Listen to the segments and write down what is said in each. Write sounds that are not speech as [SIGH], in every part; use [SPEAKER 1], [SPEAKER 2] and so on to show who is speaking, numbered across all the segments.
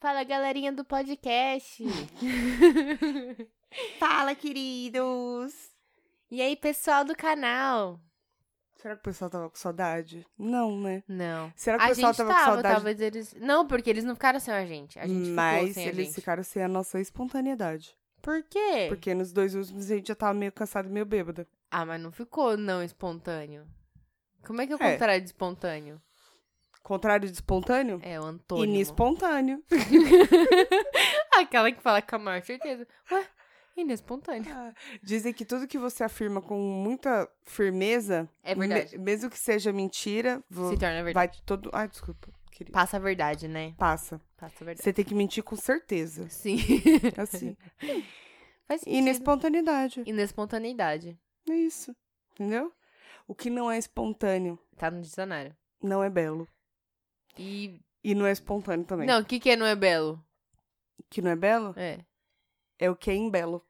[SPEAKER 1] Fala, galerinha do
[SPEAKER 2] [LAUGHS]
[SPEAKER 1] podcast.
[SPEAKER 2] Fala, queridos!
[SPEAKER 1] e aí, pessoal do canal?
[SPEAKER 2] Será que o pessoal tava com saudade? Não, né?
[SPEAKER 1] Não.
[SPEAKER 2] Será que o
[SPEAKER 1] A
[SPEAKER 2] pessoal
[SPEAKER 1] gente
[SPEAKER 2] tava,
[SPEAKER 1] tava,
[SPEAKER 2] com saudade?
[SPEAKER 1] talvez eles. Não, porque eles não ficaram sem a gente. A gente ficou
[SPEAKER 2] Mas
[SPEAKER 1] sem
[SPEAKER 2] eles
[SPEAKER 1] a gente.
[SPEAKER 2] ficaram sem a nossa espontaneidade.
[SPEAKER 1] Por quê?
[SPEAKER 2] Porque nos dois últimos a gente já tava meio cansado e meio bêbada.
[SPEAKER 1] Ah, mas não ficou não espontâneo. Como é que é o
[SPEAKER 2] É.
[SPEAKER 1] contrário de espontâneo?
[SPEAKER 2] Contrário de espontâneo?
[SPEAKER 1] É o
[SPEAKER 2] e
[SPEAKER 1] antônimo.
[SPEAKER 2] Inespontâneo.
[SPEAKER 1] [LAUGHS]
[SPEAKER 2] [LAUGHS]
[SPEAKER 1] Aquela que fala com a maior certeza. Ué, inespontâneo.
[SPEAKER 2] Dizem que tudo que você afirma com muita firmeza,
[SPEAKER 1] É verdade.
[SPEAKER 2] me- mesmo que seja mentira, vo-
[SPEAKER 1] Se torna verdade.
[SPEAKER 2] vai todo. Ai, desculpa, querida.
[SPEAKER 1] Passa a verdade, né?
[SPEAKER 2] Passa.
[SPEAKER 1] Passa a verdade.
[SPEAKER 2] Você tem que mentir
[SPEAKER 1] [LAUGHS]
[SPEAKER 2] com certeza.
[SPEAKER 1] Sim.
[SPEAKER 2] [LAUGHS] Assim.
[SPEAKER 1] Faz sentido.
[SPEAKER 2] Inespontaneidade.
[SPEAKER 1] Inespontaneidade.
[SPEAKER 2] É isso. Entendeu? O que não é espontâneo
[SPEAKER 1] Tá no dicionário.
[SPEAKER 2] não é belo.
[SPEAKER 1] E.
[SPEAKER 2] E não é espontâneo também.
[SPEAKER 1] Não, o que, que é não é belo?
[SPEAKER 2] O que não é belo
[SPEAKER 1] É.
[SPEAKER 2] é o que é imbelo.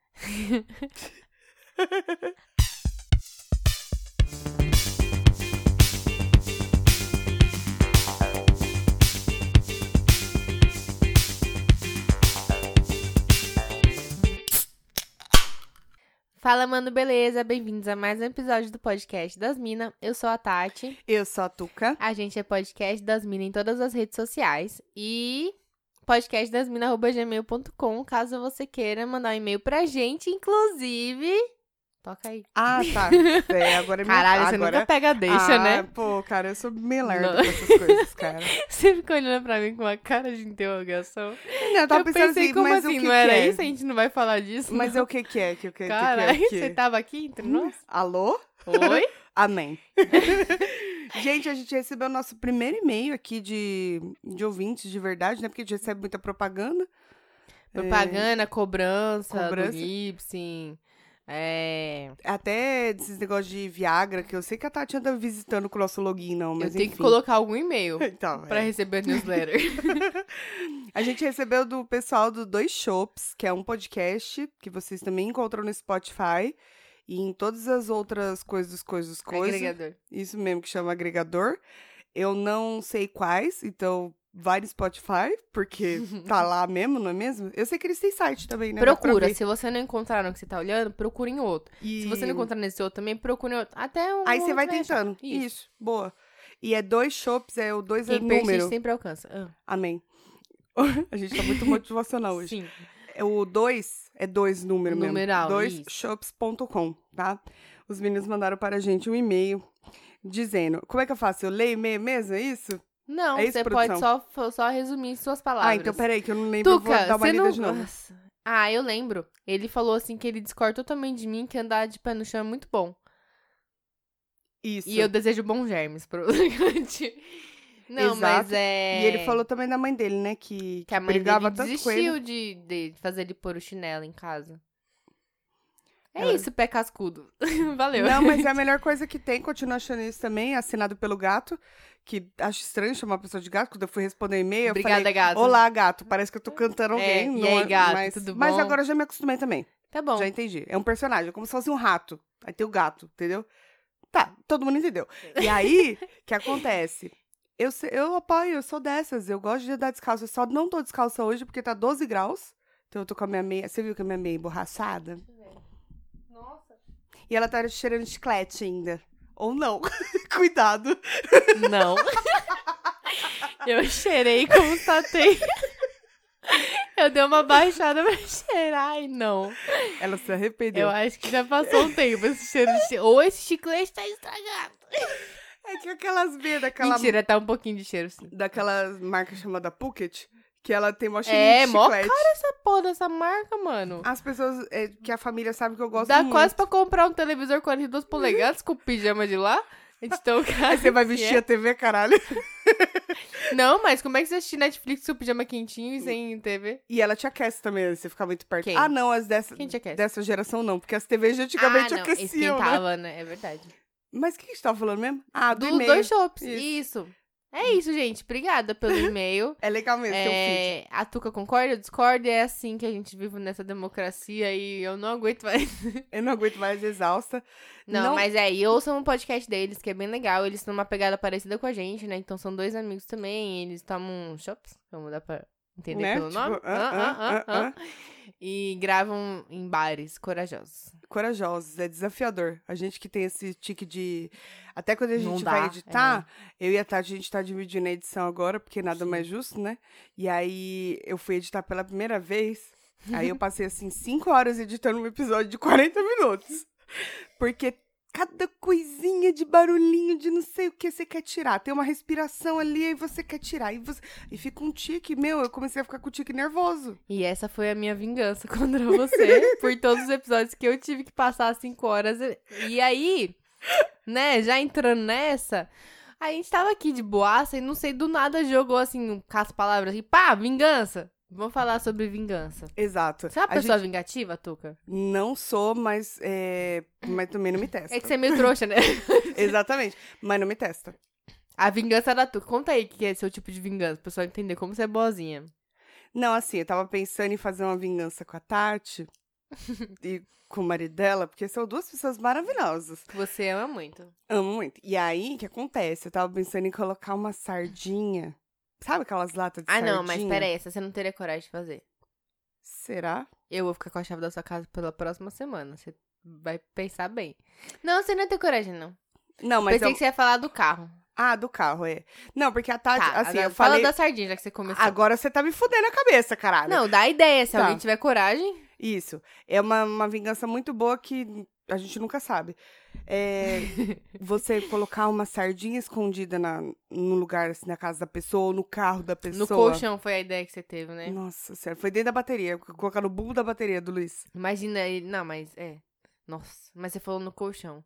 [SPEAKER 1] Fala, mano, beleza? Bem-vindos a mais um episódio do podcast das Minas. Eu sou a Tati.
[SPEAKER 2] Eu sou a Tuca.
[SPEAKER 1] A gente é podcast das Minas em todas as redes sociais e podcastdasmina@gmail.com, caso você queira mandar um e-mail pra gente, inclusive. Toca aí.
[SPEAKER 2] Ah,
[SPEAKER 1] [LAUGHS]
[SPEAKER 2] tá. É, agora é minha-
[SPEAKER 1] Caralho, você
[SPEAKER 2] agora...
[SPEAKER 1] nunca pega deixa,
[SPEAKER 2] Ah,
[SPEAKER 1] né?
[SPEAKER 2] Pô, cara, eu sou melarda
[SPEAKER 1] Não.
[SPEAKER 2] com essas coisas, cara.
[SPEAKER 1] [LAUGHS] Você fica olhando pra mim com uma cara de interrogação.
[SPEAKER 2] Não, eu tava
[SPEAKER 1] Eu
[SPEAKER 2] pensando
[SPEAKER 1] pensei,
[SPEAKER 2] assim,
[SPEAKER 1] como
[SPEAKER 2] mas
[SPEAKER 1] assim?
[SPEAKER 2] o que
[SPEAKER 1] não era
[SPEAKER 2] que é?
[SPEAKER 1] isso? A gente não vai falar disso?
[SPEAKER 2] Mas é o que que é? Que, o que, que, que é? Hum.
[SPEAKER 1] Caralho,
[SPEAKER 2] o quê?
[SPEAKER 1] você tá- tava aqui entre nós?
[SPEAKER 2] Alô?
[SPEAKER 1] Oi?
[SPEAKER 2] [LAUGHS] Amém. gente, a gente recebeu o nosso primeiro e-mail aqui de, de ouvintes de verdade, né? Porque a gente recebe muita propaganda.
[SPEAKER 1] Propaganda, cobrança,
[SPEAKER 2] É. Cobrança.
[SPEAKER 1] do Gibson. É...
[SPEAKER 2] Até desses negócios de Viagra, que eu sei que a Tati anda visitando com o nosso login, não,
[SPEAKER 1] Eu
[SPEAKER 2] mas
[SPEAKER 1] tenho que
[SPEAKER 2] enfim.
[SPEAKER 1] colocar algum e-mail
[SPEAKER 2] [LAUGHS] Então,
[SPEAKER 1] pra
[SPEAKER 2] é.
[SPEAKER 1] receber a newsletter.
[SPEAKER 2] [LAUGHS] A gente recebeu do pessoal do Dois Shops, que é um podcast que vocês também encontram no Spotify e em todas as outras coisas, coisas, coisas.
[SPEAKER 1] Agregador.
[SPEAKER 2] Isso mesmo que chama agregador. Eu não sei quais, então vai no Spotify,
[SPEAKER 1] [LAUGHS]
[SPEAKER 2] porque tá lá mesmo, não é mesmo? Eu sei que eles têm site também, né? Dá pra
[SPEAKER 1] Procura.
[SPEAKER 2] ver.
[SPEAKER 1] Se você não encontrar no que você tá olhando, procura em outro.
[SPEAKER 2] E...
[SPEAKER 1] Se você não encontrar nesse outro também, procura em outro. Até um.
[SPEAKER 2] Aí você vai
[SPEAKER 1] outro, né?
[SPEAKER 2] tentando.
[SPEAKER 1] Isso.
[SPEAKER 2] Isso. boa. E é dois shops, é o dois é
[SPEAKER 1] Quem persiste
[SPEAKER 2] número.
[SPEAKER 1] sempre alcança. Ah,
[SPEAKER 2] Amém. [LAUGHS] A gente tá muito motivacional hoje.
[SPEAKER 1] sim.
[SPEAKER 2] É O 2 é dois número mesmo.
[SPEAKER 1] Numeral, isso.
[SPEAKER 2] Doisshops.com, tá? Os meninos mandaram para a gente um e-mail dizendo. Como é que eu faço? Eu leio e-mail mesmo? É isso?
[SPEAKER 1] Não,
[SPEAKER 2] É isso,
[SPEAKER 1] você pode só, só resumir suas palavras.
[SPEAKER 2] Ah, então peraí, que eu não lembro. eu vou
[SPEAKER 1] Tuca,
[SPEAKER 2] dar uma
[SPEAKER 1] você
[SPEAKER 2] lida
[SPEAKER 1] não.
[SPEAKER 2] de novo.
[SPEAKER 1] Nossa. Ah, eu lembro. Ele falou assim que ele discorda totalmente de mim, que andar de pé no chão é muito bom.
[SPEAKER 2] Isso.
[SPEAKER 1] E eu desejo bons germes pro [LAUGHS] gigante. Não, mas
[SPEAKER 2] Exato.
[SPEAKER 1] é.
[SPEAKER 2] E ele falou também da mãe dele, né? Que,
[SPEAKER 1] que a mãe
[SPEAKER 2] brigava
[SPEAKER 1] dele
[SPEAKER 2] tanto com
[SPEAKER 1] desistiu
[SPEAKER 2] ele.
[SPEAKER 1] de, de fazer ele pôr o chinelo em casa. É
[SPEAKER 2] Ela-
[SPEAKER 1] isso, pé cascudo. [LAUGHS] Valeu.
[SPEAKER 2] Não, mas é
[SPEAKER 1] [LAUGHS]
[SPEAKER 2] a melhor coisa que tem, continuo achando isso também, assinado pelo gato, que acho estranho chamar a pessoa de gato, quando eu fui responder e-mail, eu
[SPEAKER 1] Obrigada,
[SPEAKER 2] falei,
[SPEAKER 1] gato.
[SPEAKER 2] olá, gato, parece que eu tô
[SPEAKER 1] É,
[SPEAKER 2] cantando alguém.
[SPEAKER 1] e
[SPEAKER 2] não
[SPEAKER 1] aí,
[SPEAKER 2] é-
[SPEAKER 1] gato,
[SPEAKER 2] mas,
[SPEAKER 1] tudo
[SPEAKER 2] Mas
[SPEAKER 1] bom?
[SPEAKER 2] agora eu já me acostumei também.
[SPEAKER 1] Tá bom. [LAUGHS]
[SPEAKER 2] Já entendi. É um personagem, é como se fosse um rato. Aí tem o gato, entendeu? Tá, todo mundo entendeu.
[SPEAKER 1] [LAUGHS]
[SPEAKER 2] E aí, o que acontece? Eu, se- eu apoio, eu sou dessas. Eu gosto de andar descalço. Eu só não tô descalça hoje porque tá 12 graus. Então eu tô com a minha meia. Você viu que a minha meia é emborrachada?
[SPEAKER 1] Nossa.
[SPEAKER 2] E ela tá cheirando chiclete ainda. Ou não. [LAUGHS] Cuidado.
[SPEAKER 1] Não. [LAUGHS] Eu cheirei como tatei. [LAUGHS] Eu dei uma baixada pra cheirar. Ai, não.
[SPEAKER 2] Ela se
[SPEAKER 1] Eu
[SPEAKER 2] arrependeu.
[SPEAKER 1] acho que já passou um tempo esse cheiro de... chi- Ou esse chiclete tá estragado.
[SPEAKER 2] É que aquelas meias daquela,
[SPEAKER 1] Mentira, tá um pouquinho de cheiro, sim.
[SPEAKER 2] daquela marca chamada Pocket, que ela tem uma
[SPEAKER 1] É,
[SPEAKER 2] cheirinha de
[SPEAKER 1] mó
[SPEAKER 2] chiclete.
[SPEAKER 1] cara essa porra dessa marca, mano.
[SPEAKER 2] As pessoas é, que a família sabe que eu gosto
[SPEAKER 1] Dá
[SPEAKER 2] muito.
[SPEAKER 1] quase pra comprar um televisor 42 polegadas com o pijama de lá. Então, cara,
[SPEAKER 2] [LAUGHS] Aí [LAUGHS] você vai vestir a TV, caralho.
[SPEAKER 1] Não, mas como é que você assiste Netflix com o pijama quentinho e sem TV?
[SPEAKER 2] E ela te aquece também, né? você fica muito perto.
[SPEAKER 1] Quem?
[SPEAKER 2] Ah, não, as dessa,
[SPEAKER 1] Quem te aquece?
[SPEAKER 2] dessa geração não, porque as TVs de antigamente
[SPEAKER 1] ah, não,
[SPEAKER 2] aqueciam, né?
[SPEAKER 1] esquentava, né? É verdade.
[SPEAKER 2] Mas o que a gente tava falando mesmo? Ah, do,
[SPEAKER 1] Dos
[SPEAKER 2] e-mail.
[SPEAKER 1] dois shops. Isso.
[SPEAKER 2] Isso.
[SPEAKER 1] É isso, gente. Obrigada
[SPEAKER 2] [LAUGHS]
[SPEAKER 1] pelo e-mail.
[SPEAKER 2] É legal mesmo, seu feed.
[SPEAKER 1] É, a Tuca concorda, discorda, é assim que a gente vive nessa democracia e eu não aguento mais.
[SPEAKER 2] Eu não aguento mais exausta.
[SPEAKER 1] Não,
[SPEAKER 2] Não-
[SPEAKER 1] mas é, e ouçam um podcast deles, que é bem legal. Eles têm uma pegada parecida com a gente, né? Então são dois amigos também, eles tomam shops. Vamos dar pra Entendeu
[SPEAKER 2] Né?
[SPEAKER 1] pelo
[SPEAKER 2] Tipo,
[SPEAKER 1] nome?
[SPEAKER 2] ah,
[SPEAKER 1] Ah, ah,
[SPEAKER 2] ah,
[SPEAKER 1] ah, ah. E gravam em bares corajosos.
[SPEAKER 2] Corajosos, é desafiador. A gente que tem esse tique de. Até quando a
[SPEAKER 1] Não
[SPEAKER 2] gente
[SPEAKER 1] dá,
[SPEAKER 2] vai
[SPEAKER 1] é.
[SPEAKER 2] editar, eu e a Tati, a gente tá dividindo a edição agora, porque nada
[SPEAKER 1] Sim.
[SPEAKER 2] mais justo, né? E aí eu fui editar pela primeira vez.
[SPEAKER 1] [LAUGHS]
[SPEAKER 2] Aí eu passei assim cinco horas editando um episódio de 40 minutos. Porque cada coisinha de barulhinho de não sei o que você quer tirar. Tem uma respiração ali e você quer tirar. E, você... e fica um tique, meu, eu comecei a ficar com tique nervoso.
[SPEAKER 1] E essa foi a minha vingança [LAUGHS] contra você por todos os episódios que eu tive que passar cinco horas. E aí, né, já entrando nessa, a gente tava aqui de boaça e não sei, do nada jogou assim, um- com as palavras assim, pá, vingança. Vamos falar sobre vingança.
[SPEAKER 2] Exato.
[SPEAKER 1] Você é uma
[SPEAKER 2] A gente-
[SPEAKER 1] pessoa vingativa, Tuca?
[SPEAKER 2] Não sou, mas, é, mas também não me
[SPEAKER 1] [LAUGHS]
[SPEAKER 2] testa.
[SPEAKER 1] É que você é meio trouxa, né?
[SPEAKER 2] Exatamente. Mas não me testa.
[SPEAKER 1] A vingança da Tuca. Conta aí o que é seu tipo de vingança, pro pessoal entender como você é boazinha.
[SPEAKER 2] Não, assim, eu tava pensando em fazer uma vingança com a
[SPEAKER 1] [LAUGHS]
[SPEAKER 2] Tati e com o marido dela, porque são duas pessoas maravilhosas.
[SPEAKER 1] Que você ama muito.
[SPEAKER 2] Amo muito. E aí, o que acontece? Eu tava pensando em colocar uma sardinha. Sabe aquelas latas de
[SPEAKER 1] Ah,
[SPEAKER 2] sardinha?
[SPEAKER 1] não, mas peraí, essa você não teria coragem de fazer.
[SPEAKER 2] Será?
[SPEAKER 1] Eu vou ficar com a chave da sua casa pela próxima semana. Você vai pensar bem. Não, você não tem coragem, não.
[SPEAKER 2] Não, mas.
[SPEAKER 1] Pensei
[SPEAKER 2] eu-
[SPEAKER 1] que você ia falar do carro.
[SPEAKER 2] Ah, do carro, é. Não, porque a
[SPEAKER 1] Tá,
[SPEAKER 2] Tati, assim,
[SPEAKER 1] agora
[SPEAKER 2] eu
[SPEAKER 1] fala
[SPEAKER 2] falei.
[SPEAKER 1] da sardinha, já que você começou.
[SPEAKER 2] Agora você tá me fudendo a cabeça, caralho.
[SPEAKER 1] Ah, Não, dá ideia. Se
[SPEAKER 2] Tá.
[SPEAKER 1] alguém tiver coragem.
[SPEAKER 2] Isso. É uma, uma vingança muito boa que a gente nunca sabe. É,
[SPEAKER 1] [LAUGHS]
[SPEAKER 2] você colocar uma sardinha escondida na, no lugar, assim, na casa da pessoa, ou no carro da pessoa.
[SPEAKER 1] No colchão foi a ideia que você teve, né?
[SPEAKER 2] Nossa senhora, foi dentro da bateria. Colocar no bumbo da bateria do Luiz.
[SPEAKER 1] Imagina ele. Não, mas é. Nossa, mas você falou no colchão.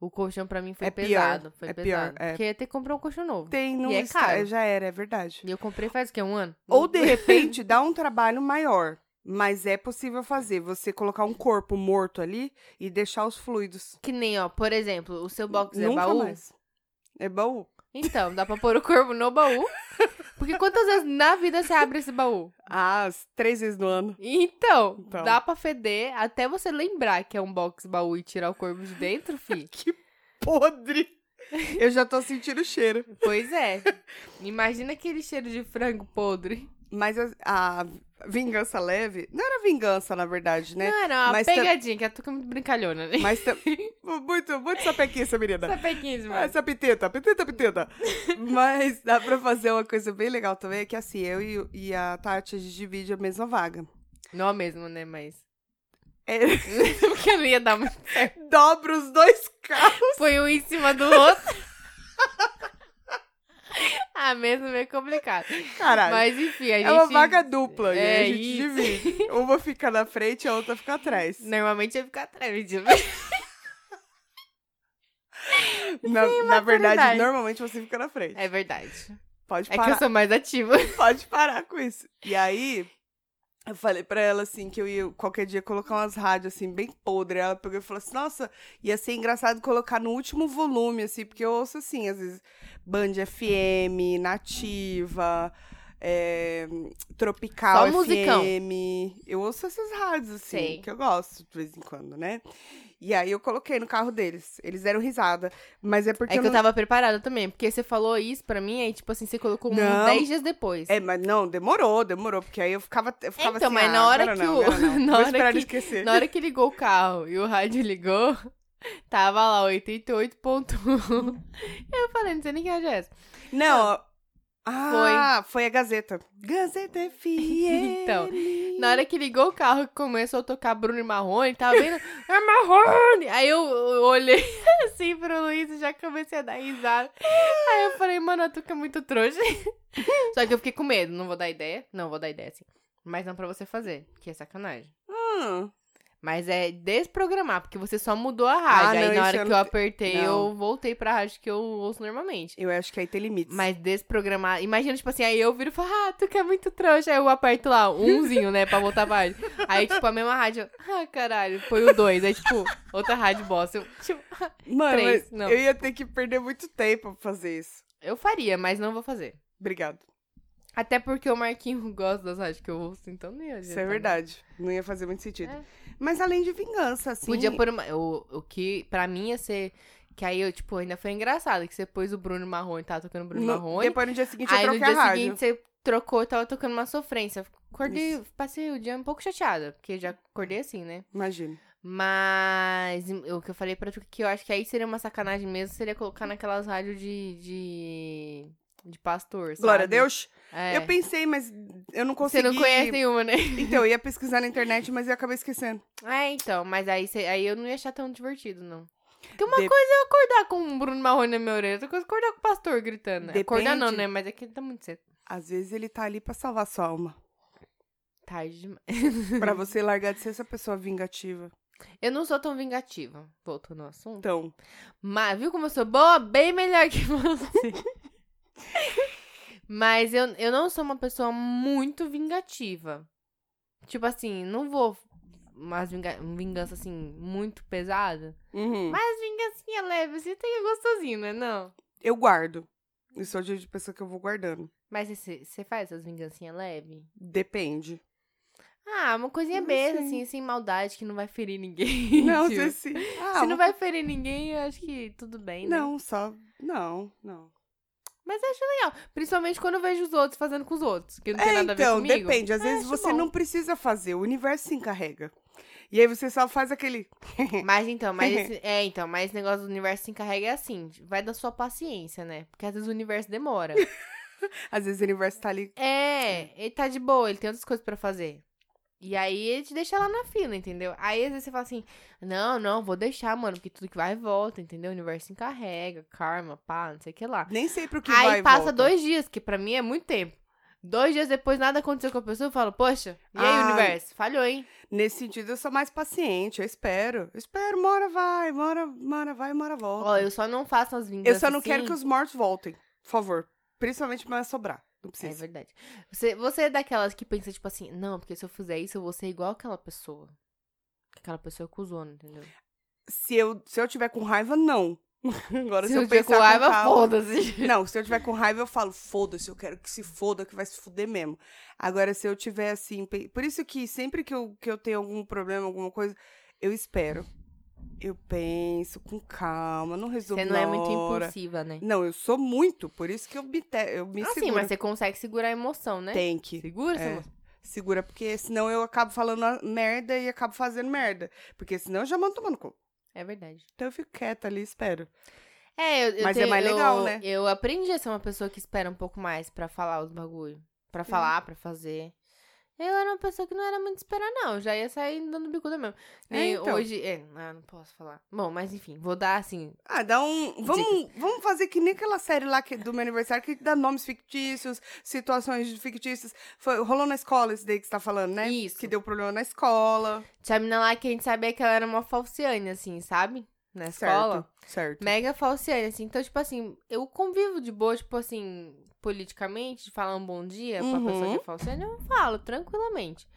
[SPEAKER 1] O colchão pra mim foi
[SPEAKER 2] É pior,
[SPEAKER 1] pesado. Foi
[SPEAKER 2] é pior,
[SPEAKER 1] pesado.
[SPEAKER 2] é.
[SPEAKER 1] Porque ia ter que comprar um colchão novo.
[SPEAKER 2] Tem, não
[SPEAKER 1] E é
[SPEAKER 2] está-
[SPEAKER 1] caro.
[SPEAKER 2] Já era, é verdade.
[SPEAKER 1] E eu comprei faz o quê? Um ano?
[SPEAKER 2] Ou de repente dá um trabalho maior. Mas é possível fazer. Você colocar um corpo morto ali e deixar os fluidos.
[SPEAKER 1] Que nem, ó, por exemplo, o seu box é
[SPEAKER 2] Nunca
[SPEAKER 1] baú.
[SPEAKER 2] mais. É baú.
[SPEAKER 1] Então, dá pra pôr o corpo no
[SPEAKER 2] [LAUGHS]
[SPEAKER 1] baú. Porque quantas vezes na vida você abre esse baú?
[SPEAKER 2] Ah, as três vezes no ano.
[SPEAKER 1] Então,
[SPEAKER 2] Então.
[SPEAKER 1] dá pra feder até você lembrar que é um box baú e tirar o corpo de dentro, fi.
[SPEAKER 2] podre. Eu já tô sentindo o cheiro.
[SPEAKER 1] pois
[SPEAKER 2] [LAUGHS]
[SPEAKER 1] é. Imagina aquele cheiro de frango podre.
[SPEAKER 2] Mas a, a vingança leve. Não era vingança, na verdade, né?
[SPEAKER 1] Não, era uma
[SPEAKER 2] Mas tam-
[SPEAKER 1] pegadinha, que a Tuca é muito brincalhona, né?
[SPEAKER 2] Mas.
[SPEAKER 1] [LAUGHS]
[SPEAKER 2] tam- muito, muito sapequista, menina.
[SPEAKER 1] Essa pequinha,
[SPEAKER 2] Ah,
[SPEAKER 1] é mano.
[SPEAKER 2] Essa piteta,
[SPEAKER 1] [LAUGHS]
[SPEAKER 2] piteta, piteta. Mas dá pra fazer uma coisa bem legal também, que assim, eu e, o- e a Tati, a gente divide a mesma vaga.
[SPEAKER 1] Não mesmo, né? Mas.
[SPEAKER 2] É,
[SPEAKER 1] [LAUGHS]
[SPEAKER 2] [LAUGHS]
[SPEAKER 1] Porque não ia dar muito.
[SPEAKER 2] dobra os dois carros.
[SPEAKER 1] Foi um em cima do
[SPEAKER 2] [LAUGHS]
[SPEAKER 1] outro. ah, mesmo é meio complicado.
[SPEAKER 2] Caralho.
[SPEAKER 1] Mas enfim, a gente.
[SPEAKER 2] é uma vaga dupla,
[SPEAKER 1] É
[SPEAKER 2] né? A gente
[SPEAKER 1] isso.
[SPEAKER 2] divide. Uma fica na frente e a outra
[SPEAKER 1] [LAUGHS]
[SPEAKER 2] fica atrás.
[SPEAKER 1] Normalmente ia ficar né? atrás,
[SPEAKER 2] [LAUGHS]
[SPEAKER 1] mentira.
[SPEAKER 2] Na, na verdade,
[SPEAKER 1] maturidade.
[SPEAKER 2] normalmente você fica na frente.
[SPEAKER 1] É verdade.
[SPEAKER 2] Pode
[SPEAKER 1] É
[SPEAKER 2] parar.
[SPEAKER 1] que eu sou mais ativa.
[SPEAKER 2] [LAUGHS] pode parar com isso. E aí, eu falei pra ela, assim, que eu ia qualquer dia colocar umas rádios, assim, bem podre. Ela pegou e falou assim, nossa, ia ser engraçado colocar no último volume, assim, porque eu ouço, assim, às vezes, Band FM, Nativa... é, Tropical
[SPEAKER 1] Só musicão.
[SPEAKER 2] FM. Eu ouço essas rádios, assim,
[SPEAKER 1] Sei.
[SPEAKER 2] que eu gosto de vez em quando, né? E aí eu coloquei no carro deles. Eles deram risada. Mas é porque
[SPEAKER 1] É
[SPEAKER 2] eu
[SPEAKER 1] que eu
[SPEAKER 2] não-
[SPEAKER 1] tava preparada também, porque você falou isso pra mim, aí tipo assim, você colocou uns
[SPEAKER 2] Não.
[SPEAKER 1] 10 dias depois.
[SPEAKER 2] É, mas não, demorou, demorou, porque aí eu ficava, eu ficava
[SPEAKER 1] Então,
[SPEAKER 2] assim,
[SPEAKER 1] mas
[SPEAKER 2] ah,
[SPEAKER 1] na hora
[SPEAKER 2] agora
[SPEAKER 1] que
[SPEAKER 2] não,
[SPEAKER 1] o-
[SPEAKER 2] agora não.
[SPEAKER 1] [LAUGHS] na
[SPEAKER 2] Vou
[SPEAKER 1] hora
[SPEAKER 2] esperar ele
[SPEAKER 1] que-
[SPEAKER 2] esquecer.
[SPEAKER 1] Na hora que ligou o carro e o rádio ligou, tava lá 88.1. [LAUGHS] Eu falei, não sei nem que rádio é essa.
[SPEAKER 2] Não, ó. ah, foi. a Gazeta. Gazeta é FM.
[SPEAKER 1] [LAUGHS] Então, Na hora que ligou o carro que começou a tocar Bruno e Marrone, tava vendo, é Marrone! Aí eu, eu olhei [LAUGHS] assim pro Luiz e já comecei a dar risada. Aí eu falei, mano, a Tuca é muito trouxa. [LAUGHS] Só que eu fiquei com medo, não vou dar ideia, não vou dar ideia assim. Mas não pra você fazer, que é sacanagem.
[SPEAKER 2] Hum,
[SPEAKER 1] Mas é desprogramar, porque você só mudou a rádio.
[SPEAKER 2] Ah, não,
[SPEAKER 1] aí na
[SPEAKER 2] isso
[SPEAKER 1] hora
[SPEAKER 2] eu
[SPEAKER 1] que
[SPEAKER 2] não
[SPEAKER 1] eu
[SPEAKER 2] te-
[SPEAKER 1] apertei,
[SPEAKER 2] não.
[SPEAKER 1] eu voltei pra rádio que eu ouço normalmente.
[SPEAKER 2] eu acho que aí tem limites.
[SPEAKER 1] Mas desprogramar. Imagina, tipo assim, aí eu viro e falo, ah, tu que é muito trouxa. Aí eu aperto lá, umzinho, né, pra voltar pra rádio. Aí, tipo, a mesma rádio, ah, caralho, foi o dois. Aí, tipo, outra rádio bosta. Eu, tipo,
[SPEAKER 2] Mano,
[SPEAKER 1] três,
[SPEAKER 2] mas
[SPEAKER 1] não.
[SPEAKER 2] eu ia ter que perder muito tempo pra fazer isso.
[SPEAKER 1] eu faria, mas não vou fazer.
[SPEAKER 2] Obrigado.
[SPEAKER 1] Até porque o Marquinho [LAUGHS] gosta das rádios que eu ouço, então nem adianta.
[SPEAKER 2] Isso é verdade. Não ia fazer muito sentido.
[SPEAKER 1] É.
[SPEAKER 2] Mas além de vingança, assim.
[SPEAKER 1] Podia pôr uma. O, o que pra mim ia ser. Que aí eu, tipo, ainda foi engraçado que você pôs o Bruno Marrone, tá tocando Bruno
[SPEAKER 2] no-
[SPEAKER 1] Marrone.
[SPEAKER 2] Depois no dia seguinte
[SPEAKER 1] Aí
[SPEAKER 2] eu
[SPEAKER 1] no
[SPEAKER 2] troquei
[SPEAKER 1] dia
[SPEAKER 2] a rádio.
[SPEAKER 1] seguinte você trocou e tava tocando uma sofrência. Acordei, passei o dia um pouco chateada, porque já acordei assim, né?
[SPEAKER 2] Imagina.
[SPEAKER 1] Mas o que eu falei pra tu que eu acho que aí seria uma sacanagem mesmo, seria
[SPEAKER 2] Hum.
[SPEAKER 1] colocar naquelas rádios de. de, de pastor. Sabe?
[SPEAKER 2] Glória a Deus.
[SPEAKER 1] É.
[SPEAKER 2] Eu pensei, mas eu não
[SPEAKER 1] Você
[SPEAKER 2] consegui.
[SPEAKER 1] não conhece nenhuma,
[SPEAKER 2] [LAUGHS]
[SPEAKER 1] né?
[SPEAKER 2] Então, eu ia pesquisar na internet, mas eu acabei esquecendo.
[SPEAKER 1] É, então, mas aí, cê- aí eu não ia achar tão divertido, não. Porque uma
[SPEAKER 2] Dep-
[SPEAKER 1] coisa é eu acordar com o Bruno Marrone na minha orelha, outra coisa é acordar com o pastor gritando. né? Acordar não,
[SPEAKER 2] Depende.
[SPEAKER 1] né? Mas é que tá muito cedo.
[SPEAKER 2] Às vezes ele tá ali pra salvar sua
[SPEAKER 1] [LAUGHS]
[SPEAKER 2] alma.
[SPEAKER 1] Tarde demais.
[SPEAKER 2] Pra você largar de ser essa pessoa vingativa.
[SPEAKER 1] Eu não sou tão vingativa, voltando ao assunto.
[SPEAKER 2] Então,
[SPEAKER 1] Mas viu como eu sou boa? Bem melhor que [LAUGHS] você. Mas eu, eu não sou uma pessoa muito vingativa. Tipo assim, não vou umas vinga vingança assim muito pesada.
[SPEAKER 2] uhum.
[SPEAKER 1] Mas vingancinha leve, você tem gostosinho, né? Não.
[SPEAKER 2] eu guardo. Eu sou o tipo de pessoa que eu vou guardando.
[SPEAKER 1] Mas você você faz essas vingancinhas leve?
[SPEAKER 2] Depende.
[SPEAKER 1] Ah, uma coisinha
[SPEAKER 2] Como
[SPEAKER 1] besta,
[SPEAKER 2] assim?
[SPEAKER 1] assim, sem maldade, que não vai ferir ninguém. [LAUGHS]
[SPEAKER 2] Não,
[SPEAKER 1] tipo.
[SPEAKER 2] você se. Ah,
[SPEAKER 1] Se não
[SPEAKER 2] vou-
[SPEAKER 1] vai ferir ninguém, eu acho que tudo bem, né?
[SPEAKER 2] Não, só. Não, não.
[SPEAKER 1] Mas eu acho legal. Principalmente quando eu vejo os outros fazendo com os outros, que não tem
[SPEAKER 2] É,
[SPEAKER 1] nada a
[SPEAKER 2] então,
[SPEAKER 1] ver comigo.
[SPEAKER 2] depende. Às vezes
[SPEAKER 1] acho
[SPEAKER 2] você
[SPEAKER 1] bom. [LAUGHS]
[SPEAKER 2] não precisa fazer, o universo se encarrega. E aí você só faz aquele.
[SPEAKER 1] Mas então, mas
[SPEAKER 2] [LAUGHS]
[SPEAKER 1] esse, é, então, mas esse negócio do universo se encarrega é assim, vai da sua paciência, né? Porque às vezes o universo
[SPEAKER 2] [LAUGHS]
[SPEAKER 1] demora.
[SPEAKER 2] Às vezes o universo tá ali.
[SPEAKER 1] é, ele tá de boa, ele tem outras coisas pra fazer. E aí ele te deixa lá na fila, entendeu? Aí às vezes você fala assim: "Não, não, vou deixar, mano, porque tudo que vai volta", entendeu? O universo se encarrega, karma, pá, não sei o que lá.
[SPEAKER 2] Nem sei pro que
[SPEAKER 1] aí
[SPEAKER 2] vai e
[SPEAKER 1] passa
[SPEAKER 2] volta.
[SPEAKER 1] dois dias, que pra mim é muito tempo. Dois dias depois nada aconteceu com a pessoa, eu falo, poxa, e aí,
[SPEAKER 2] Ah.
[SPEAKER 1] universo? Falhou, hein?
[SPEAKER 2] Nesse sentido, eu sou mais paciente, eu espero. Eu espero, mora vai, mora, mora vai, mora volta.
[SPEAKER 1] Ó, eu só não faço as
[SPEAKER 2] eu
[SPEAKER 1] vinganças.
[SPEAKER 2] só não
[SPEAKER 1] assim.
[SPEAKER 2] quero que os mortos voltem, por favor. Principalmente pra sobrar. Não
[SPEAKER 1] É
[SPEAKER 2] precisa.
[SPEAKER 1] verdade. Você, você é daquelas que pensa, tipo assim, não, porque se eu fizer isso, eu vou ser igual aquela pessoa. Que Aquela pessoa é cuzona, entendeu?
[SPEAKER 2] se, eu, se eu tiver com raiva, não. [LAUGHS] Agora, se, eu,
[SPEAKER 1] tiver
[SPEAKER 2] pensar
[SPEAKER 1] um com raiva,
[SPEAKER 2] calma- [LAUGHS]
[SPEAKER 1] foda-se.
[SPEAKER 2] Não, se eu tiver com raiva, eu falo, foda-se, eu quero que se foda, que vai se fuder mesmo. Agora, se eu tiver assim. pe- Por isso que sempre que eu, que eu tenho algum problema, alguma coisa, eu espero. Eu penso com calma, não resolvo.
[SPEAKER 1] Você não é
[SPEAKER 2] na
[SPEAKER 1] muito
[SPEAKER 2] hora.
[SPEAKER 1] impulsiva, né?
[SPEAKER 2] Não, eu sou muito, por isso que eu me, te... eu me
[SPEAKER 1] Assim,
[SPEAKER 2] seguro.
[SPEAKER 1] mas você consegue segurar a emoção, né?
[SPEAKER 2] Tem que.
[SPEAKER 1] Segura essa
[SPEAKER 2] É.
[SPEAKER 1] emoção.
[SPEAKER 2] Segura, porque senão eu acabo falando a- merda e acabo fazendo merda. Porque senão eu já mando tomando cu.
[SPEAKER 1] É verdade.
[SPEAKER 2] Então eu fico quieta ali e espero.
[SPEAKER 1] É, eu, eu
[SPEAKER 2] Mas é
[SPEAKER 1] tenho-
[SPEAKER 2] mais
[SPEAKER 1] eu-
[SPEAKER 2] legal, né?
[SPEAKER 1] Eu aprendi a ser uma pessoa que espera um pouco mais pra falar os bagulho. Pra falar, pra fazer. Eu era uma pessoa que não era muito de esperar, não. Já ia sair dando bicuda mesmo. E
[SPEAKER 2] É, então.
[SPEAKER 1] hoje. É, ah, não posso falar. Bom, mas enfim, vou dar assim.
[SPEAKER 2] Ah, dá um. Vamos, vamos fazer que nem aquela série lá que, do meu aniversário que dá nomes fictícios, situações fictícias. Foi, rolou na escola esse daí que você tá falando, né?
[SPEAKER 1] Isso.
[SPEAKER 2] Que deu problema na escola.
[SPEAKER 1] Tinha a mina lá que a gente sabia que ela era uma falciane, assim, sabe? Na escola.
[SPEAKER 2] Certo. Certo.
[SPEAKER 1] Mega falciane, assim. Então, tipo assim, eu convivo de boa, tipo assim, politicamente, de falar um bom dia
[SPEAKER 2] Uhum.
[SPEAKER 1] pra pessoa que é falciane, eu falo tranquilamente.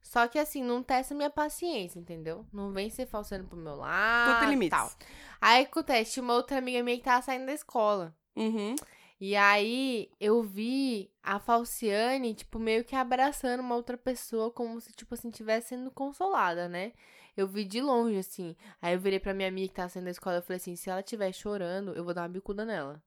[SPEAKER 1] Só que assim, não testa minha paciência, entendeu? Não vem ser falciane pro meu lado.
[SPEAKER 2] Tudo tem limites.
[SPEAKER 1] ah, Tal. Aí acontece, tinha uma outra amiga minha que tava saindo da escola.
[SPEAKER 2] Uhum.
[SPEAKER 1] E aí eu vi a Falciane, tipo, meio que abraçando uma outra pessoa, como se, tipo assim, tivesse sendo consolada, né? Eu vi de longe, assim. Aí eu virei pra minha amiga que tava saindo da escola e falei assim, se ela estiver chorando, eu vou dar uma bicuda nela.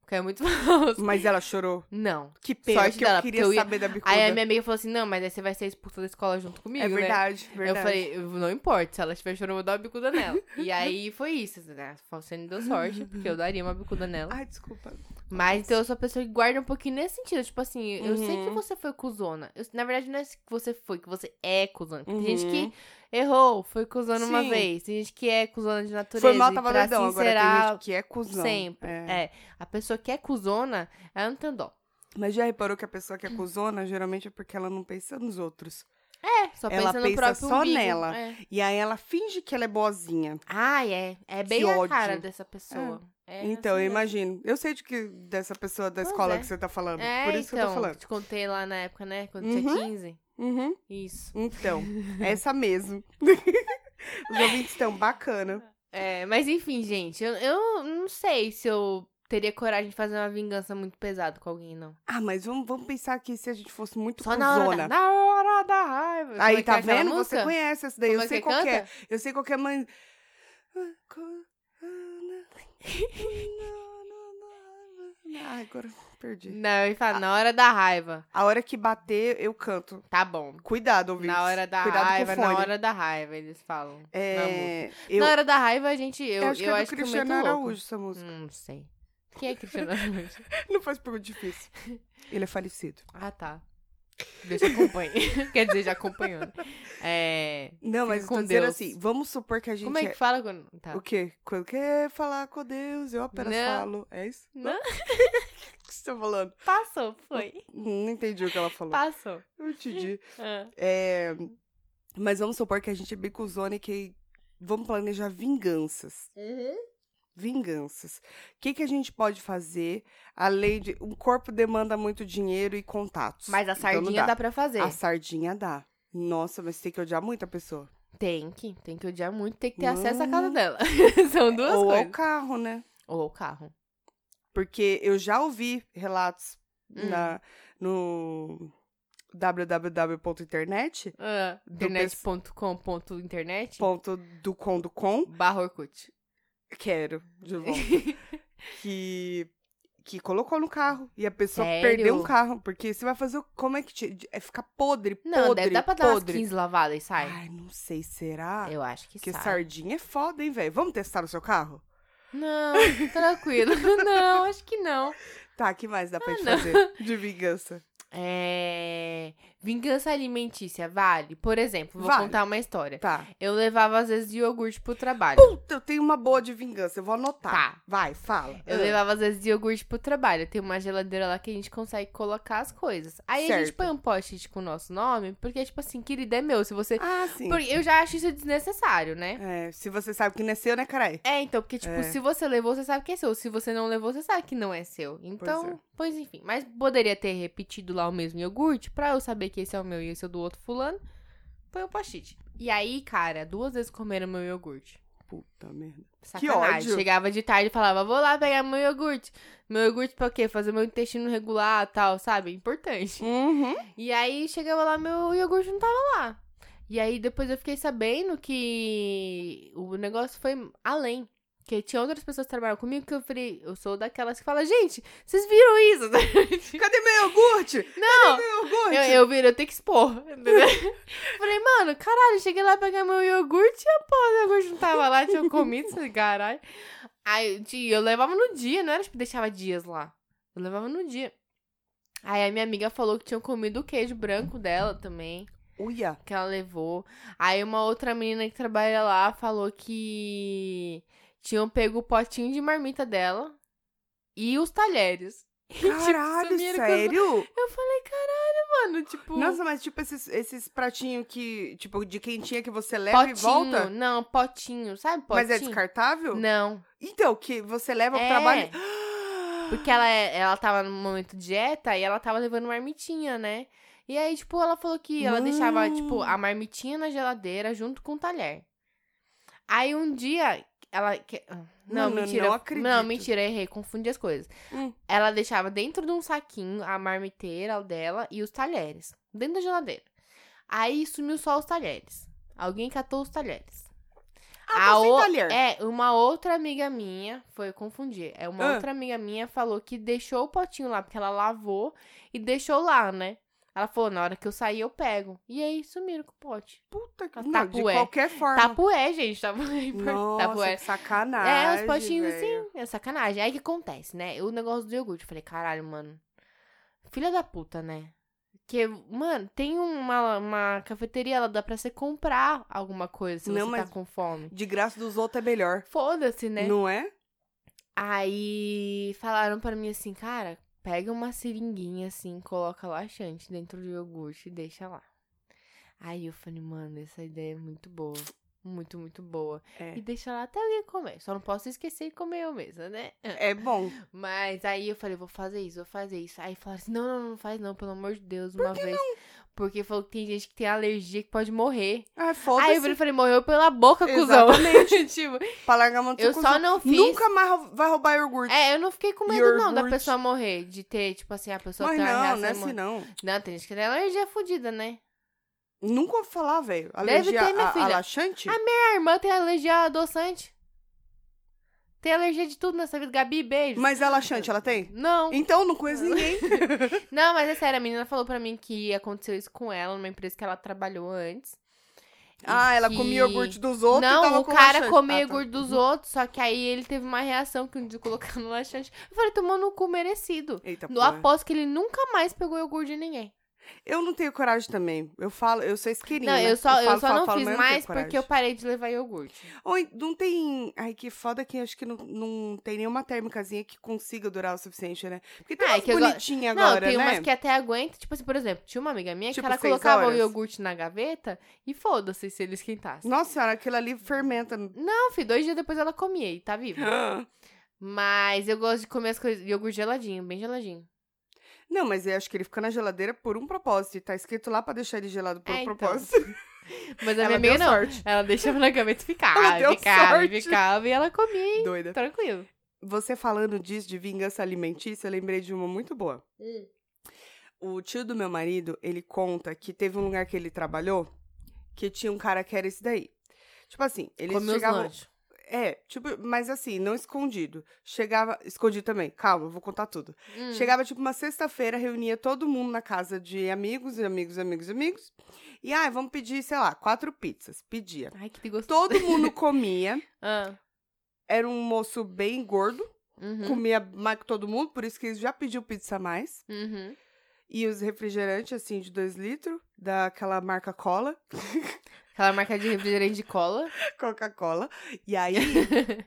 [SPEAKER 1] Porque é muito [LAUGHS] falso.
[SPEAKER 2] Mas ela chorou.
[SPEAKER 1] Não.
[SPEAKER 2] Que pena
[SPEAKER 1] Sorte
[SPEAKER 2] que
[SPEAKER 1] dela,
[SPEAKER 2] eu queria
[SPEAKER 1] porque eu ia-
[SPEAKER 2] saber da bicuda.
[SPEAKER 1] Aí a minha amiga falou assim, não, mas aí você vai ser expulsa da escola junto comigo,
[SPEAKER 2] é
[SPEAKER 1] né?
[SPEAKER 2] verdade, verdade.
[SPEAKER 1] Eu falei, eu- não importa, se ela estiver chorando, eu vou dar uma bicuda nela. e aí foi isso, né? A Falciane deu sorte, porque eu daria uma bicuda nela.
[SPEAKER 2] Ai, desculpa.
[SPEAKER 1] Mas então eu sou a pessoa que guarda um pouquinho nesse sentido. Tipo assim, eu sei que
[SPEAKER 2] Uhum.
[SPEAKER 1] você foi cuzona. Eu- na verdade, não é que você foi, que você é cuzona. Porque Tem gente
[SPEAKER 2] Uhum.
[SPEAKER 1] que errou, foi cuzona uma
[SPEAKER 2] Sim.
[SPEAKER 1] vez. Tem gente que é cuzona de natureza.
[SPEAKER 2] Foi mal,
[SPEAKER 1] e
[SPEAKER 2] tava
[SPEAKER 1] pra
[SPEAKER 2] doidão. Agora tem
[SPEAKER 1] sincerar
[SPEAKER 2] gente que é cuzão.
[SPEAKER 1] sempre.
[SPEAKER 2] É.
[SPEAKER 1] É. A pessoa que é cuzona, ela não tem dó.
[SPEAKER 2] Mas já reparou que a pessoa que é cuzona, geralmente é porque ela não pensa nos outros.
[SPEAKER 1] É, só
[SPEAKER 2] Ela
[SPEAKER 1] pensa no
[SPEAKER 2] pensa
[SPEAKER 1] próprio
[SPEAKER 2] só
[SPEAKER 1] umbigo.
[SPEAKER 2] nela.
[SPEAKER 1] É.
[SPEAKER 2] E aí ela finge que ela é boazinha.
[SPEAKER 1] Ah, é. É bem
[SPEAKER 2] Que
[SPEAKER 1] a
[SPEAKER 2] ódio.
[SPEAKER 1] cara dessa pessoa. É,
[SPEAKER 2] então, eu
[SPEAKER 1] assim mesmo.
[SPEAKER 2] imagino. Eu sei de que dessa pessoa da
[SPEAKER 1] Pois
[SPEAKER 2] escola
[SPEAKER 1] é.
[SPEAKER 2] que você tá falando.
[SPEAKER 1] É,
[SPEAKER 2] por isso
[SPEAKER 1] então,
[SPEAKER 2] que eu tô falando.
[SPEAKER 1] te contei lá na época, né? Quando tinha
[SPEAKER 2] Uhum.
[SPEAKER 1] 15.
[SPEAKER 2] Uhum.
[SPEAKER 1] Isso. [LAUGHS]
[SPEAKER 2] Então, essa mesmo. Os ouvintes estão bacana.
[SPEAKER 1] É, mas enfim, gente, eu, eu não sei se eu teria coragem de fazer uma vingança muito pesada com alguém, não.
[SPEAKER 2] Ah, mas vamos, vamos pensar aqui se a gente fosse muito
[SPEAKER 1] Só na hora, da,
[SPEAKER 2] cuzona.
[SPEAKER 1] na hora da raiva. Como é
[SPEAKER 2] Aí,
[SPEAKER 1] que
[SPEAKER 2] tá
[SPEAKER 1] é aquela
[SPEAKER 2] vendo?
[SPEAKER 1] música?
[SPEAKER 2] Você conhece essa daí.
[SPEAKER 1] Como
[SPEAKER 2] eu
[SPEAKER 1] é
[SPEAKER 2] sei
[SPEAKER 1] que
[SPEAKER 2] qual que é.
[SPEAKER 1] canta?
[SPEAKER 2] Eu sei qual que é, mas... Ai, agora perdi.
[SPEAKER 1] Não, ele
[SPEAKER 2] Ah.
[SPEAKER 1] fala, na hora da raiva.
[SPEAKER 2] A hora que bater, eu canto.
[SPEAKER 1] Tá bom.
[SPEAKER 2] Cuidado, ouvintes.
[SPEAKER 1] Na hora da
[SPEAKER 2] Cuidado
[SPEAKER 1] raiva,
[SPEAKER 2] com o fone.
[SPEAKER 1] na hora da raiva, eles falam. na música.
[SPEAKER 2] É, eu,
[SPEAKER 1] Na hora da raiva, a gente. Eu,
[SPEAKER 2] eu acho que é do
[SPEAKER 1] eu
[SPEAKER 2] Cristiano
[SPEAKER 1] meto louco.
[SPEAKER 2] Araújo essa música.
[SPEAKER 1] Hum, Não sei. Quem é Cristiano Araújo? [LAUGHS]
[SPEAKER 2] Não faz pergunta difícil. Ele é falecido.
[SPEAKER 1] ah, tá. Deixa acompanhe. [LAUGHS] Quer dizer, já acompanhando. É.
[SPEAKER 2] Não, mas eu
[SPEAKER 1] com
[SPEAKER 2] tô dizendo
[SPEAKER 1] Deus.
[SPEAKER 2] assim, vamos supor que a gente
[SPEAKER 1] Como é que fala quando. Tá.
[SPEAKER 2] O quê? Quando quer falar com Deus, eu apenas
[SPEAKER 1] Não.
[SPEAKER 2] falo. É isso?
[SPEAKER 1] Não.
[SPEAKER 2] [LAUGHS] O que você tá falando?
[SPEAKER 1] Passou, foi.
[SPEAKER 2] Não entendi o que ela falou.
[SPEAKER 1] Passou.
[SPEAKER 2] Eu entendi.
[SPEAKER 1] Ah.
[SPEAKER 2] É, mas vamos supor que a gente é bicuzona e que vamos planejar vinganças. Vinganças. O que, que a gente pode fazer além de. Um corpo demanda muito dinheiro e contatos.
[SPEAKER 1] Mas a
[SPEAKER 2] Então não
[SPEAKER 1] sardinha dá. pra fazer.
[SPEAKER 2] A sardinha dá. Nossa, mas tem que odiar muito a pessoa.
[SPEAKER 1] Tem que. Tem que odiar muito, tem que ter acesso à casa
[SPEAKER 2] Mano.
[SPEAKER 1] dela. [LAUGHS] São duas
[SPEAKER 2] Hum. Ou ao
[SPEAKER 1] coisas.
[SPEAKER 2] carro, né?
[SPEAKER 1] Ou ao carro.
[SPEAKER 2] Porque eu já ouvi relatos
[SPEAKER 1] Hum.
[SPEAKER 2] na, no www.internet.
[SPEAKER 1] Ah,
[SPEAKER 2] Do
[SPEAKER 1] internet.com.internet
[SPEAKER 2] Ponto do com do com.
[SPEAKER 1] barra Orkut.
[SPEAKER 2] Quero, de volta. que, que colocou no carro. E a pessoa
[SPEAKER 1] Sério?
[SPEAKER 2] perdeu um carro. Porque você vai fazer. o- Como é que. Te, é ficar podre,
[SPEAKER 1] [LAUGHS] Não,
[SPEAKER 2] podre,
[SPEAKER 1] deve dar pra dar umas
[SPEAKER 2] podre.
[SPEAKER 1] 15 lavadas e sai. Ah,
[SPEAKER 2] Ai, não sei, será?
[SPEAKER 1] Eu acho que,
[SPEAKER 2] Porque
[SPEAKER 1] sai.
[SPEAKER 2] sardinha é foda, hein, velho? Vamos testar o seu carro?
[SPEAKER 1] Não, [LAUGHS] tranquilo. [LAUGHS] não, acho que não.
[SPEAKER 2] Tá, que mais dá pra gente
[SPEAKER 1] Ah, não.
[SPEAKER 2] fazer
[SPEAKER 1] [LAUGHS]
[SPEAKER 2] de vingança?
[SPEAKER 1] É... Vingança alimentícia, vale? Por exemplo, vou
[SPEAKER 2] Vale.
[SPEAKER 1] contar uma história.
[SPEAKER 2] Tá.
[SPEAKER 1] Eu levava, às vezes, iogurte pro trabalho.
[SPEAKER 2] Puta, eu tenho uma boa de vingança, eu vou anotar.
[SPEAKER 1] Tá.
[SPEAKER 2] Vai, fala.
[SPEAKER 1] Eu
[SPEAKER 2] Ah,
[SPEAKER 1] levava, às vezes, iogurte pro trabalho. Tem uma geladeira lá que a gente consegue colocar as coisas. Aí a gente
[SPEAKER 2] Certo.
[SPEAKER 1] põe um post-it com o nosso nome, porque, tipo assim, querida, é meu. Se você.
[SPEAKER 2] Ah, sim.
[SPEAKER 1] Porque eu já acho isso desnecessário, né?
[SPEAKER 2] É, se você sabe que não é seu, né, caralho?
[SPEAKER 1] É, então, porque, tipo,
[SPEAKER 2] É.
[SPEAKER 1] se você levou, você sabe que é seu. Se você não levou, você sabe que não é seu. Então, pois,
[SPEAKER 2] é.
[SPEAKER 1] enfim. Mas poderia ter repetido lá o mesmo iogurte pra eu saber que esse é o meu e esse é o do outro fulano. Foi o post-it. E aí, cara, duas vezes comeram meu iogurte.
[SPEAKER 2] Puta merda.
[SPEAKER 1] Sacanagem.
[SPEAKER 2] ódio.
[SPEAKER 1] Chegava de tarde e falava, vou lá pegar meu iogurte. Meu iogurte pra quê? Fazer meu intestino regular tal, sabe? Importante.
[SPEAKER 2] Uhum.
[SPEAKER 1] E aí chegava lá, meu iogurte não tava lá. E aí depois eu fiquei sabendo que o negócio foi além. Que tinha outras pessoas que trabalharam comigo que eu falei, eu sou daquelas que fala, gente, vocês viram isso?
[SPEAKER 2] Cadê meu iogurte?
[SPEAKER 1] Não!
[SPEAKER 2] Cadê meu iogurte?
[SPEAKER 1] Eu, eu viro, eu tenho que expor. entendeu? [LAUGHS] Falei, mano, caralho, cheguei lá pegar meu iogurte e a porra do iogurte não tava lá, tinha comido, falei, caralho. Aí de- eu levava no dia, não era tipo, deixava dias lá. Eu levava no dia. Aí a minha amiga falou que tinham comido o queijo branco dela também,
[SPEAKER 2] Uia.
[SPEAKER 1] que ela levou. Aí uma outra menina que trabalha lá falou que tinham pego o potinho de marmita dela e os talheres. [LAUGHS] E, tipo,
[SPEAKER 2] Caralho,
[SPEAKER 1] sumiram com os-
[SPEAKER 2] sério?
[SPEAKER 1] Eu falei, caralho, mano, tipo.
[SPEAKER 2] Nossa, mas tipo esses, esses pratinhos que, tipo, de quentinha que você leva e volta?
[SPEAKER 1] Não, potinho, sabe né? potinho?
[SPEAKER 2] Mas é descartável?
[SPEAKER 1] Não,
[SPEAKER 2] Então, que você leva pro
[SPEAKER 1] É.
[SPEAKER 2] trabalho.
[SPEAKER 1] porque ela, é- ela tava no momento dieta e ela tava levando marmitinha, né? E aí, tipo, ela falou que ela
[SPEAKER 2] Mano.
[SPEAKER 1] deixava, tipo, a marmitinha na geladeira junto com o talher. Aí um dia, ela... que- ah, Não,
[SPEAKER 2] Mano, eu
[SPEAKER 1] mentira.
[SPEAKER 2] não acredito.
[SPEAKER 1] Não, mentira, errei, confundi as coisas.
[SPEAKER 2] Hum.
[SPEAKER 1] Ela deixava dentro de um saquinho a marmiteira dela e os talheres, dentro da geladeira. Aí sumiu só os talheres. Alguém catou os talheres.
[SPEAKER 2] Ah,
[SPEAKER 1] A
[SPEAKER 2] tá sem
[SPEAKER 1] o-
[SPEAKER 2] talher.
[SPEAKER 1] É, uma outra amiga minha, foi confundir. É, uma
[SPEAKER 2] Ah.
[SPEAKER 1] outra amiga minha falou que deixou o potinho lá, porque ela lavou e deixou lá, né? Ela falou, na hora que eu sair, eu pego. E aí, sumiram com o pote.
[SPEAKER 2] Puta que
[SPEAKER 1] a
[SPEAKER 2] não, de
[SPEAKER 1] tapué.
[SPEAKER 2] qualquer forma.
[SPEAKER 1] Tapué, gente, tá tapué.
[SPEAKER 2] Ah.
[SPEAKER 1] [LAUGHS]
[SPEAKER 2] Nossa,
[SPEAKER 1] tapué.
[SPEAKER 2] que sacanagem.
[SPEAKER 1] É, os potinhos
[SPEAKER 2] velho.
[SPEAKER 1] assim, é sacanagem. Aí o que acontece, né? O negócio do iogurte, eu falei, caralho, mano. Filha da puta, né? Que, mano, tem uma, uma cafeteria, ela dá pra você comprar alguma coisa se
[SPEAKER 2] Não,
[SPEAKER 1] você
[SPEAKER 2] mas-
[SPEAKER 1] tá com fome.
[SPEAKER 2] De graça dos outros é melhor.
[SPEAKER 1] Foda-se, né?
[SPEAKER 2] Não é?
[SPEAKER 1] Aí falaram pra mim assim, cara, pega uma seringuinha assim, coloca laxante dentro do iogurte e deixa lá. Aí eu falei, mano, essa ideia é muito boa. Muito, muito boa.
[SPEAKER 2] É.
[SPEAKER 1] E deixa lá até alguém comer. Só não posso esquecer de comer eu mesma, né?
[SPEAKER 2] É bom.
[SPEAKER 1] Mas aí eu falei, vou fazer isso, vou fazer isso. Aí falaram assim, não, não, não faz não, pelo amor de Deus, uma vez. Porque falou que tem gente que tem alergia que pode morrer.
[SPEAKER 2] Ah,
[SPEAKER 1] Aí
[SPEAKER 2] foda-se.
[SPEAKER 1] eu falei, falei, morreu pela boca, cuzão. [LAUGHS] tipo,
[SPEAKER 2] Pra largar a mão do
[SPEAKER 1] eu
[SPEAKER 2] seu
[SPEAKER 1] só
[SPEAKER 2] cuzão.
[SPEAKER 1] não fiz.
[SPEAKER 2] Nunca mais rou- vai roubar iogurte.
[SPEAKER 1] É, eu não fiquei com medo, não, da
[SPEAKER 2] Iogurte.
[SPEAKER 1] pessoa morrer. De ter, tipo assim, a pessoa
[SPEAKER 2] Mas
[SPEAKER 1] ter uma
[SPEAKER 2] não,
[SPEAKER 1] reação.
[SPEAKER 2] não é
[SPEAKER 1] emo-
[SPEAKER 2] assim não.
[SPEAKER 1] Não, tem gente que tem alergia fodida, né?
[SPEAKER 2] Nunca ouvi falar, velho.
[SPEAKER 1] Deve
[SPEAKER 2] Alergia
[SPEAKER 1] ter, minha
[SPEAKER 2] a, a
[SPEAKER 1] filha.
[SPEAKER 2] laxante?
[SPEAKER 1] A Minha irmã tem alergia a adoçante. Tem alergia de tudo nessa vida. Gabi, beijo.
[SPEAKER 2] Mas ela laxante, ela tem?
[SPEAKER 1] Não.
[SPEAKER 2] Então eu não
[SPEAKER 1] [LAUGHS]
[SPEAKER 2] conheço ninguém.
[SPEAKER 1] Não, mas é sério, a menina falou pra mim que aconteceu isso com ela numa empresa que ela trabalhou antes. E
[SPEAKER 2] Ah, ela
[SPEAKER 1] que-
[SPEAKER 2] comia o iogurte dos outros e
[SPEAKER 1] Não,
[SPEAKER 2] tava
[SPEAKER 1] o
[SPEAKER 2] com
[SPEAKER 1] cara
[SPEAKER 2] laxante.
[SPEAKER 1] comeu
[SPEAKER 2] Ah, tá.
[SPEAKER 1] iogurte dos outros, só que aí ele teve uma reação que um dia colocar no [LAUGHS] laxante. Eu falei, tomou no cu merecido.
[SPEAKER 2] Eita,
[SPEAKER 1] No
[SPEAKER 2] porra.
[SPEAKER 1] aposto que ele nunca mais pegou iogurte de ninguém.
[SPEAKER 2] Eu não tenho coragem também. Eu falo, eu sou isqueirinha.
[SPEAKER 1] não,
[SPEAKER 2] né?
[SPEAKER 1] eu só, eu
[SPEAKER 2] falo,
[SPEAKER 1] só
[SPEAKER 2] falo,
[SPEAKER 1] não
[SPEAKER 2] falo,
[SPEAKER 1] fiz
[SPEAKER 2] mas eu
[SPEAKER 1] mais
[SPEAKER 2] tenho coragem.
[SPEAKER 1] porque eu parei de levar iogurte.
[SPEAKER 2] Oi, não tem. Ai, que foda que acho que não, não tem nenhuma térmicazinha que consiga durar o suficiente, né? Porque tem
[SPEAKER 1] Ah, é
[SPEAKER 2] umas
[SPEAKER 1] que eu go-
[SPEAKER 2] bonitinhas
[SPEAKER 1] não,
[SPEAKER 2] agora,
[SPEAKER 1] tem
[SPEAKER 2] né?
[SPEAKER 1] umas que até aguenta. Tipo assim, por exemplo, tinha uma amiga minha
[SPEAKER 2] Tipo,
[SPEAKER 1] que ela
[SPEAKER 2] seis
[SPEAKER 1] colocava o
[SPEAKER 2] horas.
[SPEAKER 1] iogurte na gaveta e foda-se se ele esquentasse. Não,
[SPEAKER 2] Nossa senhora, aquilo ali fermenta. [GASPS]
[SPEAKER 1] filho, dois dias depois ela comia e tá viva. Mas eu gosto de comer as coisas, iogurte geladinho, bem geladinho.
[SPEAKER 2] Não, mas eu acho que ele fica na geladeira por um propósito. E tá escrito lá pra deixar ele gelado por
[SPEAKER 1] É,
[SPEAKER 2] um
[SPEAKER 1] então.
[SPEAKER 2] propósito. [LAUGHS]
[SPEAKER 1] Mas a
[SPEAKER 2] Ela
[SPEAKER 1] minha amiga
[SPEAKER 2] deu
[SPEAKER 1] não.
[SPEAKER 2] sorte.
[SPEAKER 1] Ela deixava na gaveta e
[SPEAKER 2] Ela
[SPEAKER 1] ficava,
[SPEAKER 2] deu
[SPEAKER 1] ficava,
[SPEAKER 2] sorte.
[SPEAKER 1] ficava e ela comia e
[SPEAKER 2] Doida.
[SPEAKER 1] tranquilo.
[SPEAKER 2] Você falando disso de vingança alimentícia, eu lembrei de uma muito boa.
[SPEAKER 1] Hum.
[SPEAKER 2] O tio do meu marido, ele conta que teve um lugar que ele trabalhou que tinha um cara que era esse daí. Tipo assim, eles
[SPEAKER 1] Comeu os
[SPEAKER 2] chegavam.
[SPEAKER 1] lanches.
[SPEAKER 2] É, tipo, mas assim, não escondido. Chegava. Escondido também, calma, eu vou contar tudo.
[SPEAKER 1] Hum.
[SPEAKER 2] Chegava, tipo, uma sexta-feira, reunia todo mundo na casa de amigos e amigos, amigos, amigos. E, ah, vamos pedir, sei lá, quatro pizzas. Pedia.
[SPEAKER 1] Ai, que gostoso.
[SPEAKER 2] Todo
[SPEAKER 1] [LAUGHS]
[SPEAKER 2] mundo comia.
[SPEAKER 1] Ah,
[SPEAKER 2] Era um moço bem gordo,
[SPEAKER 1] uhum,
[SPEAKER 2] comia mais que todo mundo, por isso que ele já pediu pizza a mais.
[SPEAKER 1] uhum.
[SPEAKER 2] E os refrigerantes, assim, de dois litros, daquela marca Cola, [LAUGHS]
[SPEAKER 1] Aquela marca de refrigerante de cola.
[SPEAKER 2] Coca-Cola.
[SPEAKER 1] [LAUGHS]
[SPEAKER 2] E aí,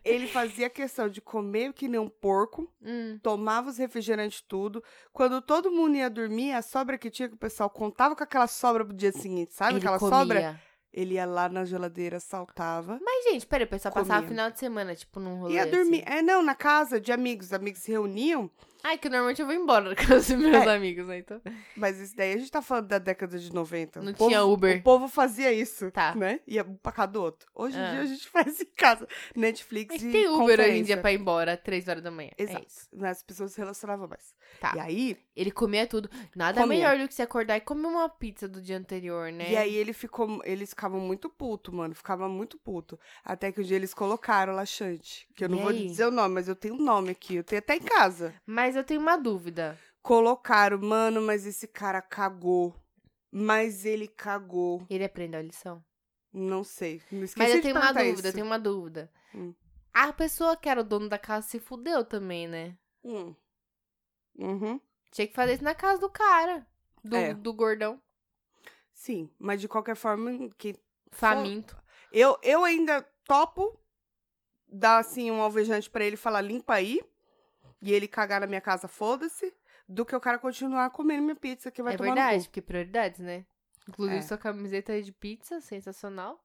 [SPEAKER 2] ele fazia questão de comer que nem um porco,
[SPEAKER 1] Hum.
[SPEAKER 2] tomava os refrigerantes tudo. Quando todo mundo ia dormir, a sobra que tinha, que o pessoal contava com aquela sobra pro dia seguinte, sabe?
[SPEAKER 1] Ele
[SPEAKER 2] aquela
[SPEAKER 1] comia.
[SPEAKER 2] sobra. Ele ia lá na geladeira, saltava.
[SPEAKER 1] Mas, gente, peraí, o pessoal passava
[SPEAKER 2] Comia.
[SPEAKER 1] final de semana, tipo, num rolê.
[SPEAKER 2] Ia dormir. É, não, na casa de amigos. Os amigos se reuniam.
[SPEAKER 1] assim. Ai, que normalmente eu vou embora [LAUGHS] da casa dos meus
[SPEAKER 2] É.
[SPEAKER 1] amigos, né? Então.
[SPEAKER 2] Mas isso daí a gente tá falando da década de 90.
[SPEAKER 1] Não
[SPEAKER 2] O povo-
[SPEAKER 1] tinha Uber.
[SPEAKER 2] O povo fazia isso.
[SPEAKER 1] Tá.
[SPEAKER 2] Né? Ia um pra casa do outro. Hoje
[SPEAKER 1] Ah.
[SPEAKER 2] em dia a gente [LAUGHS] faz em casa. Netflix
[SPEAKER 1] Mas
[SPEAKER 2] e
[SPEAKER 1] tem Uber hoje em
[SPEAKER 2] conferência.
[SPEAKER 1] dia pra ir embora, três horas da manhã. É
[SPEAKER 2] Exato.
[SPEAKER 1] isso.
[SPEAKER 2] Mas as pessoas se relacionavam mais.
[SPEAKER 1] Tá.
[SPEAKER 2] E aí,
[SPEAKER 1] Ele comia tudo. Nada
[SPEAKER 2] Comia.
[SPEAKER 1] melhor do que você acordar e comer uma pizza do dia anterior, né?
[SPEAKER 2] E aí ele ficou, eles ficavam muito puto, mano, ficava muito puto. Até que um dia eles colocaram laxante, que eu não
[SPEAKER 1] E
[SPEAKER 2] vou
[SPEAKER 1] aí?
[SPEAKER 2] dizer o nome, mas eu tenho um nome aqui, eu tenho até em casa.
[SPEAKER 1] Mas eu tenho uma dúvida.
[SPEAKER 2] Colocaram, mano, mas esse cara cagou. Mas ele cagou,
[SPEAKER 1] Ele aprendeu a lição?
[SPEAKER 2] não sei. Não esqueci
[SPEAKER 1] Mas eu
[SPEAKER 2] de
[SPEAKER 1] tenho uma
[SPEAKER 2] perguntar
[SPEAKER 1] dúvida, eu
[SPEAKER 2] isso.
[SPEAKER 1] tenho uma dúvida.
[SPEAKER 2] Hum.
[SPEAKER 1] A pessoa que era o dono da casa se fudeu também, né?
[SPEAKER 2] Hum. Uhum.
[SPEAKER 1] Tinha que fazer isso na casa do cara. Do,
[SPEAKER 2] É.
[SPEAKER 1] do gordão.
[SPEAKER 2] Sim, mas de qualquer forma, que
[SPEAKER 1] Faminto.
[SPEAKER 2] eu eu ainda topo dar assim um alvejante pra ele e falar limpa aí e ele cagar na minha casa, foda-se. Do que o cara continuar comendo minha pizza que vai
[SPEAKER 1] É
[SPEAKER 2] tomar no
[SPEAKER 1] verdade, porque prioridades, né? Inclusive,
[SPEAKER 2] É.
[SPEAKER 1] sua camiseta de pizza, sensacional.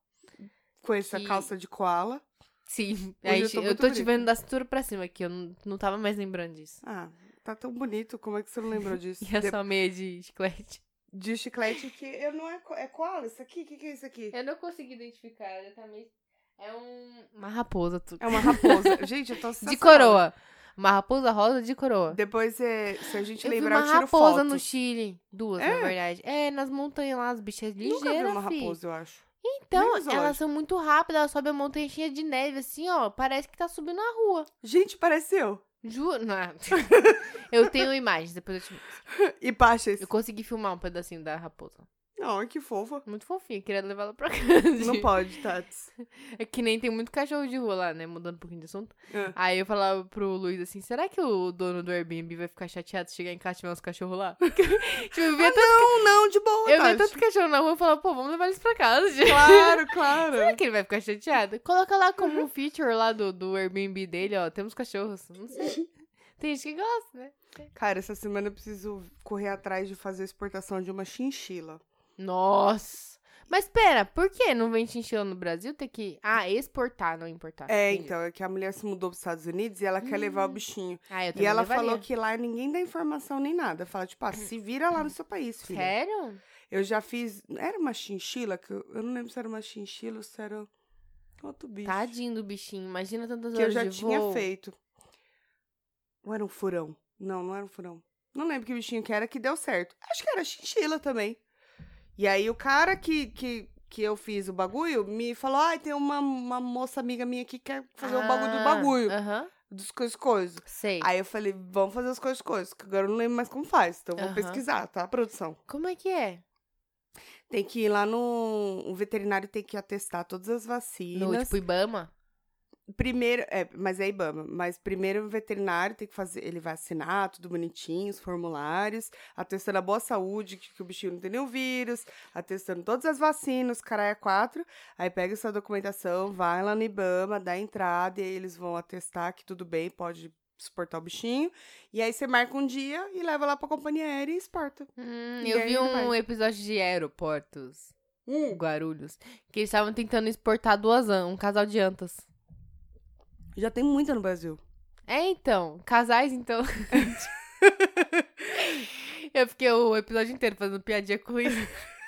[SPEAKER 2] com essa
[SPEAKER 1] Que-
[SPEAKER 2] calça de koala.
[SPEAKER 1] Sim,
[SPEAKER 2] Hoje
[SPEAKER 1] aí
[SPEAKER 2] eu
[SPEAKER 1] eu
[SPEAKER 2] tô
[SPEAKER 1] tô,
[SPEAKER 2] muito
[SPEAKER 1] te
[SPEAKER 2] bonita.
[SPEAKER 1] vendo da cintura pra cima aqui, eu não, não tava mais lembrando disso. [LAUGHS]
[SPEAKER 2] Ah, tá tão bonito, como é que você não lembrou disso?
[SPEAKER 1] E a
[SPEAKER 2] De,
[SPEAKER 1] sua meia de chiclete?
[SPEAKER 2] de chiclete que eu não é, ko- é koala isso aqui? O que, que é isso aqui?
[SPEAKER 1] Eu não consegui identificar, exatamente. É um... Uma raposa. Tu...
[SPEAKER 2] É
[SPEAKER 1] [LAUGHS]
[SPEAKER 2] uma raposa. Gente, eu tô
[SPEAKER 1] De
[SPEAKER 2] sensacional.
[SPEAKER 1] coroa. Uma raposa rosa de coroa.
[SPEAKER 2] Depois, é, se a gente
[SPEAKER 1] Eu vi
[SPEAKER 2] lembrar,
[SPEAKER 1] uma
[SPEAKER 2] eu tiro
[SPEAKER 1] raposa
[SPEAKER 2] foto.
[SPEAKER 1] no Chile. Duas, na
[SPEAKER 2] É?
[SPEAKER 1] verdade. É, nas montanhas lá, as bichas ligeiras,
[SPEAKER 2] Nunca vi uma
[SPEAKER 1] fi.
[SPEAKER 2] raposa, eu acho.
[SPEAKER 1] Então,
[SPEAKER 2] no zoológico.
[SPEAKER 1] elas são muito rápidas, elas sobem a montanha cheia de neve, assim, ó. Parece que tá subindo a rua.
[SPEAKER 2] Gente, pareceu.
[SPEAKER 1] Juro. [LAUGHS] Não.
[SPEAKER 2] [LAUGHS]
[SPEAKER 1] eu tenho imagens, depois eu te mostro.
[SPEAKER 2] E baixa esse.
[SPEAKER 1] Eu consegui filmar um pedacinho da raposa.
[SPEAKER 2] Não,
[SPEAKER 1] [LAUGHS]
[SPEAKER 2] que fofa.
[SPEAKER 1] Muito fofinha, queria levar ela pra casa.
[SPEAKER 2] [LAUGHS] Não pode, Tats.
[SPEAKER 1] É que nem tem muito cachorro de rua lá, né? Mudando um pouquinho de assunto.
[SPEAKER 2] É.
[SPEAKER 1] Aí eu falava pro Luiz assim: será que o dono do Airbnb vai ficar chateado se chegar em casa e tiver uns cachorros lá? [LAUGHS] tipo, eu via
[SPEAKER 2] Ah, Não, não, de boa,
[SPEAKER 1] Eu
[SPEAKER 2] Tati.
[SPEAKER 1] vi tanto [LAUGHS] cachorro na rua e falava, pô, vamos levar eles pra casa, gente.
[SPEAKER 2] Claro, claro.
[SPEAKER 1] Será que ele vai ficar chateado? Coloca lá como
[SPEAKER 2] Uhum.
[SPEAKER 1] um feature lá do, do Airbnb dele, ó. Temos cachorros. Não
[SPEAKER 2] [LAUGHS]
[SPEAKER 1] sei. Tem gente que gosta, né?
[SPEAKER 2] Cara, essa semana eu preciso correr atrás de fazer a exportação de uma chinchila.
[SPEAKER 1] Nossa. Mas pera, por que não vem chinchila no Brasil? Tem que. Ah, exportar, não importar.
[SPEAKER 2] É,
[SPEAKER 1] Ah, Entendi.
[SPEAKER 2] então, é que a mulher se mudou para os Estados Unidos e ela quer levar o bichinho.
[SPEAKER 1] Ah, eu
[SPEAKER 2] E
[SPEAKER 1] também
[SPEAKER 2] ela
[SPEAKER 1] levaria.
[SPEAKER 2] falou que lá ninguém dá informação nem nada. Fala, tipo, ah, se vira lá no seu país, filho.
[SPEAKER 1] Sério?
[SPEAKER 2] Eu já fiz. Era uma chinchila? Que eu, eu não lembro se era uma chinchila ou se era outro bicho.
[SPEAKER 1] Tadinho do bichinho. Imagina tantas
[SPEAKER 2] que eu
[SPEAKER 1] horas
[SPEAKER 2] já
[SPEAKER 1] de
[SPEAKER 2] tinha
[SPEAKER 1] voo.
[SPEAKER 2] feito. Ou era um furão? Não, não era um furão. Não lembro que bichinho que era que deu certo. Acho que era chinchila também. E aí o cara que, que, que eu fiz o bagulho, me falou, ai, tem uma, uma moça amiga minha aqui que quer fazer o bagulho
[SPEAKER 1] Ah,
[SPEAKER 2] do bagulho,
[SPEAKER 1] Aham.
[SPEAKER 2] dos coisas coisas.
[SPEAKER 1] Sei.
[SPEAKER 2] Aí eu falei, vamos fazer as coisas coisas, que agora eu não lembro mais como faz, então eu vou
[SPEAKER 1] Aham.
[SPEAKER 2] pesquisar, tá, produção?
[SPEAKER 1] Como é que é?
[SPEAKER 2] Tem que ir lá no... O veterinário tem que atestar todas as vacinas.
[SPEAKER 1] No tipo Ibama?
[SPEAKER 2] Primeiro, é, mas é IBAMA, mas primeiro o veterinário tem que fazer, ele vai assinar tudo bonitinho, os formulários, atestando a boa saúde, que, que o bichinho não tem nenhum vírus, atestando todas as vacinas, caralho, é quatro, aí pega essa documentação, vai lá no IBAMA, dá a entrada, e aí eles vão atestar que tudo bem, pode exportar o bichinho, e aí você marca um dia e leva lá pra companhia aérea e exporta.
[SPEAKER 1] Hum,
[SPEAKER 2] E
[SPEAKER 1] eu
[SPEAKER 2] aí
[SPEAKER 1] vi
[SPEAKER 2] ele
[SPEAKER 1] um
[SPEAKER 2] vai.
[SPEAKER 1] episódio de aeroportos, Hum. Guarulhos, que eles estavam tentando exportar duas an- um casal de antas.
[SPEAKER 2] Já tem muita no Brasil.
[SPEAKER 1] É, então. Casais,
[SPEAKER 2] [LAUGHS]
[SPEAKER 1] então. eu fiquei o episódio inteiro fazendo piadinha com
[SPEAKER 2] [LAUGHS]
[SPEAKER 1] isso.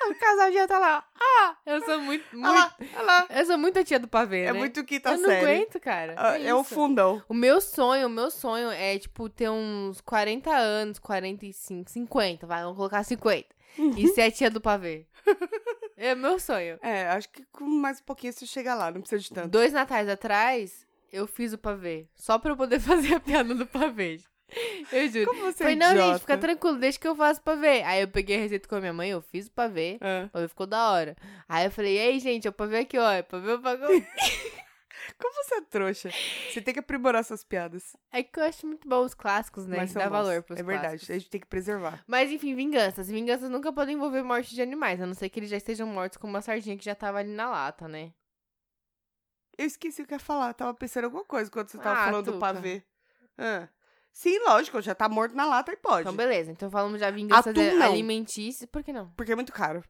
[SPEAKER 1] o casal de anta lá. Ah! Eu sou muito, muito...
[SPEAKER 2] olha lá.
[SPEAKER 1] Eu sou muito a tia do pavê,
[SPEAKER 2] É
[SPEAKER 1] né?
[SPEAKER 2] muito quinta
[SPEAKER 1] Eu não
[SPEAKER 2] série.
[SPEAKER 1] aguento, cara.
[SPEAKER 2] Ah,
[SPEAKER 1] Que
[SPEAKER 2] É o
[SPEAKER 1] isso?
[SPEAKER 2] fundão.
[SPEAKER 1] O meu sonho, o meu sonho é, tipo, ter uns 40 anos, 45, 50, vai, vamos colocar 50.
[SPEAKER 2] Uhum.
[SPEAKER 1] E ser a tia do pavê. É meu sonho.
[SPEAKER 2] É, acho que com mais um pouquinho você chega lá, não precisa de tanto.
[SPEAKER 1] Dois natais atrás, eu fiz o pavê. Só pra eu poder [LAUGHS] fazer a piada do pavê. Eu juro.
[SPEAKER 2] Como você
[SPEAKER 1] Falei,
[SPEAKER 2] é
[SPEAKER 1] não,
[SPEAKER 2] idiota.
[SPEAKER 1] gente, fica tranquilo, deixa que eu faço pavê. Aí eu peguei a receita com a minha mãe, eu fiz o pavê.
[SPEAKER 2] Ah.
[SPEAKER 1] O pavê ficou da hora. Aí eu falei, ei, gente, é o pavê aqui, ó. É o pavê, o pavê.
[SPEAKER 2] Como você é trouxa? Você tem que aprimorar suas piadas.
[SPEAKER 1] É que eu acho muito bom os clássicos, né?
[SPEAKER 2] mas são
[SPEAKER 1] Dá
[SPEAKER 2] bons.
[SPEAKER 1] valor pros
[SPEAKER 2] É verdade,
[SPEAKER 1] clássicos.
[SPEAKER 2] a gente tem que preservar.
[SPEAKER 1] Mas enfim, vinganças. Vinganças nunca podem envolver morte de animais, a não ser que eles já estejam mortos como uma sardinha que já tava ali na lata, né?
[SPEAKER 2] Eu esqueci o que eu ia falar, tava pensando em alguma coisa quando você tava
[SPEAKER 1] Ah,
[SPEAKER 2] falando
[SPEAKER 1] Tuca.
[SPEAKER 2] do pavê. Ah. Sim, lógico, já tá morto na lata e pode.
[SPEAKER 1] Então, beleza. Então falamos já vinganças
[SPEAKER 2] Atum, não.
[SPEAKER 1] alimentícias. Por que não?
[SPEAKER 2] Porque é muito caro.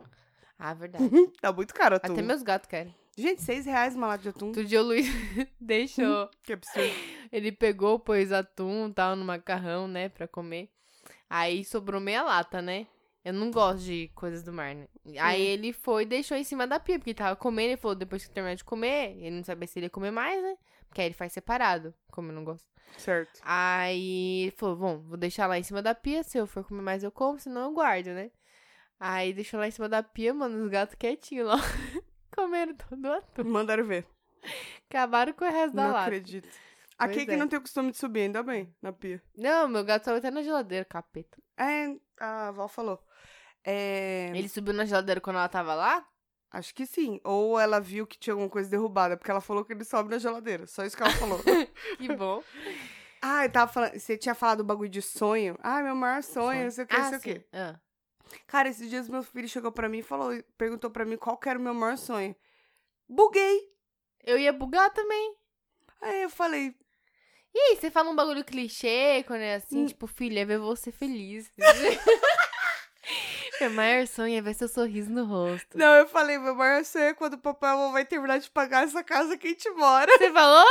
[SPEAKER 1] Ah, verdade.
[SPEAKER 2] Tá muito caro atum.
[SPEAKER 1] Até meus gatos querem.
[SPEAKER 2] Gente, seis reais uma lata de atum.
[SPEAKER 1] Outro dia o Luiz [LAUGHS] deixou. [LAUGHS]
[SPEAKER 2] Que absurdo.
[SPEAKER 1] Ele pegou, pôs atum e tal no macarrão, né, pra comer. Aí sobrou meia lata, né? Eu não gosto de coisas do mar, né? Aí
[SPEAKER 2] Hum.
[SPEAKER 1] ele foi e deixou em cima da pia, porque ele tava comendo. Ele falou, depois que terminar de comer, ele não sabia se ele ia comer mais, né? Porque aí ele faz separado, como eu não gosto.
[SPEAKER 2] Certo.
[SPEAKER 1] Aí ele falou, bom, vou deixar lá em cima da pia, se eu for comer mais eu como, senão eu guardo, né? Aí deixou lá em cima da pia, mano, os gatos quietinhos lá. [LAUGHS] Comeram todo o atum.
[SPEAKER 2] Mandaram ver.
[SPEAKER 1] Acabaram com o resto da
[SPEAKER 2] não
[SPEAKER 1] lata.
[SPEAKER 2] acredito. Aqui
[SPEAKER 1] Pois
[SPEAKER 2] que
[SPEAKER 1] é.
[SPEAKER 2] não tem o costume de subir, ainda bem, na pia.
[SPEAKER 1] Não, meu gato saiu até na geladeira, capeta.
[SPEAKER 2] É, a avó falou. É...
[SPEAKER 1] Ele subiu na geladeira quando ela tava lá?
[SPEAKER 2] Acho que sim. Ou ela viu que tinha alguma coisa derrubada, porque ela falou que ele sobe na geladeira. Só isso que ela
[SPEAKER 1] [LAUGHS]
[SPEAKER 2] falou.
[SPEAKER 1] Que [LAUGHS] bom.
[SPEAKER 2] ah, eu tava falando. Você tinha falado do bagulho de sonho. Ah, meu maior sonho, não sei o que, não
[SPEAKER 1] ah,
[SPEAKER 2] sei o quê.
[SPEAKER 1] sim. Ah.
[SPEAKER 2] Cara, esses dias meu filho chegou pra mim e falou, perguntou pra mim qual que era o meu maior sonho. Buguei!
[SPEAKER 1] Eu ia bugar também.
[SPEAKER 2] Aí eu falei,
[SPEAKER 1] E aí, você fala um bagulho clichê quando é assim,
[SPEAKER 2] Hum.
[SPEAKER 1] tipo, filha, é ver você
[SPEAKER 2] [LAUGHS]
[SPEAKER 1] feliz. [LAUGHS] meu maior sonho é ver seu sorriso no rosto.
[SPEAKER 2] não, eu falei, meu maior sonho é quando o papai e a mamãe terminar de pagar essa casa que a gente mora.
[SPEAKER 1] Você falou?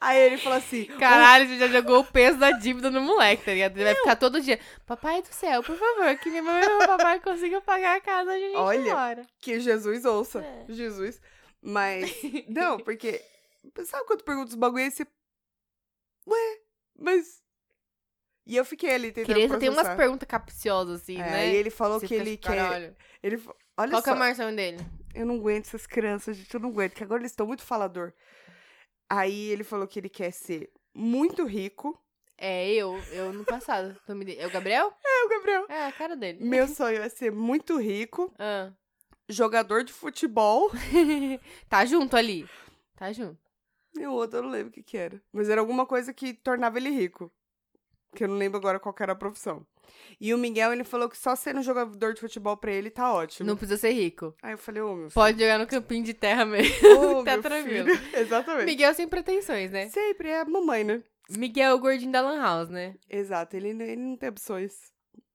[SPEAKER 2] Aí ele falou assim,
[SPEAKER 1] Caralho, você já jogou o peso da dívida no moleque, tá ligado? Ele vai ficar todo dia. Papai do céu, por favor, que minha mamãe e meu papai consigam pagar a casa onde a gente
[SPEAKER 2] Olha.
[SPEAKER 1] mora.
[SPEAKER 2] que Jesus ouça.
[SPEAKER 1] É.
[SPEAKER 2] Jesus. Mas, não, porque. Sabe quando tu pergunta os bagulho e você. Ué, mas. E eu fiquei ali tentando.
[SPEAKER 1] Criança tem umas
[SPEAKER 2] processar.
[SPEAKER 1] perguntas capciosas, assim,
[SPEAKER 2] É,
[SPEAKER 1] né?
[SPEAKER 2] E ele falou
[SPEAKER 1] Você
[SPEAKER 2] que
[SPEAKER 1] fica
[SPEAKER 2] ele
[SPEAKER 1] tipo,
[SPEAKER 2] quer.
[SPEAKER 1] "Caralho,
[SPEAKER 2] Ele, fa- olha
[SPEAKER 1] Qual que
[SPEAKER 2] só,
[SPEAKER 1] é o maior sonho dele?
[SPEAKER 2] eu não aguento essas crianças, gente, eu não aguento, que agora eles estão muito falador. Aí ele falou que ele quer ser muito rico.
[SPEAKER 1] É eu, eu no passado. tô me de- É o Gabriel?
[SPEAKER 2] É, o Gabriel.
[SPEAKER 1] É a cara dele.
[SPEAKER 2] Meu sonho é ser muito rico,
[SPEAKER 1] Ah. [LAUGHS]
[SPEAKER 2] jogador de futebol.
[SPEAKER 1] tá junto ali. Tá junto.
[SPEAKER 2] E o outro eu não lembro o que, que era. Mas era alguma coisa que tornava ele rico. Que eu não lembro agora qual que era a profissão. E o Miguel, ele falou que só sendo jogador de futebol pra ele tá ótimo.
[SPEAKER 1] Não precisa ser rico.
[SPEAKER 2] Aí eu falei,
[SPEAKER 1] [LAUGHS]
[SPEAKER 2] ô meu
[SPEAKER 1] Pode jogar no campinho de terra mesmo.
[SPEAKER 2] filho. ô,
[SPEAKER 1] tá
[SPEAKER 2] meu
[SPEAKER 1] tranquilo.
[SPEAKER 2] filho. [LAUGHS] Exatamente.
[SPEAKER 1] Miguel sem pretensões, né?
[SPEAKER 2] Sempre é a mamãe, né?
[SPEAKER 1] Miguel é o gordinho da Lan House, né?
[SPEAKER 2] Exato, ele, ele não tem opções.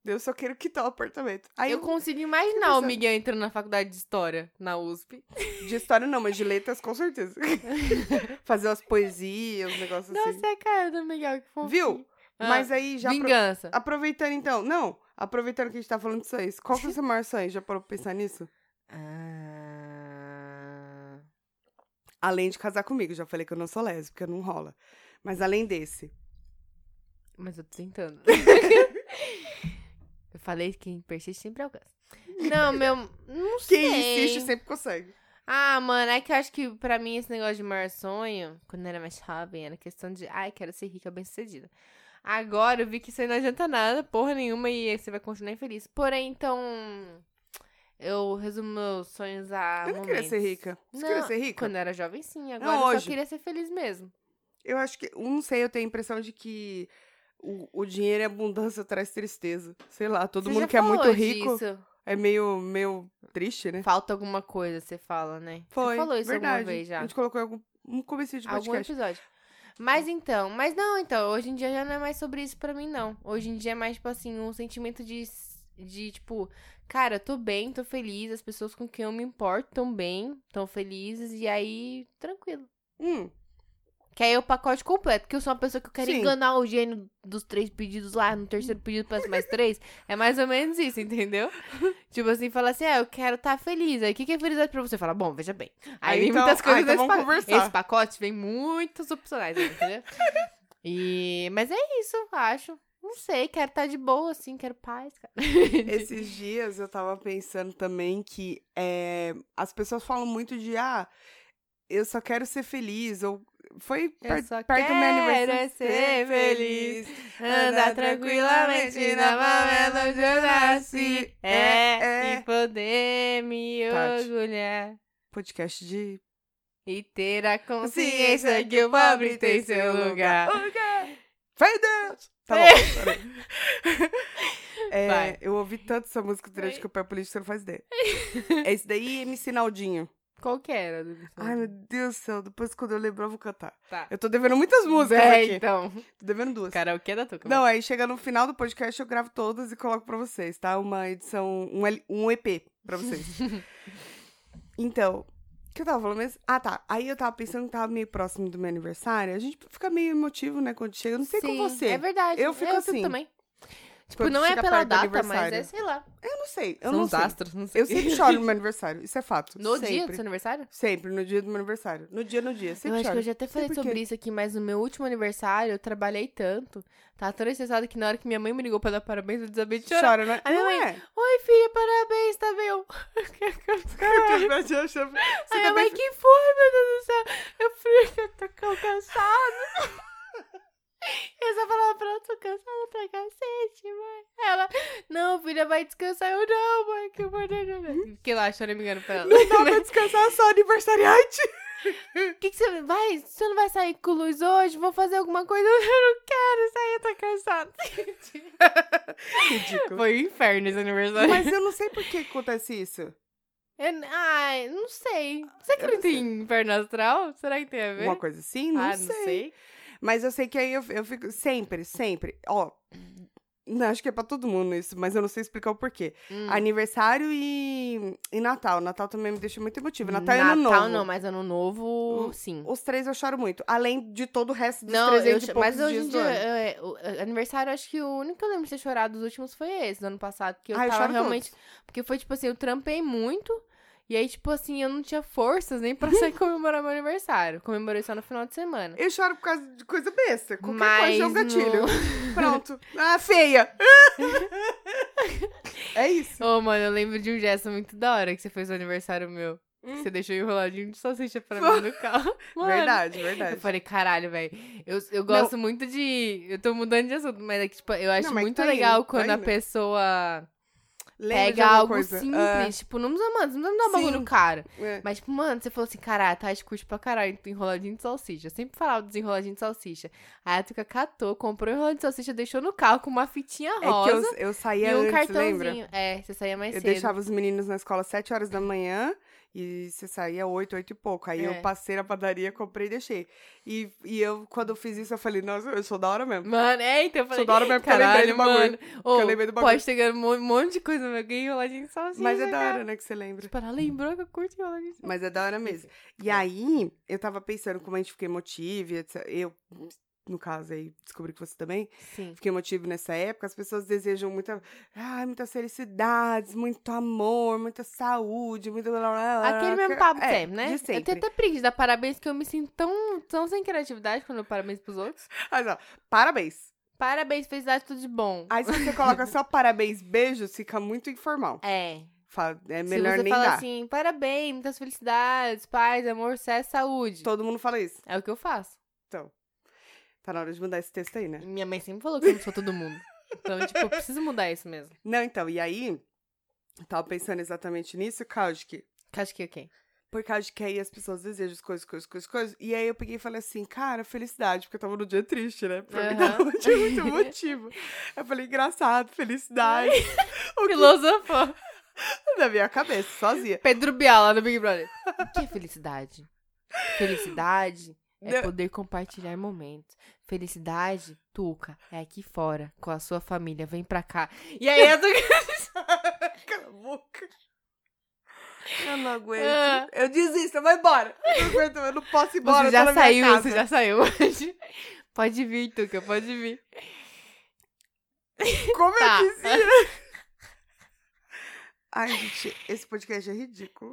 [SPEAKER 2] Eu só quero quitar o apartamento. Aí
[SPEAKER 1] eu
[SPEAKER 2] eu,
[SPEAKER 1] consigo imaginar o
[SPEAKER 2] pensando.
[SPEAKER 1] Miguel entrando na faculdade de história, na USP.
[SPEAKER 2] de história não, mas de letras com certeza. [LAUGHS] Fazer umas poesias, uns negócios
[SPEAKER 1] Nossa,
[SPEAKER 2] assim.
[SPEAKER 1] é a cara do Miguel, que fofinho.
[SPEAKER 2] Viu?
[SPEAKER 1] Ah,
[SPEAKER 2] Mas aí já apro-
[SPEAKER 1] Vingança.
[SPEAKER 2] aproveitando então, não, aproveitando que a gente tá falando disso aí, qual que é o seu maior sonho? Já parou pra pensar nisso?
[SPEAKER 1] Ah,
[SPEAKER 2] Além de casar comigo, já falei que eu não sou lésbica, não rola. Mas além desse.
[SPEAKER 1] [LAUGHS] Mas eu tô tentando. eu falei que quem persiste sempre alcança. Não, meu. Não sei.
[SPEAKER 2] Quem insiste sempre consegue.
[SPEAKER 1] Ah, mano, é que eu acho que pra mim esse negócio de maior sonho, quando eu era mais jovem, era questão de, ai, quero ser rica, bem sucedida. Agora eu vi que isso aí não adianta nada, porra nenhuma, e aí você vai continuar infeliz. Porém, então. Eu resumo meus sonhos a.
[SPEAKER 2] Eu não queria ser
[SPEAKER 1] Tá, momentos.
[SPEAKER 2] rica. Você queria
[SPEAKER 1] Não,
[SPEAKER 2] ser rica?
[SPEAKER 1] Quando eu era jovem, sim. Agora eu
[SPEAKER 2] hoje.
[SPEAKER 1] só queria ser feliz mesmo.
[SPEAKER 2] Eu acho que, um, não sei, eu tenho a impressão de que o, o dinheiro e a abundância traz tristeza. Sei lá, todo
[SPEAKER 1] Você já
[SPEAKER 2] mundo que é muito
[SPEAKER 1] falou
[SPEAKER 2] rico
[SPEAKER 1] disso.
[SPEAKER 2] é meio, meio triste, né?
[SPEAKER 1] Falta alguma coisa, você fala, né?
[SPEAKER 2] Foi,
[SPEAKER 1] você falou isso
[SPEAKER 2] verdade.
[SPEAKER 1] alguma vez já.
[SPEAKER 2] A gente colocou em algum um comecinho de
[SPEAKER 1] Algum
[SPEAKER 2] podcast.
[SPEAKER 1] episódio. Mas então, mas não, então, hoje em dia já não é mais sobre isso pra mim, não. Hoje em dia é mais, tipo assim, um sentimento de, de tipo, cara, eu tô bem, tô feliz, as pessoas com quem eu me importo tão bem, tão felizes, e aí, tranquilo. [LAUGHS]
[SPEAKER 2] Hum,
[SPEAKER 1] Que aí é o pacote completo, que eu sou uma pessoa que eu quero
[SPEAKER 2] Sim.
[SPEAKER 1] enganar o gênio dos três pedidos lá, no terceiro pedido passa mais três. É mais ou menos isso,
[SPEAKER 2] [LAUGHS]
[SPEAKER 1] entendeu? tipo assim, fala assim, ah, eu quero estar feliz. Aí o que, que é felicidade pra você? Fala, bom, veja bem. Aí,
[SPEAKER 2] Aí,
[SPEAKER 1] tem
[SPEAKER 2] então-
[SPEAKER 1] muitas
[SPEAKER 2] ah,
[SPEAKER 1] coisas
[SPEAKER 2] então
[SPEAKER 1] nesse
[SPEAKER 2] vamos
[SPEAKER 1] pacote.
[SPEAKER 2] conversar.
[SPEAKER 1] Esse pacote vem muitos opcionais,
[SPEAKER 2] [LAUGHS]
[SPEAKER 1] entendeu? e... Mas é isso, eu acho. Não sei, quero estar de boa, assim, quero paz, cara. [LAUGHS]
[SPEAKER 2] Esses dias eu tava pensando também que é, as pessoas falam muito de ah, eu só quero ser feliz, ou foi
[SPEAKER 1] Eu
[SPEAKER 2] per-
[SPEAKER 1] só
[SPEAKER 2] perto do meu
[SPEAKER 1] quero é
[SPEAKER 2] aniversário.
[SPEAKER 1] ser feliz, Andar tranquilamente na favela onde eu nasci. É,
[SPEAKER 2] É, é.
[SPEAKER 1] e poder me
[SPEAKER 2] Tati.
[SPEAKER 1] orgulhar.
[SPEAKER 2] Podcast de
[SPEAKER 1] E ter a consciência que o pobre tem seu lugar.
[SPEAKER 2] Vai Deus! Tá
[SPEAKER 1] É.
[SPEAKER 2] bom. peraí.
[SPEAKER 1] [LAUGHS]
[SPEAKER 2] É,
[SPEAKER 1] Vai.
[SPEAKER 2] eu ouvi tanto essa música durante
[SPEAKER 1] Vai.
[SPEAKER 2] que o pé político, você não faz
[SPEAKER 1] [LAUGHS]
[SPEAKER 2] ideia. Esse daí é MC Naldinho.
[SPEAKER 1] Qual que era?
[SPEAKER 2] Ai, meu Deus do céu, depois quando eu lembrar eu vou cantar.
[SPEAKER 1] Tá.
[SPEAKER 2] Eu tô devendo muitas músicas
[SPEAKER 1] É,
[SPEAKER 2] aqui.
[SPEAKER 1] então.
[SPEAKER 2] Tô devendo duas.
[SPEAKER 1] Karaokê da Tuca.
[SPEAKER 2] Não, aí chega no final do podcast, eu gravo todas e coloco pra vocês, tá? Uma edição, um, L- um EP pra vocês. então, o que eu tava falando mesmo? Ah, tá. Aí eu tava pensando que tava meio próximo do meu aniversário. A gente fica meio emotivo, né, quando chega. Eu não sei
[SPEAKER 1] Sim,
[SPEAKER 2] com você.
[SPEAKER 1] É verdade.
[SPEAKER 2] Eu fico assim,
[SPEAKER 1] também. Tipo,
[SPEAKER 2] quando
[SPEAKER 1] não é
[SPEAKER 2] chega
[SPEAKER 1] pela
[SPEAKER 2] perto do
[SPEAKER 1] data, mas
[SPEAKER 2] aniversário.
[SPEAKER 1] é, sei lá.
[SPEAKER 2] Eu não sei. Eu
[SPEAKER 1] São
[SPEAKER 2] não
[SPEAKER 1] os
[SPEAKER 2] sei.
[SPEAKER 1] astros, não sei.
[SPEAKER 2] Eu
[SPEAKER 1] [LAUGHS]
[SPEAKER 2] sempre choro no meu aniversário. Isso é fato.
[SPEAKER 1] No
[SPEAKER 2] sempre.
[SPEAKER 1] dia do seu aniversário?
[SPEAKER 2] Sempre, no dia do meu aniversário. No dia, no dia.
[SPEAKER 1] Eu
[SPEAKER 2] Sempre
[SPEAKER 1] acho que
[SPEAKER 2] choro.
[SPEAKER 1] eu já até falei
[SPEAKER 2] por quê.
[SPEAKER 1] sobre isso aqui, mas no meu último aniversário eu trabalhei tanto. Tava tão estressada que na hora que minha mãe me ligou pra dar parabéns, eu desabei de chorar.
[SPEAKER 2] Chora, né?
[SPEAKER 1] Aí minha
[SPEAKER 2] não
[SPEAKER 1] mãe,
[SPEAKER 2] é.
[SPEAKER 1] [LAUGHS] Oi, filha, parabéns, tá [LAUGHS] meu?
[SPEAKER 2] Cara, Ah, eu já achava- Você tá
[SPEAKER 1] Aí minha
[SPEAKER 2] também
[SPEAKER 1] mãe, que foi, meu Deus do céu? Eu falei, eu tô tão cansada. [LAUGHS] Eu só falava pra ela, tô cansada pra cacete, mãe. Ela, não, filha, vai descansar. Eu, não, mãe, que eu vou... [LAUGHS] Fiquei lá, chorando, me engano pra ela.
[SPEAKER 2] Não dá pra descansar só aniversariante.
[SPEAKER 1] que, que você vai? Você não vai sair com luz hoje? Vou fazer alguma coisa? [LAUGHS] Eu não quero sair, eu tô cansada.
[SPEAKER 2] Ridículo.
[SPEAKER 1] Foi um inferno esse aniversário.
[SPEAKER 2] Mas eu não sei por que que acontece isso.
[SPEAKER 1] Eu- ai, não sei. Você
[SPEAKER 2] Eu não
[SPEAKER 1] acredita
[SPEAKER 2] sei.
[SPEAKER 1] em inferno astral? Será que tem a ver?
[SPEAKER 2] Uma coisa assim? Não,
[SPEAKER 1] ah,
[SPEAKER 2] sei.
[SPEAKER 1] não sei.
[SPEAKER 2] Mas eu sei que aí eu, eu fico. Sempre, sempre. Ó. não, acho que é pra todo mundo isso, mas eu não sei explicar o porquê.
[SPEAKER 1] Hum.
[SPEAKER 2] Aniversário e, e Natal. Natal também me deixa muito emotiva. Tipo, Natal, e Ano
[SPEAKER 1] Natal
[SPEAKER 2] Novo.
[SPEAKER 1] não, mas ano novo,
[SPEAKER 2] O-
[SPEAKER 1] sim.
[SPEAKER 2] Os três eu choro muito. Além de todo o resto dos
[SPEAKER 1] Não, eu,
[SPEAKER 2] 300 e
[SPEAKER 1] cho-
[SPEAKER 2] poucos
[SPEAKER 1] mas hoje
[SPEAKER 2] dias
[SPEAKER 1] em
[SPEAKER 2] do
[SPEAKER 1] dia,
[SPEAKER 2] ano.
[SPEAKER 1] é, o- é, aniversário, acho que o único que eu lembro de ter chorado dos últimos foi esse, do ano passado. Porque eu
[SPEAKER 2] Ah, eu
[SPEAKER 1] tava
[SPEAKER 2] choro
[SPEAKER 1] realmente. Porque foi tipo assim, eu trampei muito. E aí, tipo assim, eu não tinha forças nem pra [LAUGHS] sair comemorar meu aniversário. Comemorei só no final de semana.
[SPEAKER 2] Eu choro por causa de coisa besta. Qualquer
[SPEAKER 1] Mas
[SPEAKER 2] coisa é um gatilho.
[SPEAKER 1] no- [LAUGHS]
[SPEAKER 2] Pronto. Ah, feia. é isso.
[SPEAKER 1] Ô, mano, eu lembro de um gesto muito da hora que você fez o aniversário meu. Que
[SPEAKER 2] Hum?
[SPEAKER 1] você deixou enroladinho de salsicha pra mim no
[SPEAKER 2] [LAUGHS]
[SPEAKER 1] carro. Mano,
[SPEAKER 2] Verdade,
[SPEAKER 1] Eu
[SPEAKER 2] verdade.
[SPEAKER 1] falei, caralho, velho. Eu, eu gosto muito de. Eu tô mudando de assunto, mas é que, tipo, eu acho
[SPEAKER 2] mas
[SPEAKER 1] muito
[SPEAKER 2] tá indo,
[SPEAKER 1] legal
[SPEAKER 2] tá
[SPEAKER 1] quando a
[SPEAKER 2] indo.
[SPEAKER 1] pessoa
[SPEAKER 2] Lembra de
[SPEAKER 1] pega
[SPEAKER 2] alguma
[SPEAKER 1] algo
[SPEAKER 2] coisa?
[SPEAKER 1] simples.
[SPEAKER 2] Ah,
[SPEAKER 1] Tipo, não precisa, mano, não precisa dar um bagulho
[SPEAKER 2] Sim.
[SPEAKER 1] no cara.
[SPEAKER 2] é.
[SPEAKER 1] Mas, tipo, mano, você falou assim, caralho, tá, curte pra caralho, tu enroladinho de salsicha. Eu sempre falava dos enroladinhos de salsicha. Aí a Tuca catou, comprou o enroladinho de salsicha, deixou no carro com uma fitinha
[SPEAKER 2] É que
[SPEAKER 1] rosa
[SPEAKER 2] eu, eu saía
[SPEAKER 1] e um
[SPEAKER 2] antes,
[SPEAKER 1] cartãozinho.
[SPEAKER 2] lembra?
[SPEAKER 1] É, você saía mais
[SPEAKER 2] Eu
[SPEAKER 1] cedo.
[SPEAKER 2] deixava os meninos na escola às 7 horas da manhã e você saía 8, 8 e pouco. Aí
[SPEAKER 1] É.
[SPEAKER 2] eu passei na padaria, comprei e deixei. E, e eu, quando eu fiz isso, eu falei, nossa, eu sou da hora mesmo.
[SPEAKER 1] Mano, é, então eu falei.
[SPEAKER 2] sou da hora mesmo, porque eu lembrei
[SPEAKER 1] Caralho,
[SPEAKER 2] do bagulho.
[SPEAKER 1] mano. Ô,
[SPEAKER 2] eu lembrei do bagulho.
[SPEAKER 1] Pode chegando um monte de coisa, meu. Ganhei enroladinho de salsicha.
[SPEAKER 2] Mas é da
[SPEAKER 1] cara.
[SPEAKER 2] hora, né, que você lembra.
[SPEAKER 1] Tipo, ela lembrou que eu curto enroladinho de salsicha.
[SPEAKER 2] Mas é da hora mesmo. E
[SPEAKER 1] é.
[SPEAKER 2] aí, eu tava pensando como a gente fica emotiva, e etc. Eu, no caso, aí descobri que você também.
[SPEAKER 1] Sim.
[SPEAKER 2] fiquei emotivo nessa época, as pessoas desejam muita, ai, muitas felicidades, muito amor, muita saúde, muito blá, blá, blá,
[SPEAKER 1] Aquele
[SPEAKER 2] blá,
[SPEAKER 1] mesmo
[SPEAKER 2] que-
[SPEAKER 1] papo
[SPEAKER 2] é,
[SPEAKER 1] sempre, né?
[SPEAKER 2] De
[SPEAKER 1] Eu tenho
[SPEAKER 2] sempre.
[SPEAKER 1] até preguiça de dar parabéns, que eu me sinto tão, tão sem criatividade quando eu parabéns pros outros.
[SPEAKER 2] Mas, ó, parabéns.
[SPEAKER 1] Parabéns, felicidade, tudo de bom.
[SPEAKER 2] Aí se você coloca só parabéns, beijos, fica muito informal.
[SPEAKER 1] É.
[SPEAKER 2] Fa- É melhor
[SPEAKER 1] Se você
[SPEAKER 2] nem
[SPEAKER 1] fala
[SPEAKER 2] dar.
[SPEAKER 1] assim, parabéns, muitas felicidades, paz, amor, sucesso, saúde.
[SPEAKER 2] Todo mundo fala isso.
[SPEAKER 1] É o que eu faço.
[SPEAKER 2] Tá na hora de mudar esse texto aí, né?
[SPEAKER 1] Minha mãe sempre falou que eu não sou todo mundo. Então, tipo, eu preciso mudar isso mesmo.
[SPEAKER 2] Não, então, e aí, eu tava pensando exatamente nisso, Kajki.
[SPEAKER 1] Que acho que é quem?
[SPEAKER 2] Por causa de que aí as pessoas desejam as coisas, coisas, coisas, coisas. E aí eu peguei e falei assim, cara, felicidade, porque eu tava num dia triste, né? Pra mim tava
[SPEAKER 1] Aham.
[SPEAKER 2] não tinha
[SPEAKER 1] [LAUGHS]
[SPEAKER 2] muito motivo. Eu falei, engraçado, felicidade.
[SPEAKER 1] [LAUGHS]
[SPEAKER 2] o que
[SPEAKER 1] Filosofo.
[SPEAKER 2] na minha cabeça, sozinha.
[SPEAKER 1] Pedro Bial lá no Big Brother. O que é felicidade? Felicidade é
[SPEAKER 2] Não.
[SPEAKER 1] poder compartilhar momentos. Felicidade, Tuca, é aqui fora, com a sua família. Vem pra cá. E aí, eu tô...
[SPEAKER 2] Cala a boca. Eu não aguento.
[SPEAKER 1] Ah.
[SPEAKER 2] Eu desisto, eu vou embora. Eu não aguento, eu não posso ir embora.
[SPEAKER 1] você
[SPEAKER 2] eu tô
[SPEAKER 1] já
[SPEAKER 2] na minha
[SPEAKER 1] saiu,
[SPEAKER 2] casa.
[SPEAKER 1] você já saiu hoje. Pode vir, Tuca, pode vir.
[SPEAKER 2] Como
[SPEAKER 1] Tá.
[SPEAKER 2] eu disse?
[SPEAKER 1] [LAUGHS]
[SPEAKER 2] Ai, gente, esse podcast
[SPEAKER 1] [LAUGHS]
[SPEAKER 2] é ridículo.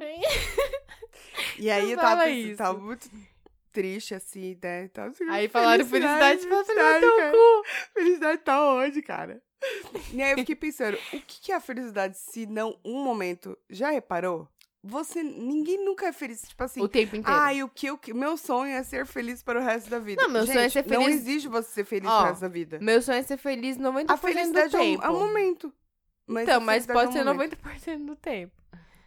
[SPEAKER 2] E aí eu
[SPEAKER 1] Não
[SPEAKER 2] tava,
[SPEAKER 1] fala
[SPEAKER 2] pensando,
[SPEAKER 1] isso.
[SPEAKER 2] tava muito triste, assim, né? Tava assim,
[SPEAKER 1] Aí falaram felicidade, falaram
[SPEAKER 2] felicidade,
[SPEAKER 1] felicidade, teu
[SPEAKER 2] cara.
[SPEAKER 1] cu.
[SPEAKER 2] Felicidade tá onde, cara? E aí eu fiquei pensando, o que que é a felicidade se não um momento? Já reparou? Você, ninguém nunca é feliz, tipo assim...
[SPEAKER 1] o tempo inteiro.
[SPEAKER 2] Ai, o que eu... que- Meu sonho é ser feliz para o resto da vida.
[SPEAKER 1] Não, meu sonho é
[SPEAKER 2] Gente,
[SPEAKER 1] ser
[SPEAKER 2] Não
[SPEAKER 1] feliz-
[SPEAKER 2] exige você ser feliz
[SPEAKER 1] Ó,
[SPEAKER 2] para o resto da vida.
[SPEAKER 1] Meu sonho é ser feliz 90%
[SPEAKER 2] A felicidade
[SPEAKER 1] do
[SPEAKER 2] é um,
[SPEAKER 1] tempo.
[SPEAKER 2] é um momento. Mas
[SPEAKER 1] então,
[SPEAKER 2] a
[SPEAKER 1] mas
[SPEAKER 2] felicidade é
[SPEAKER 1] pode
[SPEAKER 2] um
[SPEAKER 1] ser 90%
[SPEAKER 2] momento.
[SPEAKER 1] do tempo.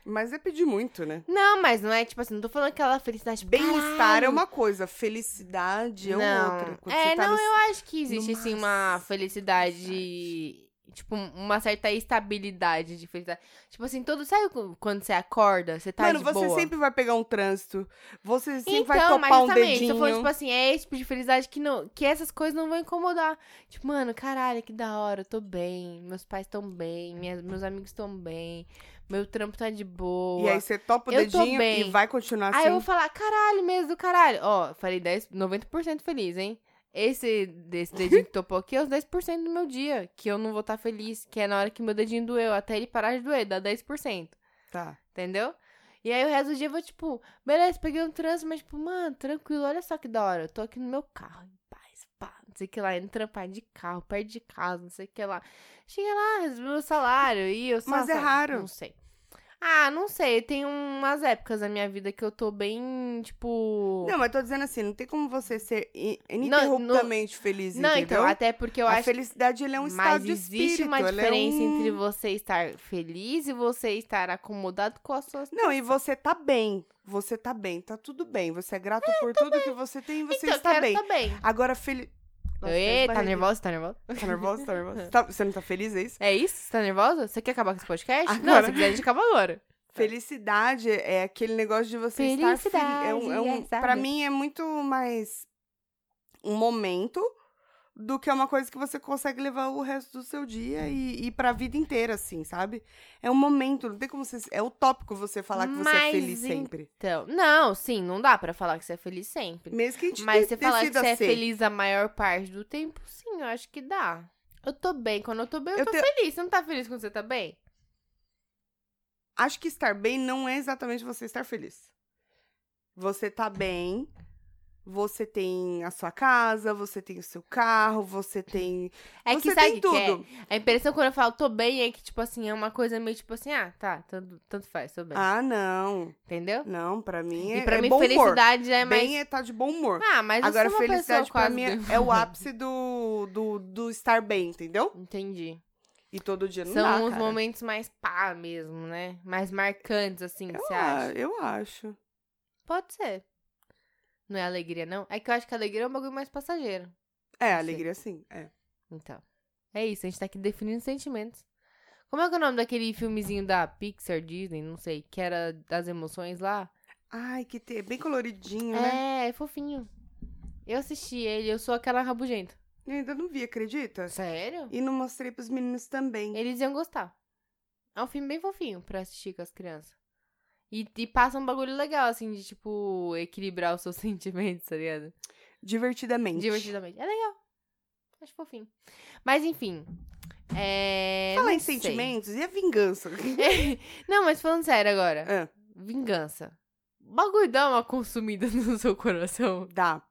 [SPEAKER 2] Mas é pedir muito, né?
[SPEAKER 1] Não, mas não é tipo assim, não tô falando aquela felicidade
[SPEAKER 2] Bem-estar
[SPEAKER 1] caralho.
[SPEAKER 2] é uma coisa, felicidade é
[SPEAKER 1] não.
[SPEAKER 2] outra. Quando
[SPEAKER 1] é,
[SPEAKER 2] você tá
[SPEAKER 1] não,
[SPEAKER 2] no-
[SPEAKER 1] eu acho que existe assim uma
[SPEAKER 2] máximo,
[SPEAKER 1] felicidade. Tipo, uma certa estabilidade de felicidade. Tipo assim, todo. Sabe cu- quando você acorda, você tá
[SPEAKER 2] Mano,
[SPEAKER 1] de
[SPEAKER 2] você
[SPEAKER 1] boa?
[SPEAKER 2] sempre vai pegar um trânsito, você sempre
[SPEAKER 1] então,
[SPEAKER 2] vai topar
[SPEAKER 1] mas
[SPEAKER 2] um
[SPEAKER 1] justamente,
[SPEAKER 2] dedinho.
[SPEAKER 1] tô falando, tipo assim, é esse tipo de felicidade que, não, que essas coisas não vão incomodar. Tipo, mano, caralho, que da hora, eu tô bem, meus pais estão bem, minhas- meus amigos estão bem, meu trampo tá de boa.
[SPEAKER 2] E aí você topa o
[SPEAKER 1] Eu tô
[SPEAKER 2] dedinho
[SPEAKER 1] bem.
[SPEAKER 2] e vai continuar assim.
[SPEAKER 1] Aí eu vou falar, caralho mesmo, do caralho. Ó, falei 10, 90% feliz, hein? Esse desse dedinho que topou aqui é os 10% do meu dia, que eu não vou estar feliz, que é na hora que meu dedinho doeu, até ele parar de doer, dá 10%,
[SPEAKER 2] Tá.
[SPEAKER 1] entendeu? E aí o resto do dia eu vou, tipo, beleza, peguei um trânsito, mas tipo, mano, tranquilo, olha só que da hora, eu tô aqui no meu carro, em paz, pá, não sei o que lá, indo trampar de carro, perto de casa, não sei o que lá. Chega lá, resolvi meu salário, e eu só...
[SPEAKER 2] Mas é
[SPEAKER 1] sabe,
[SPEAKER 2] raro.
[SPEAKER 1] Não sei. Ah, não sei. Tem umas épocas da minha vida que eu tô bem, tipo.
[SPEAKER 2] Não, mas tô dizendo assim, não tem como você ser in-
[SPEAKER 1] no-
[SPEAKER 2] ininterruptamente feliz,
[SPEAKER 1] Não,
[SPEAKER 2] entendeu?
[SPEAKER 1] então, até porque eu
[SPEAKER 2] a
[SPEAKER 1] acho.
[SPEAKER 2] felicidade ele é um estado
[SPEAKER 1] mas
[SPEAKER 2] de espírito.
[SPEAKER 1] existe uma
[SPEAKER 2] ela é
[SPEAKER 1] diferença
[SPEAKER 2] um-
[SPEAKER 1] entre você estar feliz e você estar acomodado com as suas.
[SPEAKER 2] Não, e você tá bem. Você tá bem, tá tudo bem. Você é grato por tudo que você tem e
[SPEAKER 1] tá
[SPEAKER 2] você
[SPEAKER 1] então, eu
[SPEAKER 2] está
[SPEAKER 1] quero
[SPEAKER 2] bem.
[SPEAKER 1] tá bem.
[SPEAKER 2] Agora, feliz.
[SPEAKER 1] Ê, tá nervosa? Tá nervosa?
[SPEAKER 2] [LAUGHS] Tá nervosa?
[SPEAKER 1] [LAUGHS]
[SPEAKER 2] Tá nervosa? Tá- você não tá feliz, é isso?
[SPEAKER 1] É isso? Você tá nervosa? Você quer acabar com esse podcast? Não,
[SPEAKER 2] Agora.
[SPEAKER 1] se quiser, a gente acaba agora.
[SPEAKER 2] Felicidade é aquele negócio de você estar feliz. É um, é um,
[SPEAKER 1] Felicidade, é, sabe?
[SPEAKER 2] pra mim é muito mais um momento do que uma coisa que você consegue levar o resto do seu dia e, e pra vida inteira, assim, sabe? É um momento, não tem como você. É utópico você falar que você é
[SPEAKER 1] Mas
[SPEAKER 2] feliz
[SPEAKER 1] em-
[SPEAKER 2] sempre.
[SPEAKER 1] Então, não, sim, não dá pra falar que você é feliz sempre.
[SPEAKER 2] Mesmo que a gente
[SPEAKER 1] Mas
[SPEAKER 2] de-
[SPEAKER 1] você falar que
[SPEAKER 2] decida
[SPEAKER 1] você é
[SPEAKER 2] ser.
[SPEAKER 1] feliz a maior parte do tempo, sim, eu acho que dá. Eu tô bem. Quando eu tô bem, eu,
[SPEAKER 2] Eu
[SPEAKER 1] tô
[SPEAKER 2] tenho-
[SPEAKER 1] feliz. Você não tá feliz quando você tá bem?
[SPEAKER 2] acho que estar bem não é exatamente você estar feliz. Você tá bem, você tem a sua casa, você tem o seu carro, você tem.
[SPEAKER 1] É
[SPEAKER 2] você
[SPEAKER 1] que sabe
[SPEAKER 2] tem
[SPEAKER 1] o que que é?
[SPEAKER 2] tudo.
[SPEAKER 1] A impressão quando eu falo tô bem é que, tipo assim, é uma coisa meio tipo assim, ah, tá, tanto, tanto faz, tô bem.
[SPEAKER 2] Ah, não.
[SPEAKER 1] Entendeu?
[SPEAKER 2] Não, pra mim é.
[SPEAKER 1] E pra
[SPEAKER 2] é
[SPEAKER 1] mim,
[SPEAKER 2] bom humor.
[SPEAKER 1] felicidade já é mais.
[SPEAKER 2] Bem é tá de bom humor.
[SPEAKER 1] Ah, mas
[SPEAKER 2] Agora,
[SPEAKER 1] eu sou uma
[SPEAKER 2] felicidade
[SPEAKER 1] pessoa
[SPEAKER 2] pra
[SPEAKER 1] quase
[SPEAKER 2] mim
[SPEAKER 1] do- [LAUGHS]
[SPEAKER 2] é o ápice do, do, do estar bem, entendeu?
[SPEAKER 1] Entendi.
[SPEAKER 2] E todo dia não
[SPEAKER 1] São
[SPEAKER 2] dá,
[SPEAKER 1] os
[SPEAKER 2] cara.
[SPEAKER 1] momentos mais pá mesmo, né? Mais marcantes, assim,
[SPEAKER 2] Eu,
[SPEAKER 1] que você
[SPEAKER 2] a-
[SPEAKER 1] acha.
[SPEAKER 2] eu acho.
[SPEAKER 1] Pode ser. Não é alegria, não? É que eu acho que alegria é um bagulho mais passageiro. Não
[SPEAKER 2] É,
[SPEAKER 1] sei.
[SPEAKER 2] alegria sim. É.
[SPEAKER 1] Então, é isso, a gente tá aqui definindo sentimentos. Como é que é o nome daquele filmezinho da Pixar, Disney, não sei, que era das emoções lá?
[SPEAKER 2] Ai, que ter. Bem coloridinho, né?
[SPEAKER 1] É, é fofinho. Eu assisti ele, eu sou aquela rabugenta.
[SPEAKER 2] Eu ainda não vi, acredita?
[SPEAKER 1] Sério?
[SPEAKER 2] E não mostrei pros meninos também.
[SPEAKER 1] Eles iam gostar. É um filme bem fofinho pra assistir com as crianças. E, e passa um bagulho legal, assim, de, tipo, equilibrar os seus [LAUGHS] sentimentos, tá ligado?
[SPEAKER 2] Divertidamente.
[SPEAKER 1] Divertidamente. É legal. Acho fofinho. Mas, enfim. É...
[SPEAKER 2] Falar
[SPEAKER 1] não
[SPEAKER 2] em
[SPEAKER 1] sei.
[SPEAKER 2] sentimentos e a vingança.
[SPEAKER 1] [LAUGHS] não, mas falando sério agora.
[SPEAKER 2] Ah,
[SPEAKER 1] Vingança. O Bagulho dá uma consumida [LAUGHS] no seu coração.
[SPEAKER 2] dá.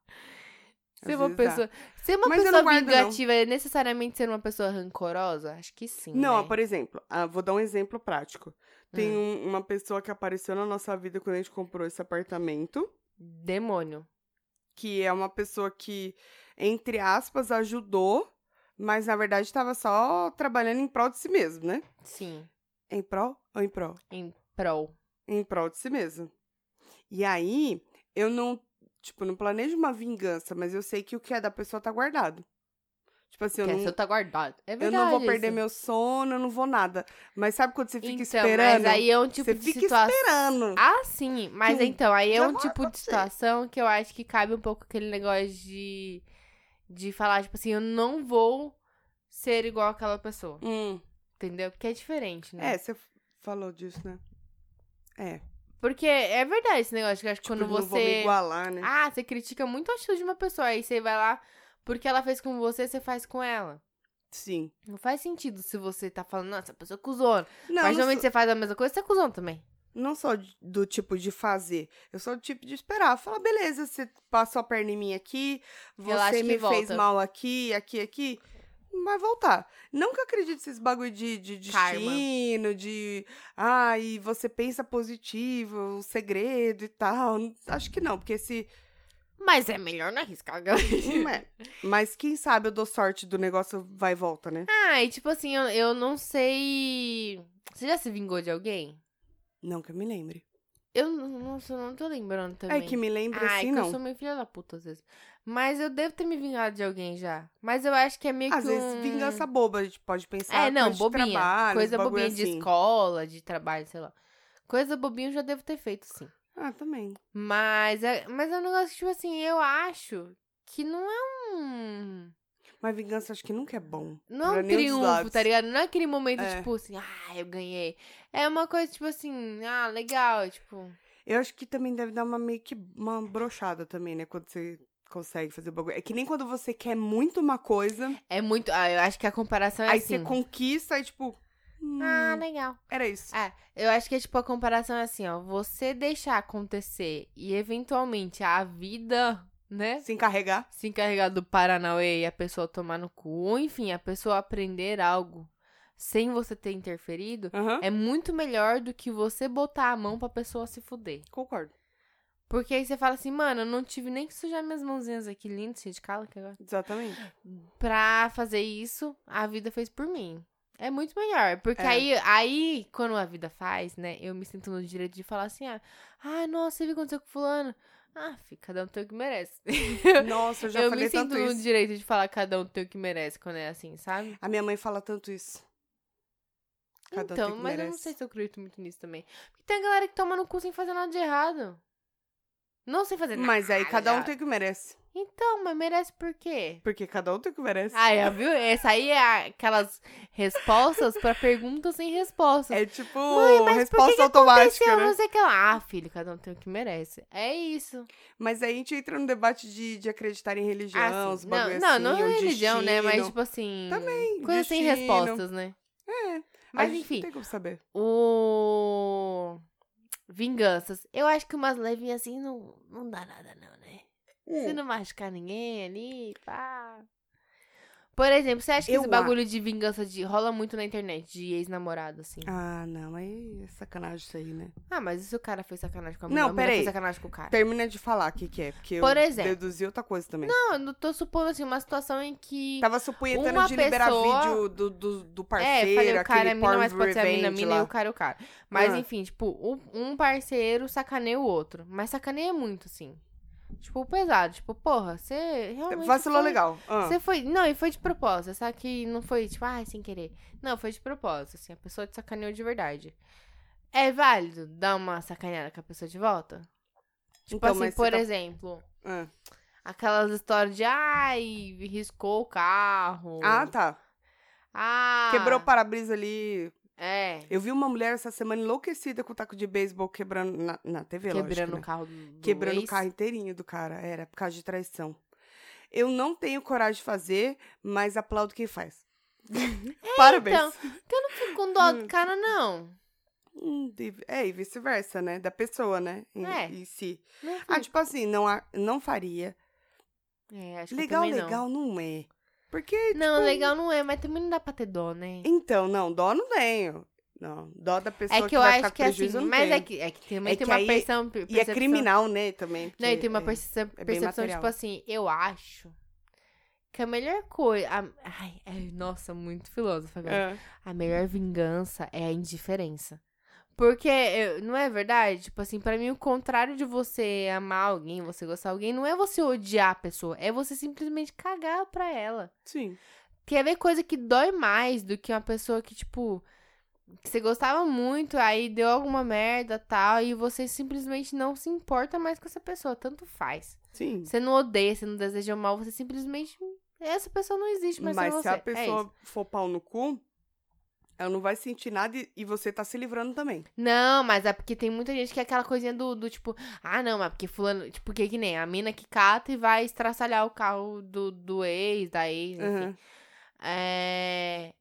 [SPEAKER 1] Ser
[SPEAKER 2] Às
[SPEAKER 1] uma
[SPEAKER 2] vezes dá.
[SPEAKER 1] pessoa, ser uma
[SPEAKER 2] Mas eu
[SPEAKER 1] pessoa
[SPEAKER 2] não guardo, não.
[SPEAKER 1] vingativa é necessariamente ser uma pessoa rancorosa? Acho que sim.
[SPEAKER 2] Não,
[SPEAKER 1] né?
[SPEAKER 2] por exemplo, ah, vou dar um exemplo prático. Tem
[SPEAKER 1] Hum.
[SPEAKER 2] um- uma pessoa que apareceu na nossa vida quando a gente comprou esse apartamento,
[SPEAKER 1] Hum. Demônio.
[SPEAKER 2] que é uma pessoa que, entre aspas, ajudou, mas na verdade estava só trabalhando em prol de si mesmo, né?
[SPEAKER 1] Sim.
[SPEAKER 2] Em prol ou em prol?
[SPEAKER 1] Em prol.
[SPEAKER 2] Em prol de si mesmo. E aí, eu não, tipo, não planejo uma vingança, mas eu sei que o que é da pessoa tá guardado. Tipo assim, eu
[SPEAKER 1] que
[SPEAKER 2] não,
[SPEAKER 1] essa tá guardada. É
[SPEAKER 2] eu
[SPEAKER 1] verdade.
[SPEAKER 2] não vou perder
[SPEAKER 1] isso.
[SPEAKER 2] meu sono, eu não vou nada. Mas sabe quando você fica
[SPEAKER 1] então,
[SPEAKER 2] esperando?
[SPEAKER 1] Mas aí é um tipo
[SPEAKER 2] você
[SPEAKER 1] de
[SPEAKER 2] fica
[SPEAKER 1] situação.
[SPEAKER 2] esperando.
[SPEAKER 1] Ah, sim. Mas
[SPEAKER 2] Que um
[SPEAKER 1] então, aí é
[SPEAKER 2] dia
[SPEAKER 1] um
[SPEAKER 2] vai
[SPEAKER 1] tipo de
[SPEAKER 2] acontecer.
[SPEAKER 1] situação que eu acho que cabe um pouco aquele negócio de. De falar, tipo assim, eu não vou ser igual aquela pessoa.
[SPEAKER 2] Hum.
[SPEAKER 1] Entendeu? Porque é diferente, né?
[SPEAKER 2] É, você f- falou disso, né?
[SPEAKER 1] Porque é verdade esse negócio. que Eu acho que
[SPEAKER 2] Tipo,
[SPEAKER 1] quando
[SPEAKER 2] eu Não vou me
[SPEAKER 1] você.
[SPEAKER 2] igualar, né?
[SPEAKER 1] Ah, você critica muito a atitude de uma pessoa. Aí você vai lá, porque ela fez com você, você faz com ela.
[SPEAKER 2] Sim.
[SPEAKER 1] Não faz sentido se você tá falando, nossa, a pessoa é cuzona.
[SPEAKER 2] Não,
[SPEAKER 1] Mas
[SPEAKER 2] não,
[SPEAKER 1] normalmente
[SPEAKER 2] sou,
[SPEAKER 1] você faz a mesma coisa, você é cuzão também.
[SPEAKER 2] não sou de- do tipo de fazer. Eu sou do tipo de esperar. Falar, beleza, você passou a perna em mim aqui, você
[SPEAKER 1] Relaxa que
[SPEAKER 2] me fez
[SPEAKER 1] volta."
[SPEAKER 2] mal aqui, aqui, aqui. Vai voltar. Não que eu acredite nesses bagulho de, de
[SPEAKER 1] Karma.
[SPEAKER 2] destino, de. Ai, você pensa positivo, o segredo e tal. Acho que não, porque se.
[SPEAKER 1] Mas é melhor não arriscar, galera.
[SPEAKER 2] Não é. Mas quem sabe eu dou sorte do negócio vai e volta, né?
[SPEAKER 1] [LAUGHS] Ah, e tipo assim, eu, eu não sei. Você já se vingou de alguém?
[SPEAKER 2] Não que eu me lembre.
[SPEAKER 1] Eu, não- nossa, eu não tô lembrando também.
[SPEAKER 2] É que me lembre
[SPEAKER 1] Ai,
[SPEAKER 2] assim,
[SPEAKER 1] que
[SPEAKER 2] não.
[SPEAKER 1] eu sou meio filha da puta às vezes. Mas eu devo ter me vingado de alguém já. Mas eu acho que é meio
[SPEAKER 2] Às
[SPEAKER 1] que
[SPEAKER 2] vezes
[SPEAKER 1] um...
[SPEAKER 2] vingança boba, a gente pode pensar.
[SPEAKER 1] É, não,
[SPEAKER 2] coisa
[SPEAKER 1] bobinha.
[SPEAKER 2] De trabalho,
[SPEAKER 1] coisa
[SPEAKER 2] bagulho
[SPEAKER 1] bobinha de
[SPEAKER 2] assim.
[SPEAKER 1] escola, de trabalho, sei lá. Coisa bobinha eu já devo ter feito, sim.
[SPEAKER 2] Ah, também.
[SPEAKER 1] Mas é, mas é um negócio que, tipo assim, eu acho que não é um.
[SPEAKER 2] Mas vingança acho que nunca é bom.
[SPEAKER 1] Não é
[SPEAKER 2] Pra
[SPEAKER 1] um
[SPEAKER 2] nenhum dos
[SPEAKER 1] triunfo,
[SPEAKER 2] lados.
[SPEAKER 1] tá ligado? Não é aquele momento,
[SPEAKER 2] É.
[SPEAKER 1] tipo assim, ah, eu ganhei. É uma coisa, tipo assim, ah, legal, tipo.
[SPEAKER 2] Eu acho que também deve dar uma meio que uma brochada também, né? Quando você consegue fazer o bagulho. É que nem quando você quer muito uma coisa,
[SPEAKER 1] É muito. Ah, eu acho que a comparação é
[SPEAKER 2] aí
[SPEAKER 1] assim.
[SPEAKER 2] você conquista e tipo. hum,
[SPEAKER 1] Ah, legal.
[SPEAKER 2] era isso.
[SPEAKER 1] Eu acho que é tipo a comparação é assim, ó. Você deixar acontecer e eventualmente a vida, né?
[SPEAKER 2] Se encarregar.
[SPEAKER 1] se encarregar do Paranauê e a pessoa tomar no cu, ou enfim, a pessoa aprender algo sem você ter interferido,
[SPEAKER 2] Aham.
[SPEAKER 1] é muito melhor do que você botar a mão pra pessoa se fuder.
[SPEAKER 2] Concordo.
[SPEAKER 1] Porque aí você fala assim, mano, eu não tive nem que sujar minhas mãozinhas aqui, lindo, cheio de cala que agora. [LAUGHS]
[SPEAKER 2] Exatamente.
[SPEAKER 1] Pra fazer isso, a vida fez por mim. É muito melhor. Porque
[SPEAKER 2] É.
[SPEAKER 1] aí, aí, quando a vida faz, né, eu me sinto no direito de falar assim, ah, ai, nossa, você viu o que aconteceu com fulano? Ah, filho, cada um tem o que merece.
[SPEAKER 2] Nossa, eu já
[SPEAKER 1] [LAUGHS] eu
[SPEAKER 2] falei
[SPEAKER 1] me sinto
[SPEAKER 2] tanto
[SPEAKER 1] no
[SPEAKER 2] isso.
[SPEAKER 1] direito de falar cada um tem o que merece quando é assim, sabe?
[SPEAKER 2] A minha mãe fala tanto isso. Cada um
[SPEAKER 1] então,
[SPEAKER 2] tem o que
[SPEAKER 1] mas eu não
[SPEAKER 2] merece.
[SPEAKER 1] sei se eu acredito muito nisso também. Porque tem a galera que toma no cu sem fazer nada de errado. Não sem fazer nada.
[SPEAKER 2] Mas aí cada um
[SPEAKER 1] de
[SPEAKER 2] tem o que merece.
[SPEAKER 1] errado. Então, mas merece por quê?
[SPEAKER 2] Porque cada um tem o que merece.
[SPEAKER 1] Ah, é, viu? Essa aí é a- aquelas respostas pra perguntas sem respostas.
[SPEAKER 2] É tipo
[SPEAKER 1] mas por que
[SPEAKER 2] resposta
[SPEAKER 1] que
[SPEAKER 2] automática,
[SPEAKER 1] Esse eu
[SPEAKER 2] né?
[SPEAKER 1] não sei o que lá. Ah, filho, cada um tem o que merece. É isso.
[SPEAKER 2] Mas aí a gente entra no debate de, de acreditar em religião,
[SPEAKER 1] Ah,
[SPEAKER 2] os
[SPEAKER 1] sim. não,
[SPEAKER 2] bagulho
[SPEAKER 1] não,
[SPEAKER 2] assim,
[SPEAKER 1] não
[SPEAKER 2] ou
[SPEAKER 1] é religião, né? Mas,
[SPEAKER 2] destino.
[SPEAKER 1] tipo assim.
[SPEAKER 2] Também,
[SPEAKER 1] Coisas sem
[SPEAKER 2] destino.
[SPEAKER 1] respostas, né?
[SPEAKER 2] É,
[SPEAKER 1] Mas,
[SPEAKER 2] a gente
[SPEAKER 1] enfim.
[SPEAKER 2] Não tem como saber.
[SPEAKER 1] O. Vinganças. Eu acho que umas levinhas assim não, não dá nada, não, né?
[SPEAKER 2] Hum.
[SPEAKER 1] Se não machucar ninguém ali, pá. Por exemplo, você acha que
[SPEAKER 2] Eu
[SPEAKER 1] esse bagulho de vingança de, rola muito na internet, de ex-namorado, assim?
[SPEAKER 2] Ah, não, aí é sacanagem isso aí, né?
[SPEAKER 1] Ah, mas e se o cara fez sacanagem com a
[SPEAKER 2] Não,
[SPEAKER 1] mulher? a mulher
[SPEAKER 2] peraí.
[SPEAKER 1] fez sacanagem com o cara.
[SPEAKER 2] Termina de falar o que, que é, porque
[SPEAKER 1] Por
[SPEAKER 2] eu
[SPEAKER 1] exemplo.
[SPEAKER 2] deduzi outra coisa também.
[SPEAKER 1] Não, eu não tô supondo, assim, uma situação em que...
[SPEAKER 2] Tava supunhetando
[SPEAKER 1] Uma
[SPEAKER 2] de liberar
[SPEAKER 1] pessoa-
[SPEAKER 2] vídeo do, do, do parceiro,
[SPEAKER 1] é, falei o cara é a
[SPEAKER 2] aquele
[SPEAKER 1] mina,
[SPEAKER 2] porn
[SPEAKER 1] mas pode ser a mina, a
[SPEAKER 2] revenge
[SPEAKER 1] mina e
[SPEAKER 2] lá.
[SPEAKER 1] o cara é o cara. Mas,
[SPEAKER 2] Ah.
[SPEAKER 1] enfim, tipo, o- um parceiro sacaneia o outro. Mas sacaneia muito, assim. Tipo, pesado. Tipo, porra, é, você realmente...
[SPEAKER 2] Vacilou
[SPEAKER 1] foi-
[SPEAKER 2] legal. Ah,
[SPEAKER 1] Você foi. Não, e foi de propósito. Só que não foi, tipo, ah, sem querer. Não, foi de propósito. Assim, a pessoa te sacaneou de verdade. É válido dar uma sacaneada com a pessoa de volta? Tipo
[SPEAKER 2] Então,
[SPEAKER 1] assim,
[SPEAKER 2] mas
[SPEAKER 1] por
[SPEAKER 2] você tá-
[SPEAKER 1] exemplo,
[SPEAKER 2] ah.
[SPEAKER 1] aquelas histórias de ai, riscou o carro.
[SPEAKER 2] Ah, tá.
[SPEAKER 1] Ah,
[SPEAKER 2] Quebrou o para-brisa ali,
[SPEAKER 1] É.
[SPEAKER 2] Eu vi uma mulher essa semana enlouquecida com o taco de beisebol quebrando na, na TV,
[SPEAKER 1] Quebrando
[SPEAKER 2] lógico,
[SPEAKER 1] o
[SPEAKER 2] né?
[SPEAKER 1] carro do
[SPEAKER 2] Quebrando
[SPEAKER 1] ex.
[SPEAKER 2] o carro inteirinho do cara. Era por causa de traição. Eu não tenho coragem de fazer, mas aplaudo
[SPEAKER 1] [LAUGHS]
[SPEAKER 2] quem faz. Parabéns.
[SPEAKER 1] então. Porque eu não fico com dó do cara, não.
[SPEAKER 2] Hum, de- É, e vice-versa, né? Da pessoa, né? Em,
[SPEAKER 1] É.
[SPEAKER 2] em si.
[SPEAKER 1] Não
[SPEAKER 2] Ah,
[SPEAKER 1] fico.
[SPEAKER 2] tipo assim, não, a- não faria.
[SPEAKER 1] É, acho que eu
[SPEAKER 2] Legal,
[SPEAKER 1] também não.
[SPEAKER 2] legal não. é. Porque,
[SPEAKER 1] Não, legal não é, mas também não dá pra ter dó, né?
[SPEAKER 2] então, não, dó não tenho. Não, dó da pessoa
[SPEAKER 1] É
[SPEAKER 2] que,
[SPEAKER 1] que eu
[SPEAKER 2] vai
[SPEAKER 1] acho
[SPEAKER 2] ficar com
[SPEAKER 1] que é assim,
[SPEAKER 2] prejuízo, não
[SPEAKER 1] mas
[SPEAKER 2] tem.
[SPEAKER 1] é que, é que também
[SPEAKER 2] É
[SPEAKER 1] tem
[SPEAKER 2] que
[SPEAKER 1] uma
[SPEAKER 2] aí-
[SPEAKER 1] percepção,
[SPEAKER 2] E é
[SPEAKER 1] percepção-
[SPEAKER 2] criminal, né, também.
[SPEAKER 1] Não, e
[SPEAKER 2] porque
[SPEAKER 1] tem uma
[SPEAKER 2] é-
[SPEAKER 1] percepção,
[SPEAKER 2] bem
[SPEAKER 1] percepção
[SPEAKER 2] material.
[SPEAKER 1] tipo assim, eu acho que a melhor coisa... a- ai, ai, nossa, muito filósofa agora.
[SPEAKER 2] É.
[SPEAKER 1] A melhor vingança é a indiferença. Porque, eu- não é verdade? Tipo assim, pra mim, o contrário de você amar alguém, você gostar de alguém, não é você odiar a pessoa, é você simplesmente cagar pra ela.
[SPEAKER 2] Sim.
[SPEAKER 1] Quer ver coisa que dói mais do que uma pessoa que, tipo, que você gostava muito, aí deu alguma merda tal, e você simplesmente não se importa mais com essa pessoa, tanto faz.
[SPEAKER 2] Sim.
[SPEAKER 1] Você não odeia, você não deseja o mal, você simplesmente. Essa pessoa não existe mais
[SPEAKER 2] Mas,
[SPEAKER 1] pra
[SPEAKER 2] se
[SPEAKER 1] você.
[SPEAKER 2] a
[SPEAKER 1] É isso.
[SPEAKER 2] pessoa for pau no cu, ela não vai sentir nada e, e você tá se livrando também.
[SPEAKER 1] Não, mas é porque tem muita gente que é aquela coisinha do, do tipo, ah, não, mas porque fulano, tipo, que que nem a mina que cata e vai estraçalhar o carro do, do ex, da ex, enfim.
[SPEAKER 2] Uhum.
[SPEAKER 1] É.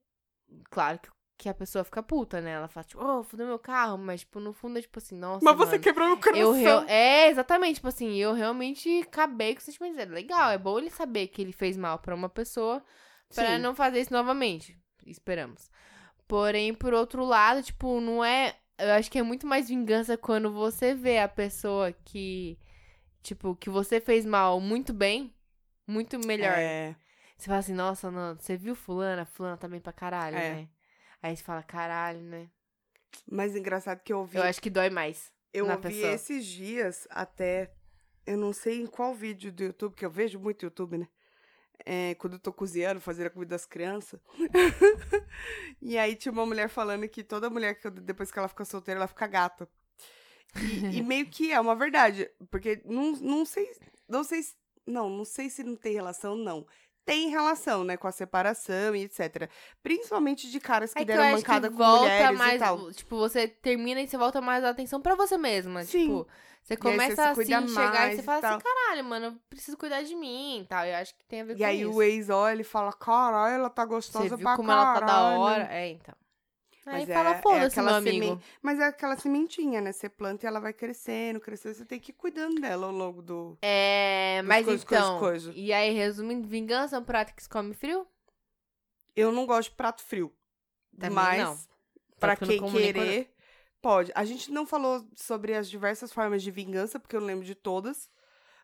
[SPEAKER 1] Claro que, que a pessoa fica puta, né? Ela fala, tipo, oh, fudeu meu carro, mas, tipo, no fundo é tipo assim, nossa.
[SPEAKER 2] Mas você
[SPEAKER 1] mano,
[SPEAKER 2] quebrou meu coração.
[SPEAKER 1] eu reu- É, exatamente, tipo assim, eu realmente acabei com o sentimento dele. Legal, é bom ele saber que ele fez mal pra uma pessoa pra
[SPEAKER 2] Sim.
[SPEAKER 1] não fazer isso novamente. Esperamos. Porém, por outro lado, tipo, não é. Eu acho que é muito mais vingança quando você vê a pessoa que. Tipo, que você fez mal muito bem, muito melhor.
[SPEAKER 2] É,
[SPEAKER 1] Você fala assim, nossa, não, você viu fulana? Fulana tá bem pra caralho,
[SPEAKER 2] É.
[SPEAKER 1] né? Aí você fala, caralho, né?
[SPEAKER 2] mas engraçado que eu ouvi,
[SPEAKER 1] Eu acho que dói mais.
[SPEAKER 2] eu
[SPEAKER 1] na
[SPEAKER 2] ouvi
[SPEAKER 1] pessoa.
[SPEAKER 2] esses dias até, eu não sei em qual vídeo do YouTube, que eu vejo muito YouTube, né? É, quando eu tô cozinhando, fazendo a comida das crianças. [LAUGHS] e aí tinha uma mulher falando que toda mulher, que depois que ela fica solteira, ela fica gata.
[SPEAKER 1] [LAUGHS]
[SPEAKER 2] E, e meio que é uma verdade, porque não, não sei, não sei, se- não, não sei se não tem relação, não. Tem relação, né, com a separação e etc. Principalmente de caras que
[SPEAKER 1] É que eu
[SPEAKER 2] deram
[SPEAKER 1] acho
[SPEAKER 2] mancada
[SPEAKER 1] que
[SPEAKER 2] com
[SPEAKER 1] volta
[SPEAKER 2] mulheres e
[SPEAKER 1] mais.
[SPEAKER 2] tal.
[SPEAKER 1] Tipo, você termina e você volta mais a atenção pra você mesma.
[SPEAKER 2] Sim.
[SPEAKER 1] Tipo, você
[SPEAKER 2] E aí você
[SPEAKER 1] começa
[SPEAKER 2] se
[SPEAKER 1] a se
[SPEAKER 2] cuida
[SPEAKER 1] enxergar e
[SPEAKER 2] mais
[SPEAKER 1] você
[SPEAKER 2] e
[SPEAKER 1] fala
[SPEAKER 2] tal.
[SPEAKER 1] assim, caralho, mano, eu preciso cuidar de mim e tal. Eu acho que tem a ver
[SPEAKER 2] E
[SPEAKER 1] com
[SPEAKER 2] aí
[SPEAKER 1] isso.
[SPEAKER 2] o ex olha e fala: caralho, ela tá gostosa
[SPEAKER 1] Você viu
[SPEAKER 2] pra
[SPEAKER 1] como ela
[SPEAKER 2] caralho.
[SPEAKER 1] tá da hora. É, então. Aí
[SPEAKER 2] Mas é-
[SPEAKER 1] fala,
[SPEAKER 2] é
[SPEAKER 1] foda-se, meu
[SPEAKER 2] aquela
[SPEAKER 1] amigo.
[SPEAKER 2] semente- Mas é aquela sementinha, né? Você planta e ela vai crescendo, crescendo. Você tem que ir cuidando dela ao longo do.
[SPEAKER 1] É,
[SPEAKER 2] Dos
[SPEAKER 1] mas
[SPEAKER 2] coisas, coisas,
[SPEAKER 1] então.
[SPEAKER 2] coisas.
[SPEAKER 1] E aí, resumindo, vingança é um prato que se come frio?
[SPEAKER 2] Eu não gosto de prato frio.
[SPEAKER 1] Também
[SPEAKER 2] mas,
[SPEAKER 1] não. Tá
[SPEAKER 2] pra
[SPEAKER 1] porque eu não
[SPEAKER 2] quem
[SPEAKER 1] comunico, não.
[SPEAKER 2] querer, pode. A gente não falou sobre as diversas formas de vingança, porque eu não lembro de todas.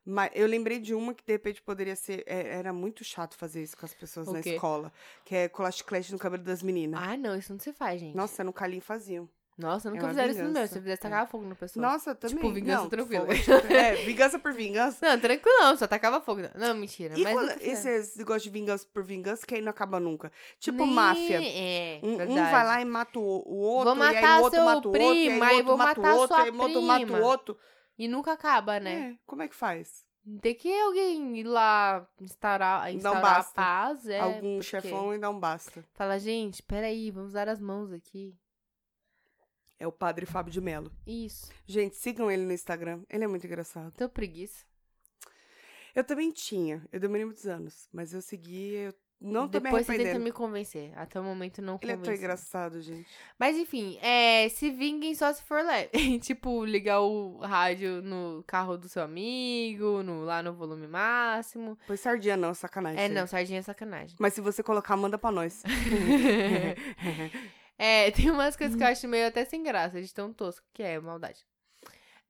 [SPEAKER 2] Mas eu lembrei de uma que de repente poderia ser. é- era muito chato fazer isso com as pessoas
[SPEAKER 1] O
[SPEAKER 2] na
[SPEAKER 1] quê?
[SPEAKER 2] escola. Que é colar chiclete no cabelo das meninas.
[SPEAKER 1] Ah, não, isso não se faz, gente.
[SPEAKER 2] Nossa, no calim faziam.
[SPEAKER 1] Nossa, eu nunca
[SPEAKER 2] É uma
[SPEAKER 1] fizeram isso no meu.
[SPEAKER 2] vingança.
[SPEAKER 1] Se eu fizesse, tacava fogo na pessoa.
[SPEAKER 2] Nossa, também.
[SPEAKER 1] tipo, vingança
[SPEAKER 2] não,
[SPEAKER 1] tranquila.
[SPEAKER 2] fogo,
[SPEAKER 1] [LAUGHS]
[SPEAKER 2] tipo, é, vingança por vingança.
[SPEAKER 1] Não, tranquilão, só tacava fogo. na- Não, mentira.
[SPEAKER 2] E
[SPEAKER 1] mas
[SPEAKER 2] quando
[SPEAKER 1] nunca fizeram.
[SPEAKER 2] esse negócio de vingança por vingança, que aí não acaba nunca. Tipo
[SPEAKER 1] Ih,
[SPEAKER 2] máfia.
[SPEAKER 1] É,
[SPEAKER 2] Um, um
[SPEAKER 1] verdade.
[SPEAKER 2] vai lá e mata o, o outro,
[SPEAKER 1] Vou
[SPEAKER 2] e aí
[SPEAKER 1] matar
[SPEAKER 2] o outro
[SPEAKER 1] seu
[SPEAKER 2] mata o outro, e aí
[SPEAKER 1] primo,
[SPEAKER 2] o
[SPEAKER 1] aí
[SPEAKER 2] outro
[SPEAKER 1] vou
[SPEAKER 2] mata o
[SPEAKER 1] matar
[SPEAKER 2] outro,
[SPEAKER 1] sua
[SPEAKER 2] aí o outro mata o
[SPEAKER 1] prima.
[SPEAKER 2] outro.
[SPEAKER 1] E nunca acaba, né?
[SPEAKER 2] É, como é que faz?
[SPEAKER 1] Tem que alguém ir lá instaurar, instaurar a
[SPEAKER 2] basta.
[SPEAKER 1] paz. É,
[SPEAKER 2] Algum
[SPEAKER 1] porque
[SPEAKER 2] chefão e não basta.
[SPEAKER 1] Fala, gente, peraí, vamos dar as mãos aqui.
[SPEAKER 2] É o padre Fábio de Mello.
[SPEAKER 1] Isso.
[SPEAKER 2] Gente, sigam ele no Instagram. Ele é muito engraçado.
[SPEAKER 1] Tô preguiça.
[SPEAKER 2] Eu também tinha. Eu demorei muitos anos. Mas eu segui, eu não tô me
[SPEAKER 1] Depois você tenta
[SPEAKER 2] arrependendo.
[SPEAKER 1] me convencer. Até o momento não
[SPEAKER 2] Ele é tão
[SPEAKER 1] convenci.
[SPEAKER 2] engraçado, gente.
[SPEAKER 1] Mas enfim, é, se vinguem só se for leve. [LAUGHS] tipo, ligar o rádio no carro do seu amigo, no, lá no volume máximo.
[SPEAKER 2] Pois sardinha não, sacanagem.
[SPEAKER 1] É,
[SPEAKER 2] isso aí.
[SPEAKER 1] não, sardinha é sacanagem.
[SPEAKER 2] Mas se você colocar, manda
[SPEAKER 1] [LAUGHS]
[SPEAKER 2] pra nós.
[SPEAKER 1] É, tem umas coisas que eu acho meio até sem graça, de tão tosco, que é maldade.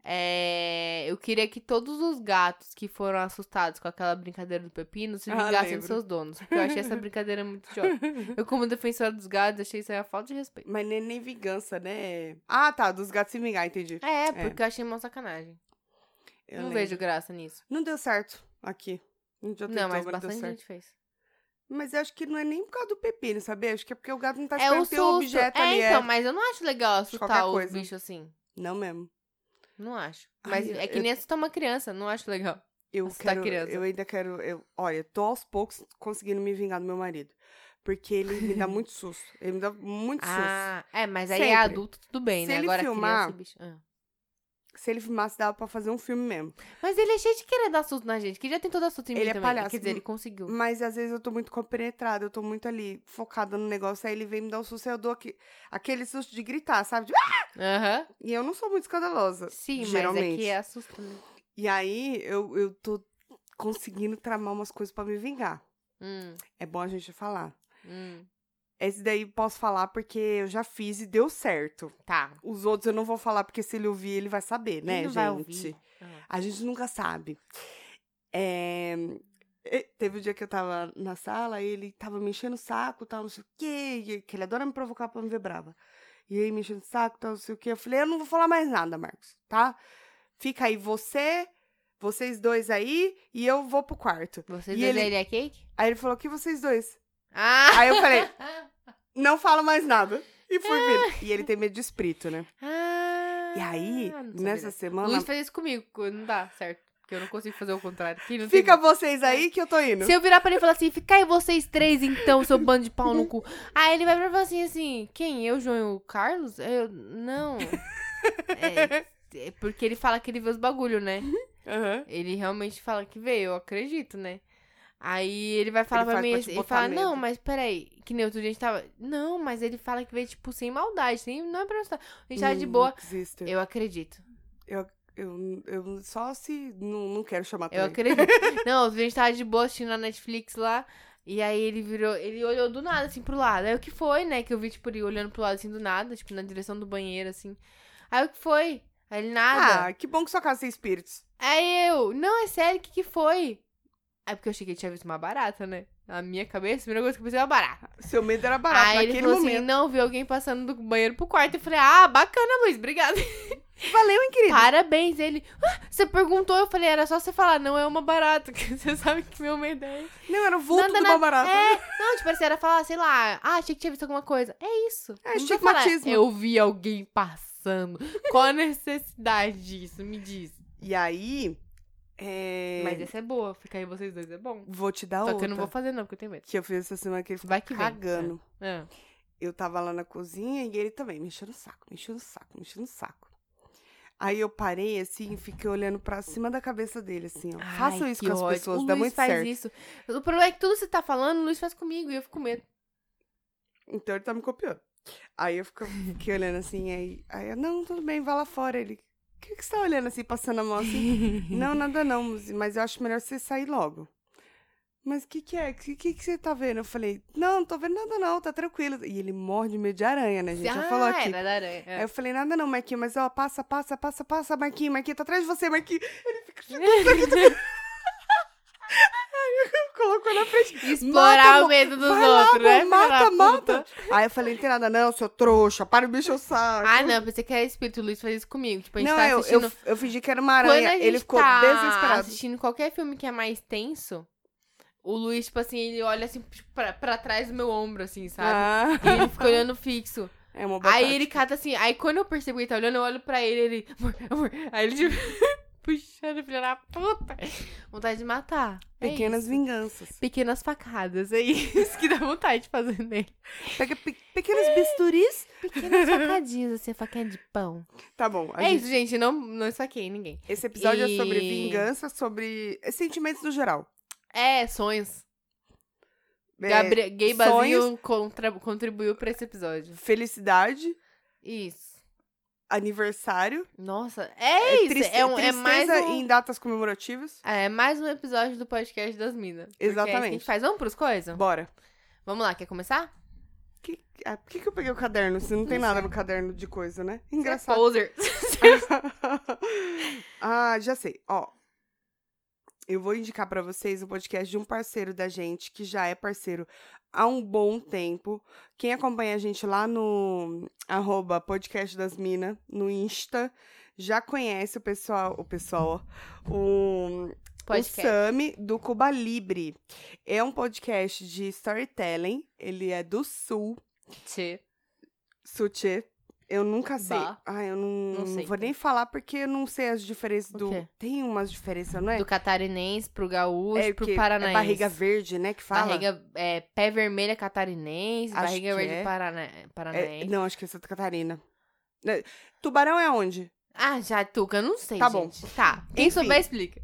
[SPEAKER 1] É, eu queria que todos os gatos que foram assustados com aquela brincadeira do pepino se
[SPEAKER 2] Ah,
[SPEAKER 1] vingassem dos
[SPEAKER 2] lembro.
[SPEAKER 1] seus donos, porque eu achei essa brincadeira muito
[SPEAKER 2] [LAUGHS]
[SPEAKER 1] idiota. Eu, como defensora dos gatos, achei isso aí uma falta de respeito.
[SPEAKER 2] Mas nem, nem vingança, né? Ah, tá, dos gatos se vingar, entendi.
[SPEAKER 1] É, porque eu achei uma sacanagem.
[SPEAKER 2] Eu
[SPEAKER 1] não
[SPEAKER 2] lembro.
[SPEAKER 1] vejo graça nisso.
[SPEAKER 2] Não deu certo aqui. Não, deu
[SPEAKER 1] não, mas
[SPEAKER 2] não deu
[SPEAKER 1] bastante
[SPEAKER 2] certo.
[SPEAKER 1] gente fez.
[SPEAKER 2] Mas eu acho que não é nem por causa do pepino, sabia? Acho que é porque o gato não tá
[SPEAKER 1] é o
[SPEAKER 2] esperando ter um
[SPEAKER 1] susto.
[SPEAKER 2] objeto
[SPEAKER 1] é,
[SPEAKER 2] ali.
[SPEAKER 1] então,
[SPEAKER 2] É.
[SPEAKER 1] mas eu não acho legal assustar
[SPEAKER 2] qualquer
[SPEAKER 1] o
[SPEAKER 2] coisa.
[SPEAKER 1] bicho assim.
[SPEAKER 2] Não mesmo.
[SPEAKER 1] Não acho.
[SPEAKER 2] Ai,
[SPEAKER 1] Mas
[SPEAKER 2] eu-
[SPEAKER 1] é que
[SPEAKER 2] eu-
[SPEAKER 1] nem assustar uma criança, não acho legal.
[SPEAKER 2] Eu
[SPEAKER 1] Assustar
[SPEAKER 2] quero.
[SPEAKER 1] criança.
[SPEAKER 2] Eu ainda quero. Eu, olha, tô aos poucos conseguindo me vingar do meu marido. Porque ele
[SPEAKER 1] [LAUGHS]
[SPEAKER 2] me dá muito susto. Ele me dá muito susto.
[SPEAKER 1] Ah, é, mas aí é
[SPEAKER 2] Sempre.
[SPEAKER 1] adulto, tudo bem,
[SPEAKER 2] Se
[SPEAKER 1] né?
[SPEAKER 2] ele
[SPEAKER 1] Agora
[SPEAKER 2] filmar-
[SPEAKER 1] criança, bicho. ah.
[SPEAKER 2] Se ele filmasse, dava pra fazer um filme mesmo.
[SPEAKER 1] Mas ele é cheio de querer dar susto na gente, que já tentou dar susto em
[SPEAKER 2] Ele
[SPEAKER 1] mim
[SPEAKER 2] é
[SPEAKER 1] também.
[SPEAKER 2] palhaço.
[SPEAKER 1] Quer dizer, ele conseguiu.
[SPEAKER 2] Mas às vezes eu tô muito compenetrada, eu tô muito ali focada no negócio, aí ele vem me dar um susto, aí eu dou aque- aquele susto de gritar, sabe? De-
[SPEAKER 1] Aham.
[SPEAKER 2] E eu não sou muito escandalosa.
[SPEAKER 1] Sim, mas é
[SPEAKER 2] Geralmente.
[SPEAKER 1] que é assusto, né?
[SPEAKER 2] E aí eu, eu tô conseguindo tramar umas coisas pra me vingar.
[SPEAKER 1] Hum,
[SPEAKER 2] É bom a gente falar.
[SPEAKER 1] hum.
[SPEAKER 2] Esse daí posso falar porque eu já fiz e deu certo.
[SPEAKER 1] Tá.
[SPEAKER 2] Os outros eu não vou falar porque se ele ouvir, ele vai saber,
[SPEAKER 1] Ele
[SPEAKER 2] né,
[SPEAKER 1] não
[SPEAKER 2] gente?
[SPEAKER 1] vai ouvir. Ah.
[SPEAKER 2] A gente nunca sabe. É, e- Teve um dia que eu tava na sala e ele tava me enchendo o saco, tal, não sei o quê, e- que ele adora me provocar pra me ver brava. E aí me enchendo o saco, tal, não sei o quê. Eu falei, eu não vou falar mais nada, Marcos, tá? Fica aí você, vocês dois aí, e eu vou pro quarto.
[SPEAKER 1] Você
[SPEAKER 2] E
[SPEAKER 1] dois
[SPEAKER 2] ele-
[SPEAKER 1] ele é cake?
[SPEAKER 2] Aí ele falou, que vocês dois?
[SPEAKER 1] Ah!
[SPEAKER 2] Aí eu
[SPEAKER 1] [LAUGHS]
[SPEAKER 2] falei, não falo mais nada. E fui vindo. E ele tem medo de espírito, né?
[SPEAKER 1] ah!
[SPEAKER 2] E aí,
[SPEAKER 1] não sabia
[SPEAKER 2] nessa
[SPEAKER 1] dessa.
[SPEAKER 2] semana,
[SPEAKER 1] Luiz fez isso comigo, não dá certo. Porque eu não consigo fazer o contrário. Quem não tem
[SPEAKER 2] fica vocês aí que eu tô indo.
[SPEAKER 1] É. Se eu virar pra ele e falar assim, fica aí vocês três então, seu bando de
[SPEAKER 2] Uhum.
[SPEAKER 1] pau no cu. Aí ele vai pra mim e fala assim, assim, quem? Eu, João e o Carlos? Aí Eu, não. É, é porque ele fala que ele vê os bagulho, né?
[SPEAKER 2] Aham.
[SPEAKER 1] Ele realmente fala que vê, eu acredito, né? Aí ele vai falar
[SPEAKER 2] Ele
[SPEAKER 1] pra
[SPEAKER 2] faz
[SPEAKER 1] mim, assim,
[SPEAKER 2] pra te
[SPEAKER 1] ele
[SPEAKER 2] botar
[SPEAKER 1] fala,
[SPEAKER 2] medo.
[SPEAKER 1] não, mas peraí, que nem outro dia a gente tava, não, mas ele fala que vê, tipo, sem maldade, nem, não é pra nós, a gente tava de
[SPEAKER 2] Hum,
[SPEAKER 1] boa.
[SPEAKER 2] existe.
[SPEAKER 1] Eu acredito,
[SPEAKER 2] Eu, eu só se. Não, não quero chamar
[SPEAKER 1] eu
[SPEAKER 2] também.
[SPEAKER 1] acredito.
[SPEAKER 2] [LAUGHS]
[SPEAKER 1] não, outro dia a gente tava de boa assistindo a Netflix lá, e aí ele virou, ele olhou do nada, assim, pro lado. Aí o que foi, né, que eu vi, tipo, ele olhando pro lado, assim, do nada, tipo, na direção do banheiro, assim. Aí o que foi? Aí ele, nada.
[SPEAKER 2] Ah, que bom que sua casa tem espíritos.
[SPEAKER 1] Aí eu, não, é sério, o que que foi? É porque eu achei que ele tinha visto uma barata, né? Na minha cabeça, a primeira coisa que eu pensei é uma barata.
[SPEAKER 2] Seu medo era barato
[SPEAKER 1] Aí ele
[SPEAKER 2] Ah, naquele
[SPEAKER 1] falou
[SPEAKER 2] momento.
[SPEAKER 1] assim, não, vi alguém passando do banheiro pro quarto. Eu falei, ah, bacana, Luiz,
[SPEAKER 2] [LAUGHS]
[SPEAKER 1] obrigada.
[SPEAKER 2] Valeu, hein, querido?
[SPEAKER 1] Parabéns. Ele, ah, você perguntou, eu falei, era só você falar, não, é uma barata. [LAUGHS] que Você sabe que meu medo é esse.
[SPEAKER 2] Não, era o vulto
[SPEAKER 1] Nada,
[SPEAKER 2] do
[SPEAKER 1] nada.
[SPEAKER 2] mal barato.
[SPEAKER 1] É, [LAUGHS] não, tipo assim, era falar, sei lá, ah, achei que tinha visto alguma coisa. É isso.
[SPEAKER 2] É,
[SPEAKER 1] Não precisa
[SPEAKER 2] estigmatismo.
[SPEAKER 1] falar, Eu vi alguém passando. Qual a necessidade disso? Me diz.
[SPEAKER 2] E aí. é,
[SPEAKER 1] Mas essa é boa, ficar aí vocês dois é bom.
[SPEAKER 2] Vou te dar
[SPEAKER 1] Só
[SPEAKER 2] outra.
[SPEAKER 1] que eu não vou fazer, não, porque eu tenho medo.
[SPEAKER 2] que eu fiz essa semana que ele ficou
[SPEAKER 1] Vai que vem.
[SPEAKER 2] cagando.
[SPEAKER 1] Ah,
[SPEAKER 2] Eu tava lá na cozinha e ele também, me enchendo o saco, me enchendo o saco, me enchendo o saco. Aí eu parei assim e fiquei olhando pra cima da cabeça dele, assim, ó.
[SPEAKER 1] Ai,
[SPEAKER 2] Façam isso
[SPEAKER 1] que
[SPEAKER 2] com as
[SPEAKER 1] ódio.
[SPEAKER 2] pessoas,
[SPEAKER 1] o
[SPEAKER 2] dá
[SPEAKER 1] Luiz
[SPEAKER 2] muito
[SPEAKER 1] faz
[SPEAKER 2] certo.
[SPEAKER 1] isso. O problema é que tudo que você tá falando, o Luiz faz comigo e eu fico com medo.
[SPEAKER 2] Então ele tá me copiando. Aí eu fico, fiquei olhando assim, aí, aí eu, não, tudo bem, vai lá fora. Ele, o que, que você tá olhando assim, passando a mão assim? não, nada não, Muzi, mas eu acho melhor você sair logo. Mas o que que é? O que, que que você tá vendo? Eu falei, não, não tô vendo nada não, tá tranquilo. E ele morre de medo de aranha, né, a gente?
[SPEAKER 1] ah,
[SPEAKER 2] já falou aqui. É,
[SPEAKER 1] era da aranha.
[SPEAKER 2] Aí eu falei, nada não, Marquinhos, mas ó, passa, passa, passa, passa, Marquinhos, Marquinhos, tá atrás de você, Marquinhos. assim, tá [LAUGHS] Colocou na frente.
[SPEAKER 1] Explorar
[SPEAKER 2] Mata,
[SPEAKER 1] o medo dos
[SPEAKER 2] vai lá,
[SPEAKER 1] outros, né?
[SPEAKER 2] amor, mata,
[SPEAKER 1] filha da puta?
[SPEAKER 2] mata. Aí eu falei, não tem nada não, seu trouxa, para de me encher o saco.
[SPEAKER 1] Ah, não, pensei que era espírito. O Luiz faz isso comigo. Tipo, a gente
[SPEAKER 2] não,
[SPEAKER 1] tá
[SPEAKER 2] eu,
[SPEAKER 1] assistindo...
[SPEAKER 2] eu, eu fingi que era uma
[SPEAKER 1] Quando
[SPEAKER 2] aranha.
[SPEAKER 1] a gente
[SPEAKER 2] Ele ficou
[SPEAKER 1] tá
[SPEAKER 2] desesperado.
[SPEAKER 1] assistindo qualquer filme que é mais tenso, o Luiz, tipo assim, ele olha assim tipo, pra, pra trás do meu ombro, assim, sabe? E ele fica olhando fixo.
[SPEAKER 2] Ah, É uma [LAUGHS] boa
[SPEAKER 1] Aí
[SPEAKER 2] tática.
[SPEAKER 1] ele cata assim, aí quando eu percebo que ele tá olhando, eu olho pra ele, ele. Amor, amor. Aí ele tipo, [LAUGHS] puxando, filha da puta. Vontade de matar. É
[SPEAKER 2] Pequenas
[SPEAKER 1] isso.
[SPEAKER 2] vinganças.
[SPEAKER 1] Pequenas facadas, é [LAUGHS] isso que dá vontade de fazer nele.
[SPEAKER 2] Pega pe- pequenos bisturis.
[SPEAKER 1] [LAUGHS] Pequenas facadinhas, assim, faquinha de pão.
[SPEAKER 2] Tá bom. a
[SPEAKER 1] é
[SPEAKER 2] gente-
[SPEAKER 1] isso, gente, não, não saquei ninguém.
[SPEAKER 2] Esse episódio é sobre
[SPEAKER 1] E-
[SPEAKER 2] vingança, sobre é, sentimentos no geral.
[SPEAKER 1] É, sonhos.
[SPEAKER 2] É,
[SPEAKER 1] Gabri- Gay
[SPEAKER 2] sonhos.
[SPEAKER 1] Basil contra- contribuiu pra esse episódio.
[SPEAKER 2] Felicidade,
[SPEAKER 1] Isso.
[SPEAKER 2] aniversário.
[SPEAKER 1] Nossa, é, isso.
[SPEAKER 2] triste-
[SPEAKER 1] é, um, é
[SPEAKER 2] tristeza
[SPEAKER 1] mais um...
[SPEAKER 2] em datas comemorativas.
[SPEAKER 1] É mais um episódio do podcast das minas. Porque é isso que a gente
[SPEAKER 2] Exatamente.
[SPEAKER 1] faz. Vamos pros coisas?
[SPEAKER 2] Bora.
[SPEAKER 1] Vamos lá, quer começar?
[SPEAKER 2] Que- ah, por que, que eu peguei o caderno se não tem nada no caderno de coisa, né? Engraçado. Um
[SPEAKER 1] Poser.
[SPEAKER 2] [LAUGHS] ah, já sei. Ó, eu vou indicar pra vocês o podcast de um parceiro da gente que já é parceiro há um bom tempo. Quem acompanha a gente lá no arroba podcast das mina no Insta já conhece o pessoal, o pessoal, ó, o O
[SPEAKER 1] [LAUGHS] Podcast.
[SPEAKER 2] Sami do Cuba Libre. É um podcast de storytelling. Ele é do Sul,
[SPEAKER 1] Tchê.
[SPEAKER 2] Sutê. Eu nunca sei.
[SPEAKER 1] Bah.
[SPEAKER 2] Ah, eu não,
[SPEAKER 1] Não sei. então.
[SPEAKER 2] vou nem falar porque eu não sei as diferenças
[SPEAKER 1] O
[SPEAKER 2] do.
[SPEAKER 1] quê?
[SPEAKER 2] Tem umas diferenças, não é?
[SPEAKER 1] Do catarinense pro gaúcho,
[SPEAKER 2] é
[SPEAKER 1] pro
[SPEAKER 2] que
[SPEAKER 1] paranaense.
[SPEAKER 2] É barriga verde, né? Que fala.
[SPEAKER 1] Barriga, é, pé vermelha catarinense,
[SPEAKER 2] Acho
[SPEAKER 1] barriga
[SPEAKER 2] que
[SPEAKER 1] verde
[SPEAKER 2] é.
[SPEAKER 1] parana-
[SPEAKER 2] É,
[SPEAKER 1] paranaense.
[SPEAKER 2] não, acho que é Santa Catarina. É, Tubarão é onde?
[SPEAKER 1] Ah, já, Tuca, eu não sei,
[SPEAKER 2] Tá bom.
[SPEAKER 1] gente. Tá, quem
[SPEAKER 2] Enfim.
[SPEAKER 1] souber explica.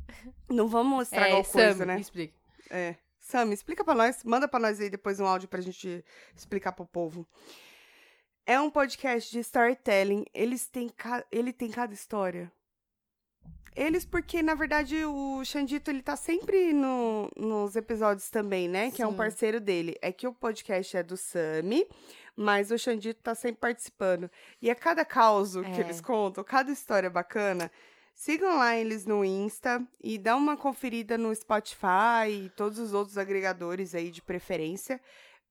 [SPEAKER 2] Não vamos estragar
[SPEAKER 1] é,
[SPEAKER 2] o coisa,
[SPEAKER 1] Sam,
[SPEAKER 2] né?
[SPEAKER 1] explica.
[SPEAKER 2] É. Sam, explica pra nós, manda pra nós aí depois um áudio pra gente explicar pro povo. É um podcast de storytelling. Eles têm ca... Ele tem cada história. Eles, porque, na verdade, o Xandito, ele tá sempre no- nos episódios também, né? Que é um
[SPEAKER 1] Sim.
[SPEAKER 2] parceiro dele. É que o podcast é do Sami, mas o Xandito tá sempre participando. E a cada caos
[SPEAKER 1] É.
[SPEAKER 2] que eles contam, cada história bacana, sigam lá eles no Insta e dá uma conferida no Spotify e todos os outros agregadores aí de preferência.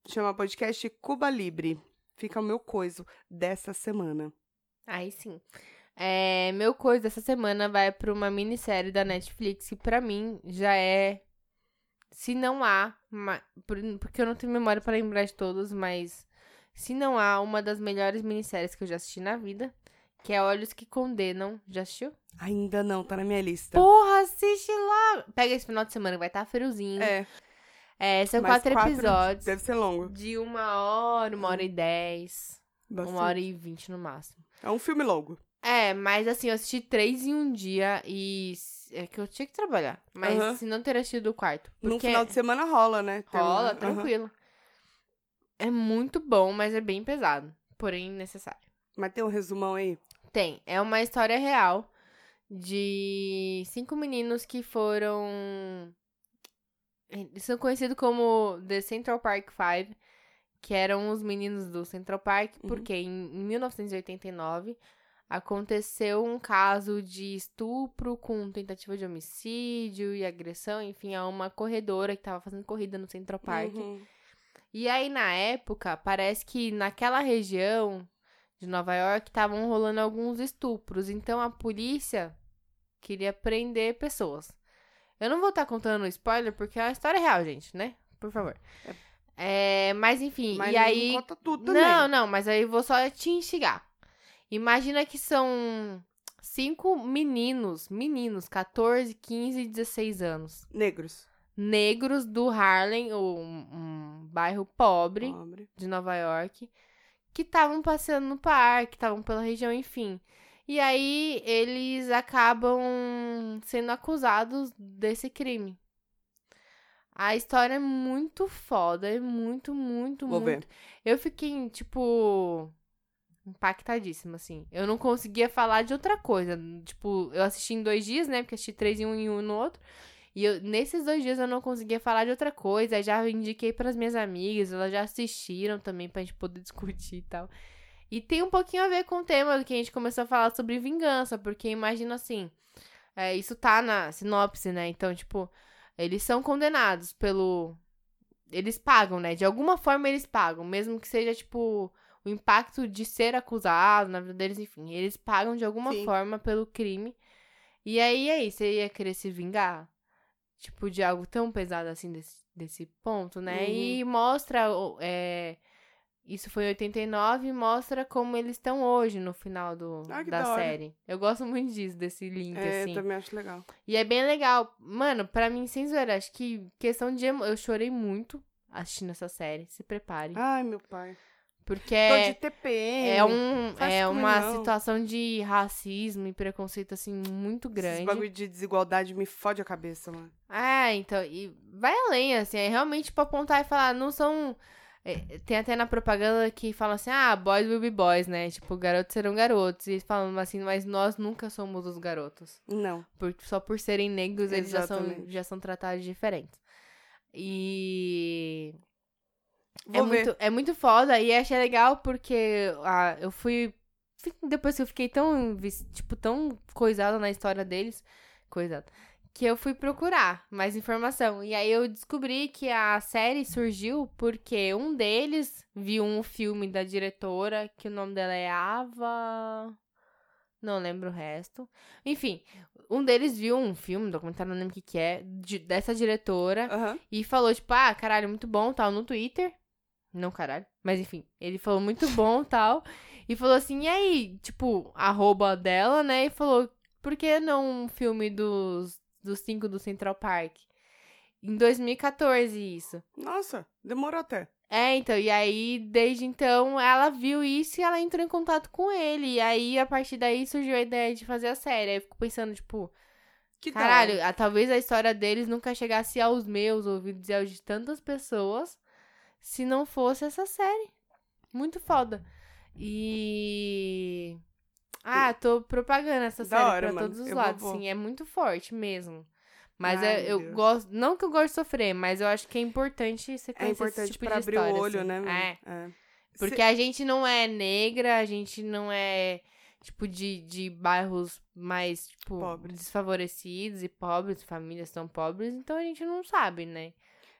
[SPEAKER 2] Chama podcast Cuba Libre. Fica o meu coiso dessa semana.
[SPEAKER 1] Aí sim. É, meu coisa dessa semana vai pra uma minissérie da Netflix que pra mim já é. Se não há. ma- por- Porque eu não tenho memória pra lembrar de todos, mas. Se não há, uma das melhores minisséries que eu já assisti na vida, que é Olhos que Condenam. Já assistiu?
[SPEAKER 2] Ainda não, tá na minha lista.
[SPEAKER 1] Porra, assiste lá! Pega esse final de semana que vai estar tá friozinho. É.
[SPEAKER 2] É,
[SPEAKER 1] são
[SPEAKER 2] mas
[SPEAKER 1] quatro, episódios.
[SPEAKER 2] Deve ser longo.
[SPEAKER 1] De uma hora, uma hora e dez,
[SPEAKER 2] Bastante.
[SPEAKER 1] uma hora e vinte no máximo.
[SPEAKER 2] É um filme longo.
[SPEAKER 1] É, mas assim, eu assisti três em um dia e. s- É que eu tinha que trabalhar. Mas
[SPEAKER 2] Aham.
[SPEAKER 1] se não ter assistido o quarto.
[SPEAKER 2] Num
[SPEAKER 1] Porque
[SPEAKER 2] final de semana rola, né? Tem um-
[SPEAKER 1] rola,
[SPEAKER 2] Aham.
[SPEAKER 1] tranquilo. É muito bom, mas é bem pesado. Porém, necessário.
[SPEAKER 2] Mas tem um resumão aí.
[SPEAKER 1] Tem. É uma história real de cinco meninos que foram. Eles são conhecidos como The Central Park Five, que eram os meninos do Central Park,
[SPEAKER 2] Uhum.
[SPEAKER 1] porque em 1989 aconteceu um caso de estupro com tentativa de homicídio e agressão, enfim, a uma corredora que estava fazendo corrida no Central Park.
[SPEAKER 2] Uhum.
[SPEAKER 1] E aí, na época, parece que naquela região de Nova York estavam rolando alguns estupros. Então a polícia queria prender pessoas. Eu não vou estar contando spoiler porque é uma história real, gente, né? Por favor. É, mas enfim,
[SPEAKER 2] Mas
[SPEAKER 1] e aí.
[SPEAKER 2] não conta tudo também. né?
[SPEAKER 1] Não, não, mas aí eu vou só te instigar. Imagina que são cinco meninos, meninos, 14, 15, 16 anos.
[SPEAKER 2] Negros.
[SPEAKER 1] Negros do Harlem, ou um, um bairro pobre
[SPEAKER 2] Pobre.
[SPEAKER 1] de Nova York, que estavam passeando no parque, estavam pela região, enfim. E aí eles acabam sendo acusados desse crime. A história é muito foda, é muito, muito,
[SPEAKER 2] Vou
[SPEAKER 1] muito.
[SPEAKER 2] ver.
[SPEAKER 1] Eu fiquei, tipo, impactadíssima, assim. Eu não conseguia falar de outra coisa. Tipo, eu assisti em dois dias, né? Porque assisti três em um e um no outro. E eu- nesses dois dias eu não conseguia falar de outra coisa. Aí já indiquei pras minhas amigas, elas já assistiram também pra gente poder [LAUGHS] discutir e tal. E tem um pouquinho a ver com o tema que a gente começou a falar sobre vingança, porque imagina assim, é, isso tá na sinopse, né? Então, tipo, eles são condenados pelo. Eles pagam, né? De alguma forma eles pagam, mesmo que seja, tipo, o impacto de ser acusado na vida deles, enfim. Eles pagam de alguma
[SPEAKER 2] Sim.
[SPEAKER 1] forma pelo crime. E aí, aí, você ia querer se vingar? Tipo, de algo tão pesado assim desse, desse ponto, né?
[SPEAKER 2] Uhum.
[SPEAKER 1] E mostra. o- É, isso foi em 89 e mostra como eles estão hoje no final do,
[SPEAKER 2] Ah, que da
[SPEAKER 1] da
[SPEAKER 2] hora.
[SPEAKER 1] série. Eu gosto muito disso, desse link,
[SPEAKER 2] É,
[SPEAKER 1] assim.
[SPEAKER 2] também acho legal.
[SPEAKER 1] E é bem legal. Mano, pra mim, sem zoeira, acho que questão de... emo- Eu chorei muito assistindo essa série. Se prepare.
[SPEAKER 2] Ai, meu pai.
[SPEAKER 1] Porque
[SPEAKER 2] Ah, Tô
[SPEAKER 1] é,
[SPEAKER 2] de TPM.
[SPEAKER 1] é, um,
[SPEAKER 2] faz
[SPEAKER 1] é
[SPEAKER 2] comigo
[SPEAKER 1] uma
[SPEAKER 2] não.
[SPEAKER 1] situação de racismo e preconceito, assim, muito
[SPEAKER 2] Esse
[SPEAKER 1] grande.
[SPEAKER 2] bagulho de desigualdade me fode a cabeça, mano.
[SPEAKER 1] É, então, e vai além, assim, é realmente pra apontar e falar, não são. é, Tem até na propaganda que falam assim, ah, boys will be boys, né? Tipo, garotos serão garotos. E eles falam assim, mas nós nunca somos os garotos.
[SPEAKER 2] Não.
[SPEAKER 1] Por, só por serem negros, eles já são,
[SPEAKER 2] Exatamente.
[SPEAKER 1] já são tratados diferentes. E é
[SPEAKER 2] Vou ver.
[SPEAKER 1] muito, é muito foda e achei legal porque ah, eu fui. fi- Depois que eu fiquei tão, vis- tipo, tão coisada na história deles, coisada, que eu fui procurar mais informação. E aí eu descobri que a série surgiu porque um deles viu um filme da diretora, que o nome dela é Ava. Não lembro o resto. Enfim, um deles viu um filme, documentário, não lembro o que, que é, de- dessa diretora.
[SPEAKER 2] Aham.
[SPEAKER 1] E falou, tipo, ah, caralho, muito bom, tal, no Twitter. Não, caralho. Mas enfim, ele falou muito bom, [LAUGHS] tal. E falou assim, e aí, tipo, arroba dela, né? E falou, por que não um filme dos, dos cinco do Central Park? Em 2014, isso.
[SPEAKER 2] Nossa, demorou até.
[SPEAKER 1] É, então, e aí, desde então, ela viu isso e ela entrou em contato com ele. E aí, a partir daí, surgiu a ideia de fazer a série. Aí eu fico pensando, tipo,
[SPEAKER 2] Que da hora.
[SPEAKER 1] Caralho, a- talvez a história deles nunca chegasse aos meus ouvidos e aos de tantas pessoas se não fosse essa série. Muito foda. E. Ah, tô propagando essa
[SPEAKER 2] Da
[SPEAKER 1] série
[SPEAKER 2] hora,
[SPEAKER 1] pra
[SPEAKER 2] mano.
[SPEAKER 1] todos os
[SPEAKER 2] Eu vou-
[SPEAKER 1] lados,
[SPEAKER 2] vou.
[SPEAKER 1] sim. É muito forte mesmo. Mas
[SPEAKER 2] Ai,
[SPEAKER 1] é- eu
[SPEAKER 2] meu Deus.
[SPEAKER 1] gosto. Não que eu gosto de sofrer, mas eu acho que é importante você
[SPEAKER 2] É
[SPEAKER 1] conhecer
[SPEAKER 2] importante
[SPEAKER 1] esse tipo
[SPEAKER 2] pra
[SPEAKER 1] de
[SPEAKER 2] abrir
[SPEAKER 1] história,
[SPEAKER 2] o olho,
[SPEAKER 1] assim.
[SPEAKER 2] né? menina?
[SPEAKER 1] É.
[SPEAKER 2] É.
[SPEAKER 1] Porque a gente não é negra, a gente não é, tipo, de, de bairros mais, tipo,
[SPEAKER 2] Pobres.
[SPEAKER 1] desfavorecidos e pobres, famílias tão pobres, então a gente não sabe, né?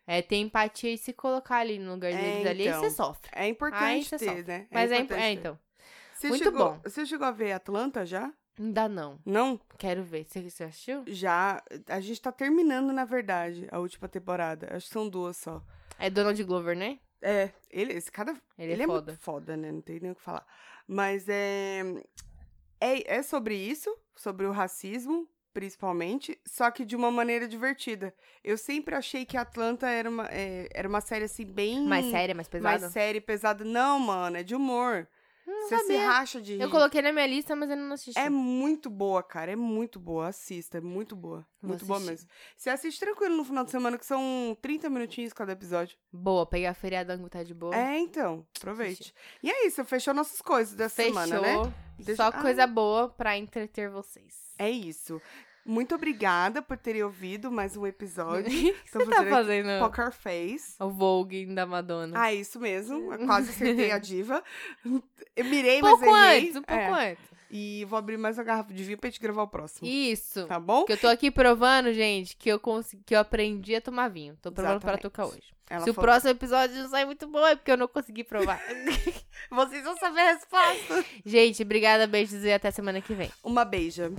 [SPEAKER 1] É ter empatia e se colocar ali no lugar
[SPEAKER 2] É,
[SPEAKER 1] deles ali, aí
[SPEAKER 2] então.
[SPEAKER 1] você sofre.
[SPEAKER 2] É
[SPEAKER 1] Ai,
[SPEAKER 2] importante
[SPEAKER 1] isso é só.
[SPEAKER 2] ter, né?
[SPEAKER 1] Mas é, imp-
[SPEAKER 2] importante
[SPEAKER 1] é,
[SPEAKER 2] ter.
[SPEAKER 1] então.
[SPEAKER 2] Você
[SPEAKER 1] muito
[SPEAKER 2] chegou,
[SPEAKER 1] bom.
[SPEAKER 2] Você chegou a ver Atlanta já?
[SPEAKER 1] Não então, dá não.
[SPEAKER 2] Não?
[SPEAKER 1] Quero ver. Você, você assistiu?
[SPEAKER 2] Já. A gente tá terminando, na verdade, a última temporada. Acho que são duas só.
[SPEAKER 1] É Donald Glover, né?
[SPEAKER 2] É, ele, esse cara
[SPEAKER 1] Ele,
[SPEAKER 2] Ele
[SPEAKER 1] é
[SPEAKER 2] é
[SPEAKER 1] foda.
[SPEAKER 2] muito foda, né? Não tem nem o que falar. Mas é, é, é sobre isso, sobre o racismo, principalmente, só que de uma maneira divertida. Eu sempre achei que Atlanta era uma, é, era uma série assim, bem.
[SPEAKER 1] Mais séria, é mais pesada.
[SPEAKER 2] Mais séria e pesada. Não, mano, é de humor.
[SPEAKER 1] Não
[SPEAKER 2] Você se
[SPEAKER 1] sabia.
[SPEAKER 2] racha de.
[SPEAKER 1] Eu
[SPEAKER 2] rir.
[SPEAKER 1] coloquei na minha lista, mas eu não assisti.
[SPEAKER 2] É muito boa, cara. É muito boa. Assista, é muito boa.
[SPEAKER 1] Vou
[SPEAKER 2] muito boa
[SPEAKER 1] assistir.
[SPEAKER 2] mesmo. Você assiste tranquilo no final de semana, que são 30 minutinhos cada episódio.
[SPEAKER 1] Boa, pegar feriadão que tá de boa.
[SPEAKER 2] É, então, aproveite. E é isso, fechou nossas coisas dessa
[SPEAKER 1] Fechou.
[SPEAKER 2] semana, né? Deixa-
[SPEAKER 1] Só
[SPEAKER 2] Ah.
[SPEAKER 1] coisa boa pra entreter vocês.
[SPEAKER 2] É isso. Muito obrigada por terem ouvido mais um
[SPEAKER 1] O
[SPEAKER 2] episódio.
[SPEAKER 1] que [LAUGHS]
[SPEAKER 2] Tô
[SPEAKER 1] você tá
[SPEAKER 2] fazendo aqui
[SPEAKER 1] fazendo?
[SPEAKER 2] Poker Face.
[SPEAKER 1] O Vogue da Madonna.
[SPEAKER 2] Ah, isso mesmo. Eu quase acertei a diva. [LAUGHS] Eu mirei,
[SPEAKER 1] um
[SPEAKER 2] mas
[SPEAKER 1] pouco
[SPEAKER 2] errei.
[SPEAKER 1] antes, um pouco
[SPEAKER 2] É.
[SPEAKER 1] antes.
[SPEAKER 2] E vou abrir mais uma garrafa de vinho pra gente gravar o próximo.
[SPEAKER 1] Isso.
[SPEAKER 2] Tá bom?
[SPEAKER 1] Que eu tô aqui provando, gente, que eu, consegui, que eu aprendi a tomar vinho. Tô provando pra
[SPEAKER 2] Exatamente.
[SPEAKER 1] tocar hoje.
[SPEAKER 2] Ela
[SPEAKER 1] Se o
[SPEAKER 2] falou-
[SPEAKER 1] próximo episódio não sair muito bom, é porque eu não consegui
[SPEAKER 2] [LAUGHS]
[SPEAKER 1] provar.
[SPEAKER 2] Vocês vão saber a resposta.
[SPEAKER 1] [LAUGHS] gente, obrigada, beijos e até semana que vem.
[SPEAKER 2] Uma beija.